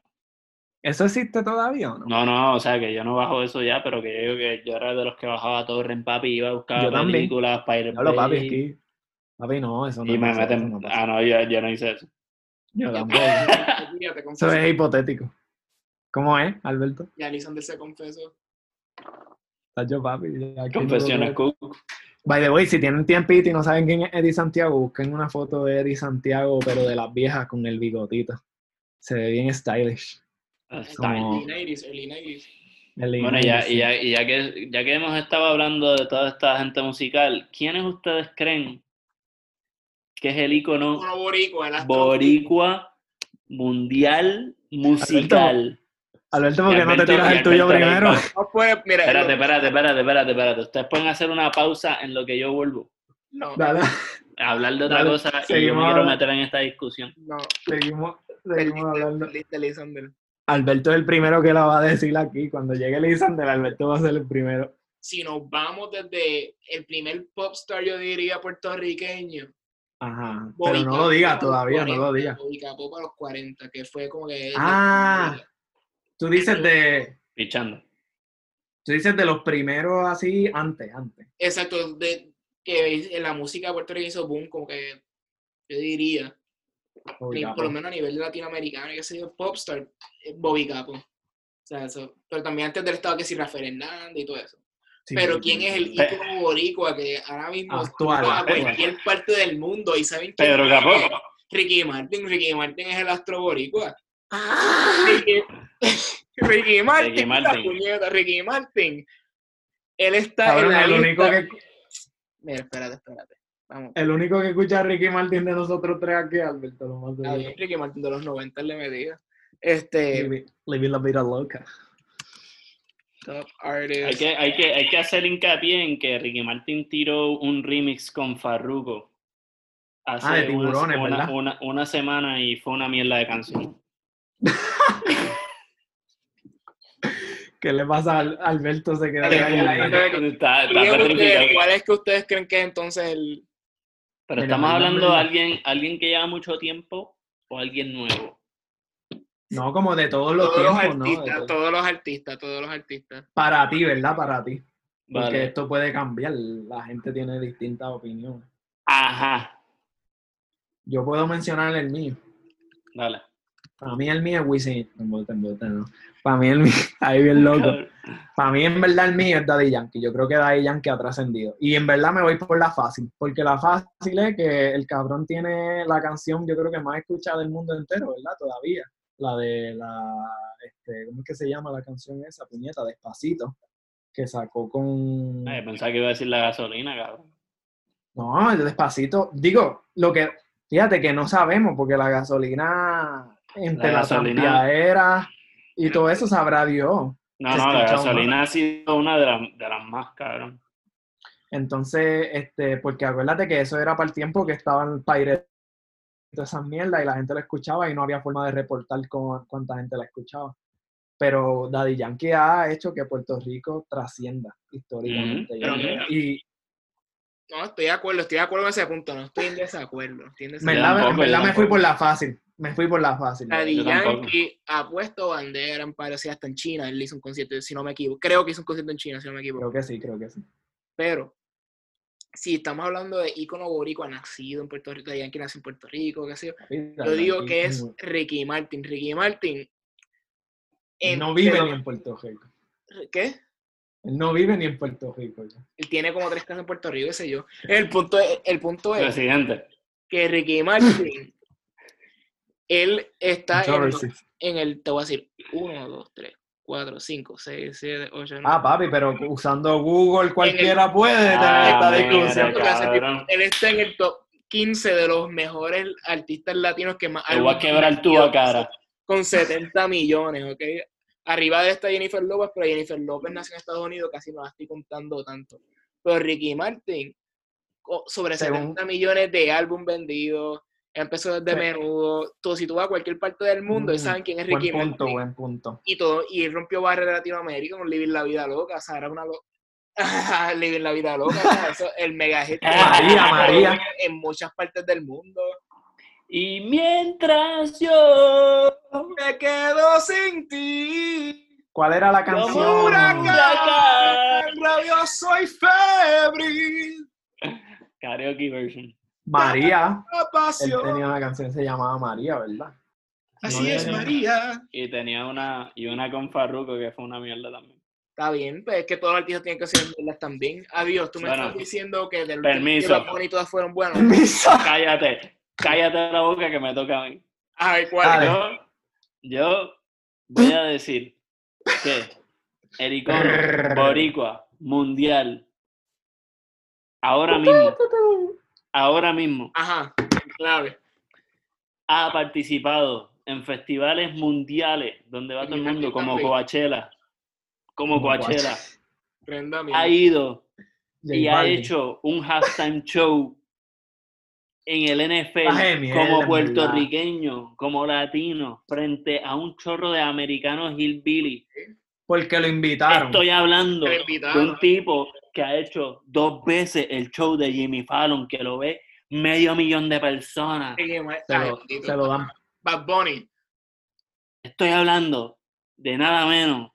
[SPEAKER 3] ¿Eso existe todavía o no?
[SPEAKER 4] No, no, o sea, que yo no bajo eso ya, pero que yo digo que yo era de los que bajaba torrent, papi, iba a buscar
[SPEAKER 3] Yo también.
[SPEAKER 4] películas, Pirate
[SPEAKER 3] Diablo, papi,
[SPEAKER 4] Bay,
[SPEAKER 3] es que... Papi, no, eso no
[SPEAKER 4] Y me
[SPEAKER 3] pasa, eso
[SPEAKER 4] meten.
[SPEAKER 3] no pasa.
[SPEAKER 4] Ah, no, yo, yo no hice eso.
[SPEAKER 3] Yo tampoco.
[SPEAKER 2] Mira, te
[SPEAKER 3] Eso
[SPEAKER 2] confieso.
[SPEAKER 3] es hipotético. ¿Cómo es, Alberto?
[SPEAKER 2] Y Alexander se confesó.
[SPEAKER 3] Estás yo, papi. ya aquí
[SPEAKER 4] Confesiones
[SPEAKER 3] no-
[SPEAKER 4] Cook.
[SPEAKER 3] By the way, si tienen tiempito y no saben quién es Eddie Santiago, busquen una foto de Eddie Santiago, pero de las viejas con el bigotito. Se ve bien stylish.
[SPEAKER 4] Stein.
[SPEAKER 3] Como-
[SPEAKER 2] Early 90s, early 90s.
[SPEAKER 3] El
[SPEAKER 4] Bueno,
[SPEAKER 3] inglés,
[SPEAKER 4] ya,
[SPEAKER 3] sí.
[SPEAKER 4] y ya, y ya, que, ya que hemos estado hablando de toda esta gente musical, ¿quiénes ustedes creen que es el ícono
[SPEAKER 2] Uno boricua, el astro-
[SPEAKER 4] boricua mundial musical?
[SPEAKER 3] Alberto, ¿por qué no te
[SPEAKER 4] Alberto-
[SPEAKER 3] tiras
[SPEAKER 4] y
[SPEAKER 3] el tuyo
[SPEAKER 4] Alberto Leiva.
[SPEAKER 3] primero?
[SPEAKER 2] No puede, mira,
[SPEAKER 4] Espérate,
[SPEAKER 2] lo-
[SPEAKER 4] espérate, espérate, espérate, espérate. Ustedes pueden hacer una pausa en lo que yo vuelvo
[SPEAKER 2] no,
[SPEAKER 3] Dale,
[SPEAKER 4] a hablar de otra
[SPEAKER 3] Dale,
[SPEAKER 4] cosa y yo
[SPEAKER 3] seguimos
[SPEAKER 4] me quiero
[SPEAKER 3] hablando.
[SPEAKER 4] meter en esta discusión.
[SPEAKER 2] no.
[SPEAKER 3] seguimos, seguimos hablando.
[SPEAKER 2] Feliz de Alexander.
[SPEAKER 3] Alberto es el primero que la va a decir aquí. Cuando llegue Lisander, Alberto va a ser el primero.
[SPEAKER 2] Si nos vamos desde el primer popstar, yo diría puertorriqueño.
[SPEAKER 3] Ajá. Pero
[SPEAKER 2] Boricua
[SPEAKER 3] no lo digas
[SPEAKER 2] Pop a los
[SPEAKER 3] todavía, no lo
[SPEAKER 2] 40,
[SPEAKER 3] digas.
[SPEAKER 2] Boricua Pop a los 40, que fue como que.
[SPEAKER 3] Ah. Tú dices de,
[SPEAKER 4] Pichando.
[SPEAKER 3] tú dices de los primeros así antes, antes.
[SPEAKER 2] Exacto, de, que en la música puertorriqueña hizo boom, como que yo diría, ni- por lo
[SPEAKER 3] obligado.
[SPEAKER 2] menos a nivel latinoamericano, que se yo, popstar, eh, Bobby Capo. O sea, eso. Pero también antes del estado que si Rafael Hernández y todo eso.
[SPEAKER 3] Sí,
[SPEAKER 2] Pero
[SPEAKER 3] sí,
[SPEAKER 2] quién
[SPEAKER 3] sí,
[SPEAKER 2] es el
[SPEAKER 3] sí. Ah,
[SPEAKER 4] Pe-
[SPEAKER 2] ícono boricua que ahora mismo
[SPEAKER 3] Actual,
[SPEAKER 2] va a
[SPEAKER 3] actual.
[SPEAKER 2] cualquier parte del mundo y saben quién
[SPEAKER 4] Pedro
[SPEAKER 2] es?
[SPEAKER 4] Capó.
[SPEAKER 2] Ricky Martin, Ricky Martin es el astro boricua.
[SPEAKER 3] Ah.
[SPEAKER 2] Ricky, Ricky Martin,
[SPEAKER 4] Ricky
[SPEAKER 2] Ricky
[SPEAKER 4] Martin.
[SPEAKER 2] Martin. Ricky Martin. Él está
[SPEAKER 3] Cabrón,
[SPEAKER 2] en la
[SPEAKER 3] el
[SPEAKER 2] lista.
[SPEAKER 3] único que
[SPEAKER 2] Mira, espérate, espérate. Vamos.
[SPEAKER 3] El único que escucha a Ricky Martin de nosotros tres aquí, Alberto, lo más
[SPEAKER 2] Está
[SPEAKER 3] seguro.
[SPEAKER 2] bien, Ricky Martin de los 90 le medía. Este,
[SPEAKER 3] Living- Living la vida loca.
[SPEAKER 2] top
[SPEAKER 4] Hay
[SPEAKER 2] artist.
[SPEAKER 4] que, hay, que, hay que hacer hincapié en que Ricky Martin tiró un remix con Farruko hace
[SPEAKER 3] Ah, de
[SPEAKER 4] unas-
[SPEAKER 3] tiburones,
[SPEAKER 4] una,
[SPEAKER 3] ¿verdad?
[SPEAKER 4] una- una semana y fue una mierda de canción.
[SPEAKER 3] ¿Qué le pasa a Al- Alberto? Se queda
[SPEAKER 2] Ay, ay,
[SPEAKER 3] ahí, ahí.
[SPEAKER 2] ay.
[SPEAKER 4] Está- está
[SPEAKER 2] Díganme
[SPEAKER 4] petrificado.
[SPEAKER 2] ustedes, ¿Cuál es que ustedes creen que es entonces el
[SPEAKER 4] Pero
[SPEAKER 3] Mira,
[SPEAKER 4] estamos
[SPEAKER 3] en verdad, en
[SPEAKER 4] hablando de
[SPEAKER 3] verdad.
[SPEAKER 4] alguien, alguien que lleva mucho tiempo o alguien nuevo.
[SPEAKER 3] No, como de todos los
[SPEAKER 2] todos los
[SPEAKER 3] tiempos, ¿no? De
[SPEAKER 2] artistas,
[SPEAKER 3] todo-
[SPEAKER 2] todos los artistas, todos los artistas.
[SPEAKER 3] Para ti, ¿verdad? Para ti. Porque
[SPEAKER 4] Vale.
[SPEAKER 3] esto puede cambiar. La gente tiene distintas opiniones.
[SPEAKER 4] Ajá.
[SPEAKER 3] Yo puedo mencionar el mío.
[SPEAKER 4] Dale.
[SPEAKER 3] Para mí el mío es Wisin. En verdad, en verdad, no. Para mí el mío, ahí bien loco. Para mí, en verdad, el mío es Daddy Yankee. Yo creo que Daddy Yankee ha trascendido. Y en verdad me voy por la fácil, porque la fácil es que el cabrón tiene la canción, yo creo que más escuchada del mundo entero, ¿verdad? Todavía. La de la. Este, ¿Cómo es que se llama la canción esa, puñeta? Despacito. Que sacó con.
[SPEAKER 4] Ay, Eh, pensaba que iba a decir la gasolina, cabrón.
[SPEAKER 3] No, el despacito. Digo, lo que. Fíjate que no sabemos, porque la gasolina. Entre
[SPEAKER 4] La
[SPEAKER 3] la,
[SPEAKER 4] gasolina-
[SPEAKER 3] trampeadera y todo eso sabrá Dios.
[SPEAKER 4] No,
[SPEAKER 3] Se
[SPEAKER 4] no, la
[SPEAKER 3] escucha un-
[SPEAKER 4] gasolina ha sido una de, las- de las más, cabrón.
[SPEAKER 3] Entonces, este, porque acuérdate que eso era para el tiempo que estaban Pirate todas esas mierdas y la gente lo escuchaba y no había forma de reportar con, cuánta gente la escuchaba. Pero Daddy Yankee ha hecho que Puerto Rico trascienda históricamente.
[SPEAKER 4] Ujú,
[SPEAKER 3] Yo
[SPEAKER 2] Mm, pero
[SPEAKER 3] creo.
[SPEAKER 2] mira.
[SPEAKER 3] y
[SPEAKER 2] No, estoy de acuerdo, estoy de acuerdo en ese punto, no estoy en desacuerdo. Estoy en
[SPEAKER 3] me-
[SPEAKER 2] desacuerdo.
[SPEAKER 3] en verdad,
[SPEAKER 4] tampoco,
[SPEAKER 3] en
[SPEAKER 4] yo
[SPEAKER 3] verdad me
[SPEAKER 4] tampoco.
[SPEAKER 3] fui por la fácil. Me fui por la fácil.
[SPEAKER 2] Daddy
[SPEAKER 4] Yo tampoco.
[SPEAKER 2] Yankee ha puesto bandera en parecía hasta en China. Él hizo un concierto, si no me equivoco. Creo que hizo un concierto en China, si no me equivoco.
[SPEAKER 3] Creo que sí, creo que sí.
[SPEAKER 2] Pero si estamos hablando de ícono boricua nacido en Puerto Rico, Daddy Yankee nació en Puerto Rico, qué sé yo. Yo digo que es Ricky Martin. Ricky Martin. en-
[SPEAKER 3] No vive
[SPEAKER 2] pero-
[SPEAKER 3] ni en Puerto Rico.
[SPEAKER 2] ¿Qué?
[SPEAKER 3] Él no vive ni en Puerto Rico. ya.
[SPEAKER 2] Él tiene como tres casas en Puerto Rico, qué sé yo. El punto es, el punto es
[SPEAKER 4] Presidente.
[SPEAKER 2] que Ricky Martin, él está en,
[SPEAKER 3] Controversy.
[SPEAKER 2] en el, te voy a decir, 1, 2, 3, 4, 5, 6, 7, 8, 9.
[SPEAKER 3] Ah, papi, pero usando Google cualquiera puede tener
[SPEAKER 4] Ah,
[SPEAKER 3] esta
[SPEAKER 4] mira,
[SPEAKER 3] discusión.
[SPEAKER 4] cabrón.
[SPEAKER 2] Él está en el top 15 de los mejores artistas latinos que más...
[SPEAKER 4] Te voy a
[SPEAKER 2] álbumes
[SPEAKER 4] quebrar
[SPEAKER 2] han
[SPEAKER 4] tú
[SPEAKER 2] vendido,
[SPEAKER 4] a cara.
[SPEAKER 2] Con 70 millones, ¿ok? Arriba de esta Jennifer López, pero Jennifer López nació en Estados Unidos, casi no la estoy contando tanto. Pero Ricky Martin, co- sobre
[SPEAKER 3] Según-
[SPEAKER 2] 70 millones de álbum vendidos, empezó desde
[SPEAKER 3] Sí.
[SPEAKER 2] menudo. Tú, si tú vas a cualquier parte del mundo, ellos
[SPEAKER 3] Mm,
[SPEAKER 2] saben quién es Ricky
[SPEAKER 3] Buen punto,
[SPEAKER 2] Martin.
[SPEAKER 3] buen punto.
[SPEAKER 2] y todo y él rompió barrera de Latinoamérica con Living la Vida Loca, o sea, era una lo- Living la Vida Loca, o sea, eso, el mega hit que
[SPEAKER 3] Eh, María,
[SPEAKER 2] tuvo
[SPEAKER 3] María.
[SPEAKER 2] en muchas partes del mundo.
[SPEAKER 4] Y mientras yo.
[SPEAKER 2] Me quedo sin ti.
[SPEAKER 3] ¿Cuál era la
[SPEAKER 4] Como
[SPEAKER 2] Como
[SPEAKER 3] canción?
[SPEAKER 2] huracán, rabioso y febril,
[SPEAKER 4] Karaoke version.
[SPEAKER 3] María.
[SPEAKER 2] la
[SPEAKER 3] Él
[SPEAKER 2] pasión.
[SPEAKER 3] tenía una canción que se llamaba María, ¿verdad?
[SPEAKER 2] Así
[SPEAKER 3] no
[SPEAKER 2] es,
[SPEAKER 3] tenía-
[SPEAKER 2] María.
[SPEAKER 4] Y tenía una. Y una con Farruko que fue una mierda también.
[SPEAKER 2] Está bien, pero es que todos los artistas tienen que ser mierdas también. Adiós, tú me
[SPEAKER 4] Bueno,
[SPEAKER 2] estás diciendo que del
[SPEAKER 4] permiso.
[SPEAKER 2] último álbum y todas fueron buenas.
[SPEAKER 4] Cállate. Cállate la boca que me toca a mí.
[SPEAKER 2] A ver, ¿cuál?
[SPEAKER 3] Dale.
[SPEAKER 4] Yo, yo voy a decir que el icono boricua mundial ahora mismo, ahora mismo
[SPEAKER 2] Ajá, clave.
[SPEAKER 4] ha participado en festivales mundiales donde va todo el mundo como Coachella, como Coachella.
[SPEAKER 2] Prenda mía.
[SPEAKER 4] Ha ido
[SPEAKER 3] J
[SPEAKER 4] y ha
[SPEAKER 3] Balvin.
[SPEAKER 4] hecho un halftime show en el
[SPEAKER 3] Baja de
[SPEAKER 4] NFL
[SPEAKER 3] mierda, en
[SPEAKER 4] como
[SPEAKER 3] verdad.
[SPEAKER 4] puertorriqueño, como latino, frente a un chorro de americanos hillbilly.
[SPEAKER 3] Porque lo invitaron.
[SPEAKER 4] Estoy hablando
[SPEAKER 2] Te lo
[SPEAKER 4] de
[SPEAKER 2] invitaron.
[SPEAKER 4] un tipo que ha hecho dos veces el show de Jimmy Fallon, que lo ve medio millón de personas.
[SPEAKER 2] Ricky Martin.
[SPEAKER 3] Se
[SPEAKER 2] Ay,
[SPEAKER 3] lo,
[SPEAKER 2] bendito.
[SPEAKER 3] se lo dan.
[SPEAKER 2] Bad Bunny.
[SPEAKER 4] Estoy hablando de nada menos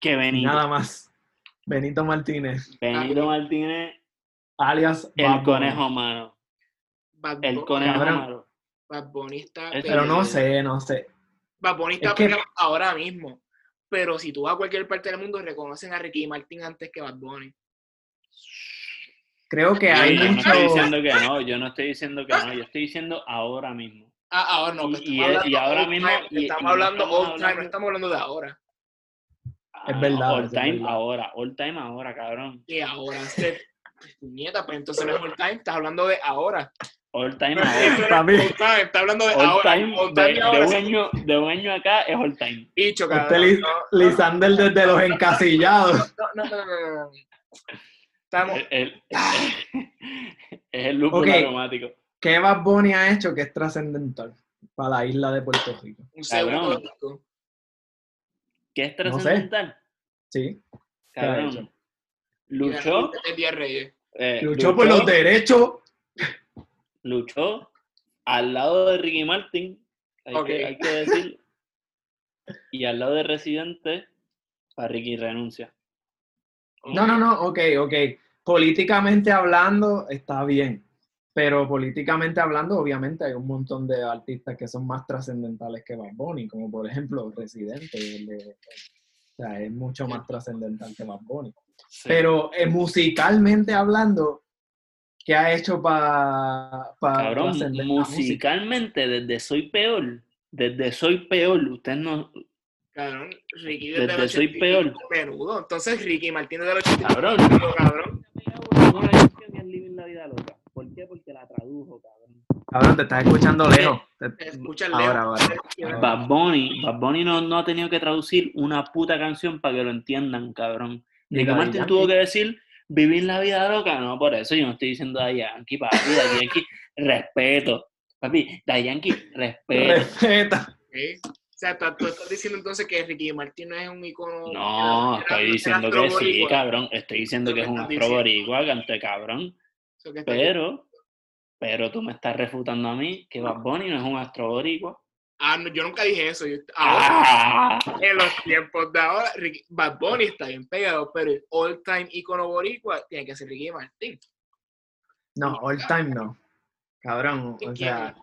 [SPEAKER 4] que Benito.
[SPEAKER 3] Nada más. Benito Martínez,
[SPEAKER 4] Benito Martínez,
[SPEAKER 3] alias
[SPEAKER 4] el
[SPEAKER 3] Bad Bunny.
[SPEAKER 4] conejo malo.
[SPEAKER 2] Bad
[SPEAKER 4] El
[SPEAKER 2] Bunny-
[SPEAKER 4] conejo
[SPEAKER 3] Cabrón.
[SPEAKER 4] malo.
[SPEAKER 2] Bad Bunny está.
[SPEAKER 4] Pero
[SPEAKER 3] Pero no
[SPEAKER 2] peleado.
[SPEAKER 3] sé, no sé.
[SPEAKER 2] Bad Bunny está
[SPEAKER 3] es que-
[SPEAKER 2] peleado ahora mismo. Pero si tú vas a cualquier parte del mundo, reconocen a Ricky Martin antes que Bad Bunny.
[SPEAKER 3] Creo que
[SPEAKER 4] Yo,
[SPEAKER 3] hay
[SPEAKER 4] yo no
[SPEAKER 3] mucho...
[SPEAKER 4] estoy diciendo que no, yo no estoy diciendo que no, yo estoy diciendo ahora mismo.
[SPEAKER 2] Ah, ahora no.
[SPEAKER 4] Y-
[SPEAKER 2] pero estamos
[SPEAKER 4] y- y
[SPEAKER 2] hablando
[SPEAKER 4] ahora
[SPEAKER 2] old
[SPEAKER 4] mismo-
[SPEAKER 2] time,
[SPEAKER 4] y-
[SPEAKER 2] estamos
[SPEAKER 4] y no
[SPEAKER 2] hablando
[SPEAKER 4] estamos
[SPEAKER 2] old time, no
[SPEAKER 4] hablando-
[SPEAKER 2] estamos hablando de ahora.
[SPEAKER 4] Ah,
[SPEAKER 3] verdad,
[SPEAKER 4] All
[SPEAKER 3] es
[SPEAKER 4] time
[SPEAKER 3] verdad.
[SPEAKER 4] ahora, all time ahora, cabrón.
[SPEAKER 2] Que ahora se. Nieta, pues entonces no es old time, estás hablando de ahora.
[SPEAKER 4] All time
[SPEAKER 2] No, eso
[SPEAKER 4] ahora.
[SPEAKER 2] no es
[SPEAKER 3] Para mí.
[SPEAKER 2] Old time, estás hablando de
[SPEAKER 4] All
[SPEAKER 2] ahora.
[SPEAKER 4] time,
[SPEAKER 2] old
[SPEAKER 4] de,
[SPEAKER 2] time y ahora.
[SPEAKER 4] de un
[SPEAKER 2] sí.
[SPEAKER 4] año, de un año acá es all time.
[SPEAKER 2] Bicho,
[SPEAKER 3] Este
[SPEAKER 2] cabrón.
[SPEAKER 3] Liz- Lisander desde los encasillados.
[SPEAKER 2] No, no, no, no, no, no. Estamos.
[SPEAKER 4] El- el- es el lúpulo
[SPEAKER 3] Ok.
[SPEAKER 4] aromático.
[SPEAKER 3] ¿Qué Bad Bunny ha hecho que es trascendental para la isla de Puerto Rico?
[SPEAKER 2] Un
[SPEAKER 4] Cabrón.
[SPEAKER 2] segundo disco.
[SPEAKER 4] ¿Qué es
[SPEAKER 3] No sé.
[SPEAKER 4] trascendental?
[SPEAKER 3] Sí. ¿Qué ha
[SPEAKER 4] Cabrón.
[SPEAKER 3] hecho?
[SPEAKER 4] Luchó,
[SPEAKER 2] El Día de Reyes.
[SPEAKER 4] eh,
[SPEAKER 3] Luchó por los derechos.
[SPEAKER 4] luchó al lado de Ricky Martin, hay,
[SPEAKER 2] Ok.
[SPEAKER 4] que, hay que decir, y al lado de Residente, para Ricky renuncia.
[SPEAKER 3] No, no, no, ok, ok. Políticamente hablando, está bien. Pero políticamente hablando, obviamente hay un montón de artistas que son más trascendentales que Bad Bunny, como por ejemplo Residente. el de- o sea, es mucho más trascendental que Bad Bunny.
[SPEAKER 4] Sí.
[SPEAKER 3] Pero eh, musicalmente hablando, ¿qué ha hecho para
[SPEAKER 4] Cabrón, musicalmente, desde Soy Peor, desde Soy Peor, usted no,
[SPEAKER 2] Cabrón, Ricky
[SPEAKER 4] Desde
[SPEAKER 2] el
[SPEAKER 4] Soy
[SPEAKER 2] 85, Menudo. Entonces Ricky Martínez del 85,
[SPEAKER 4] cabrón,
[SPEAKER 2] cabrón.
[SPEAKER 4] una canción que es Living la Vida Loca. ¿Por qué? Porque la tradujo, cabrón.
[SPEAKER 3] Cabrón, te estás escuchando lejos.
[SPEAKER 2] Te escuchas lejos.
[SPEAKER 3] Ahora, ahora.
[SPEAKER 4] Bad Bunny, Bad Bunny no, no ha tenido que traducir una puta canción para que lo entiendan, cabrón.
[SPEAKER 3] Ni
[SPEAKER 4] Ricky
[SPEAKER 3] Daddy
[SPEAKER 4] Martin
[SPEAKER 3] Yankee.
[SPEAKER 4] tuvo que decir, vivir la vida loca, no, por eso yo no estoy diciendo da Yankee, papi, da Yankee, respeto. Papi, da Yankee, respeto.
[SPEAKER 3] Respeta.
[SPEAKER 2] ¿eh? O sea, tú, tú estás diciendo entonces que Ricky Martin no es un icono.
[SPEAKER 4] No,
[SPEAKER 2] era-
[SPEAKER 4] estoy
[SPEAKER 2] era
[SPEAKER 4] diciendo que
[SPEAKER 2] afroboricua.
[SPEAKER 4] sí, cabrón. Estoy diciendo que es un
[SPEAKER 2] Lo que estás
[SPEAKER 4] afro boricua, cante cabrón.
[SPEAKER 2] Eso que está-
[SPEAKER 4] Pero, pero tú me estás refutando a mí que Bad Bunny no es un astro boricua.
[SPEAKER 2] Ah, no, yo nunca dije eso. yo- ahora,
[SPEAKER 4] ¡Ah!
[SPEAKER 2] en los tiempos de ahora, Ricky- Bad Bunny está bien pegado, pero el all time icono boricua tiene que ser Ricky Martin.
[SPEAKER 3] No, all time no. Cabrón, o sea,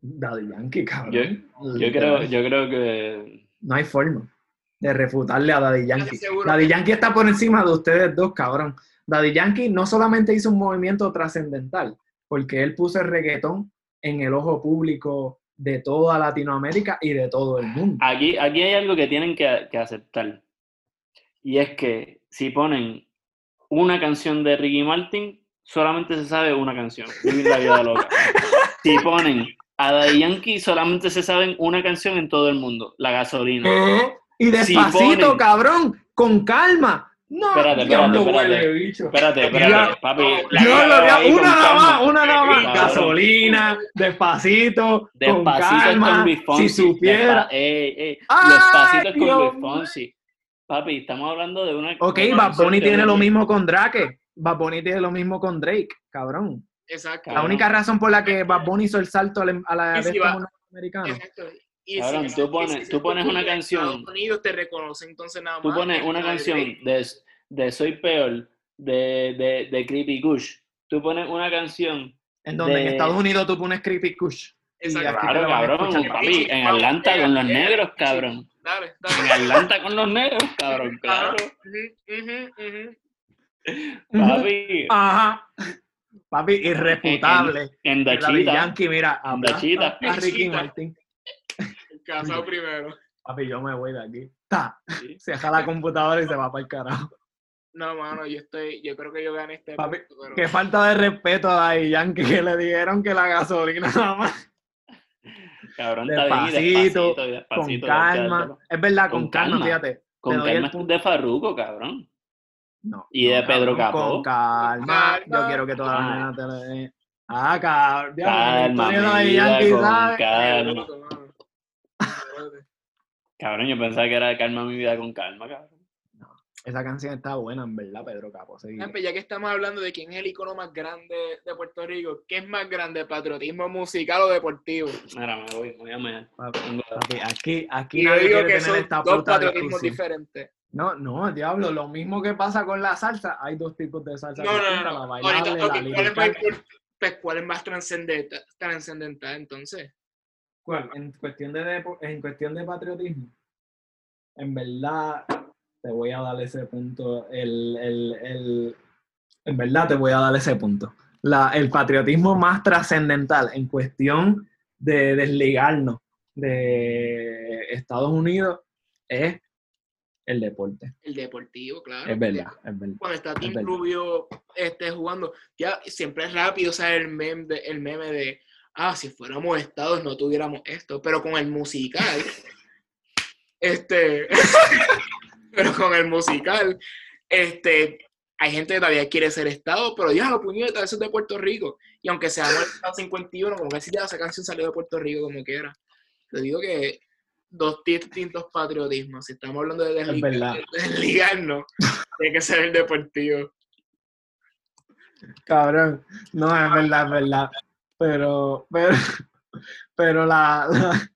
[SPEAKER 3] Daddy Yankee, cabrón.
[SPEAKER 4] Yo, yo, creo, yo creo que
[SPEAKER 3] No hay forma de refutarle a Daddy Yankee.
[SPEAKER 2] seguro
[SPEAKER 3] Daddy
[SPEAKER 2] que-
[SPEAKER 3] Yankee está por encima de ustedes dos, cabrón. Daddy Yankee no solamente hizo un movimiento trascendental, porque él puso el reggaetón en el ojo público de toda Latinoamérica y de todo el mundo.
[SPEAKER 4] aquí, aquí hay algo que tienen que, que aceptar. Y es que si ponen una canción de Ricky Martin, solamente se sabe una canción, Vivir la vida loca. Si ponen a Daddy Yankee, solamente se saben una canción en todo el mundo, La gasolina.
[SPEAKER 3] ¿Eh? Y
[SPEAKER 4] Si
[SPEAKER 3] despacito,
[SPEAKER 4] ponen-
[SPEAKER 3] cabrón, con calma. No,
[SPEAKER 4] Espérate,
[SPEAKER 3] diablo,
[SPEAKER 4] espérate, espérate.
[SPEAKER 3] huele, bicho.
[SPEAKER 4] Espérate, espérate,
[SPEAKER 3] Ya.
[SPEAKER 4] papi. la
[SPEAKER 3] Diablo,
[SPEAKER 4] cara
[SPEAKER 3] diablo,
[SPEAKER 4] ahí con
[SPEAKER 3] una nada
[SPEAKER 4] calma.
[SPEAKER 3] más, una nada más.
[SPEAKER 4] Cabrón.
[SPEAKER 3] Gasolina, despacito, con
[SPEAKER 4] Despacito es
[SPEAKER 3] calma.
[SPEAKER 4] con Luis
[SPEAKER 3] si
[SPEAKER 4] Fonsi.
[SPEAKER 3] supiera.
[SPEAKER 4] Despa- ey, ey,
[SPEAKER 3] Ay,
[SPEAKER 4] Despacito es con
[SPEAKER 3] Dios
[SPEAKER 4] Luis Fonsi. Papi, estamos hablando de una.
[SPEAKER 3] Ok,
[SPEAKER 4] de una
[SPEAKER 3] Bad
[SPEAKER 4] canción
[SPEAKER 3] Bunny
[SPEAKER 4] que
[SPEAKER 3] tiene lo
[SPEAKER 4] oye.
[SPEAKER 3] mismo con Drake. Bad Bunny tiene lo mismo con Drake, cabrón.
[SPEAKER 2] Exacto.
[SPEAKER 3] La
[SPEAKER 4] Cabrón.
[SPEAKER 3] única razón por la que Bad Bunny hizo el salto a la, a la
[SPEAKER 2] Y si
[SPEAKER 3] de
[SPEAKER 2] va-
[SPEAKER 3] estos norteamericanos.
[SPEAKER 2] Exacto. Y
[SPEAKER 4] Cabrón,
[SPEAKER 2] si-
[SPEAKER 4] tú
[SPEAKER 2] y si
[SPEAKER 4] pones-
[SPEAKER 2] se
[SPEAKER 4] tú pones una
[SPEAKER 2] escucha en
[SPEAKER 4] canción.
[SPEAKER 2] Estados Unidos te reconoce entonces nada más.
[SPEAKER 4] Tú pones una
[SPEAKER 2] Ay,
[SPEAKER 4] canción
[SPEAKER 2] Drake.
[SPEAKER 4] de, de Soy Peor, de, de, de Creepy Gush. Tú pones una canción.
[SPEAKER 3] En donde en
[SPEAKER 4] de-
[SPEAKER 3] Estados Unidos tú pones Creepy Kush.
[SPEAKER 2] Exacto.
[SPEAKER 3] Aquí
[SPEAKER 4] Claro,
[SPEAKER 3] te la van a
[SPEAKER 4] cabrón,
[SPEAKER 3] escuchar.
[SPEAKER 4] papi. En Atlanta con los negros, cabrón.
[SPEAKER 2] Dale,
[SPEAKER 4] En
[SPEAKER 2] dale.
[SPEAKER 4] Atlanta con los negros, cabrón, claro.
[SPEAKER 2] Ujú, ujú, ujú.
[SPEAKER 4] Papi,
[SPEAKER 3] Ajá. Papi, irrefutable.
[SPEAKER 4] en
[SPEAKER 3] Y Daddy
[SPEAKER 4] Dachita.
[SPEAKER 3] Yankee, mira,
[SPEAKER 4] Dachita.
[SPEAKER 3] aplasta a Ricky
[SPEAKER 2] Dachita.
[SPEAKER 3] Martin.
[SPEAKER 2] El Casado primero.
[SPEAKER 3] Papi, yo me voy de aquí. Ta.
[SPEAKER 4] Sí.
[SPEAKER 3] Se deja la computadora y se va para el carajo.
[SPEAKER 2] No, mano, yo estoy, yo creo que yo gané este
[SPEAKER 3] Papi,
[SPEAKER 2] punto, pero-
[SPEAKER 3] Qué falta de respeto a Daddy Yankee que le dijeron que la gasolina nada más.
[SPEAKER 4] Cabrón, está bien. y
[SPEAKER 3] Despacito,
[SPEAKER 4] Despacito, y
[SPEAKER 3] Con
[SPEAKER 4] despacito.
[SPEAKER 3] calma. Es verdad, con,
[SPEAKER 4] Con
[SPEAKER 3] calma,
[SPEAKER 4] calma.
[SPEAKER 3] fíjate.
[SPEAKER 4] Con
[SPEAKER 3] Te doy el
[SPEAKER 4] calma
[SPEAKER 3] punto.
[SPEAKER 4] de Farruko, cabrón.
[SPEAKER 3] No,
[SPEAKER 4] Y de
[SPEAKER 3] no,
[SPEAKER 4] Pedro
[SPEAKER 3] cabrón,
[SPEAKER 4] Capó.
[SPEAKER 3] Con calma. Yo
[SPEAKER 2] Calma.
[SPEAKER 3] quiero que todas
[SPEAKER 4] Ah.
[SPEAKER 3] las nenas te la den. Ah, cabrón.
[SPEAKER 4] Calma,
[SPEAKER 3] Diablo, Daddy
[SPEAKER 4] medida
[SPEAKER 3] Yankee,
[SPEAKER 4] con
[SPEAKER 3] ¿sabes?
[SPEAKER 4] calma.
[SPEAKER 2] Mano.
[SPEAKER 4] Cabrón, yo pensaba que era calma mi vida con calma, cabrón.
[SPEAKER 3] Esa canción está buena, en verdad, Pedro Capó. seguí.
[SPEAKER 2] Ah, pues ya que estamos hablando de quién es el icono más grande de Puerto Rico, ¿qué es más grande, patriotismo musical o deportivo?
[SPEAKER 4] Mira, me voy, me voy a mear.
[SPEAKER 3] Papi,
[SPEAKER 4] Tengo-
[SPEAKER 3] papi, aquí, aquí
[SPEAKER 2] Y yo
[SPEAKER 3] nadie
[SPEAKER 2] digo
[SPEAKER 3] quiere
[SPEAKER 2] que
[SPEAKER 3] tener
[SPEAKER 2] son
[SPEAKER 3] esta
[SPEAKER 2] dos
[SPEAKER 3] puta
[SPEAKER 2] patriotismos
[SPEAKER 3] discusión.
[SPEAKER 2] diferentes.
[SPEAKER 3] No, no, diablo, lo mismo que pasa con la salsa, hay dos tipos de salsa.
[SPEAKER 2] No, no,
[SPEAKER 3] distinta,
[SPEAKER 2] no. no.
[SPEAKER 3] La
[SPEAKER 2] Ahorita,
[SPEAKER 3] bailable,
[SPEAKER 2] ok,
[SPEAKER 3] la
[SPEAKER 2] ¿cuál, es
[SPEAKER 3] lírica.
[SPEAKER 2] más, impor- pues, ¿Cuál es más trascendental, trascendental entonces?
[SPEAKER 3] ¿Cuál? En cuestión de depo- en cuestión de patriotismo, en verdad te voy a dar ese punto, el, el- el- en verdad te voy a dar ese punto. La- el patriotismo más trascendental en cuestión de desligarnos de Estados Unidos es el deporte.
[SPEAKER 2] El deportivo, claro.
[SPEAKER 3] Es verdad, es verdad.
[SPEAKER 2] Cuando está Team
[SPEAKER 3] verdad.
[SPEAKER 2] Rubio este, jugando, ya siempre es rápido, o sea, el meme, de, el meme de, ah, si fuéramos estados no tuviéramos esto, pero con el musical, este, pero con el musical, este, hay gente que todavía quiere ser estado, pero ya lo puñeta, eso es de Puerto Rico. Y aunque sea el estado 51, como que si ya esa canción salió de Puerto Rico, como quiera. Te digo que dos distintos patriotismos, si estamos hablando de
[SPEAKER 3] Es verdad.
[SPEAKER 2] desligar- de desligarnos, tiene que ser el deportivo.
[SPEAKER 3] Cabrón, no, es verdad, es verdad. Pero, pero, pero la. la-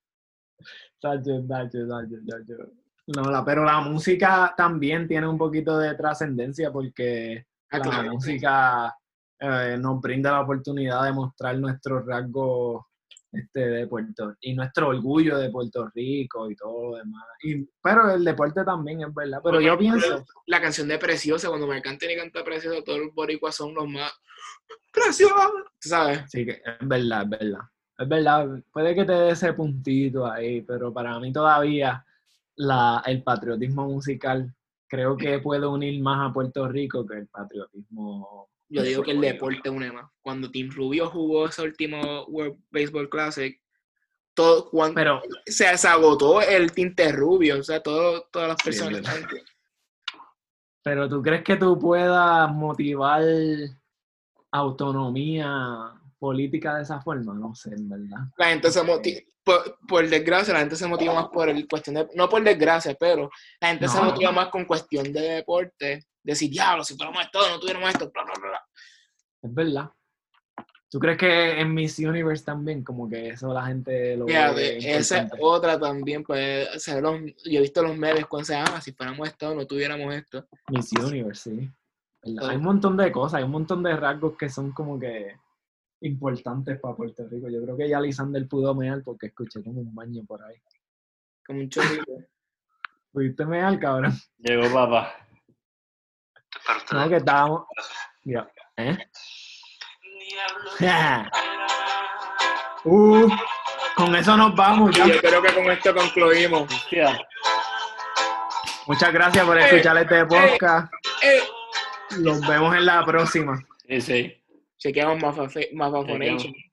[SPEAKER 3] Tacho, tacho, tacho, tacho. No, la, pero la música también tiene un poquito de trascendencia porque
[SPEAKER 2] Ah,
[SPEAKER 3] la
[SPEAKER 2] claro.
[SPEAKER 3] música eh, nos brinda la oportunidad de mostrar nuestros rasgos este, de Puerto y nuestro orgullo de Puerto Rico y todo lo demás. Y- pero el deporte también es verdad. Pero yo pienso,
[SPEAKER 2] La canción de Preciosa, cuando me cantan y canta Preciosa, todos los boricuas son los más... ¡Preciosa! ¿Tú ¿Sabes?
[SPEAKER 3] Sí, que es verdad, es verdad. Es verdad, puede que te dé ese puntito ahí, pero para mí todavía la, el patriotismo musical creo que puede unir más a Puerto Rico que el patriotismo.
[SPEAKER 2] Yo digo que el
[SPEAKER 3] Bueno.
[SPEAKER 2] deporte une más. Cuando Tim Rubio jugó ese último World Baseball Classic, todo, cuan-
[SPEAKER 3] Pero
[SPEAKER 2] se, se agotó el tinte rubio, o sea, todo, todas las
[SPEAKER 3] Sí, es
[SPEAKER 2] personas.
[SPEAKER 3] Pero tú crees que tú puedas motivar autonomía política de esa forma? No sé, en verdad.
[SPEAKER 2] La gente se motiva, por, por desgracia, la gente se motiva más por el cuestión de, no por desgracia, pero la gente se
[SPEAKER 3] No.
[SPEAKER 2] motiva más con cuestión de deporte. Decir, diablo, si fuéramos esto, no tuviéramos esto, bla, bla, bla, bla.
[SPEAKER 3] Es verdad. ¿Tú crees que en Miss Universe también, como que eso la gente lo
[SPEAKER 2] Fíjate, esa es
[SPEAKER 3] importante?
[SPEAKER 2] otra también, pues, o sea, los- yo he visto los memes cuando se ah, si fuéramos esto, no tuviéramos esto.
[SPEAKER 3] Miss Universe, sí. ¿Verdad? Hay
[SPEAKER 2] Todo.
[SPEAKER 3] un montón de cosas, hay un montón de rasgos que son como que importantes para Puerto Rico. Yo creo que ya Lisander pudo mear porque escuché como un baño por ahí.
[SPEAKER 2] Como un chorrito.
[SPEAKER 3] ¿Pudiste mear, cabrón?
[SPEAKER 4] Llegó papá.
[SPEAKER 5] Pero ustedes-
[SPEAKER 3] No, que estábamos... Ya. ¿Eh?
[SPEAKER 5] Diablo.
[SPEAKER 3] Ja. Uh, con eso nos vamos.
[SPEAKER 2] Y
[SPEAKER 3] ya.
[SPEAKER 2] yo creo que con esto concluimos.
[SPEAKER 4] Hostia.
[SPEAKER 3] Muchas gracias por escuchar este podcast.
[SPEAKER 2] ¡Eh!
[SPEAKER 3] Nos vemos en la próxima.
[SPEAKER 4] Sí, sí.
[SPEAKER 2] Chequeamos Mafafe- Mafafonation.
[SPEAKER 4] Chequeamos.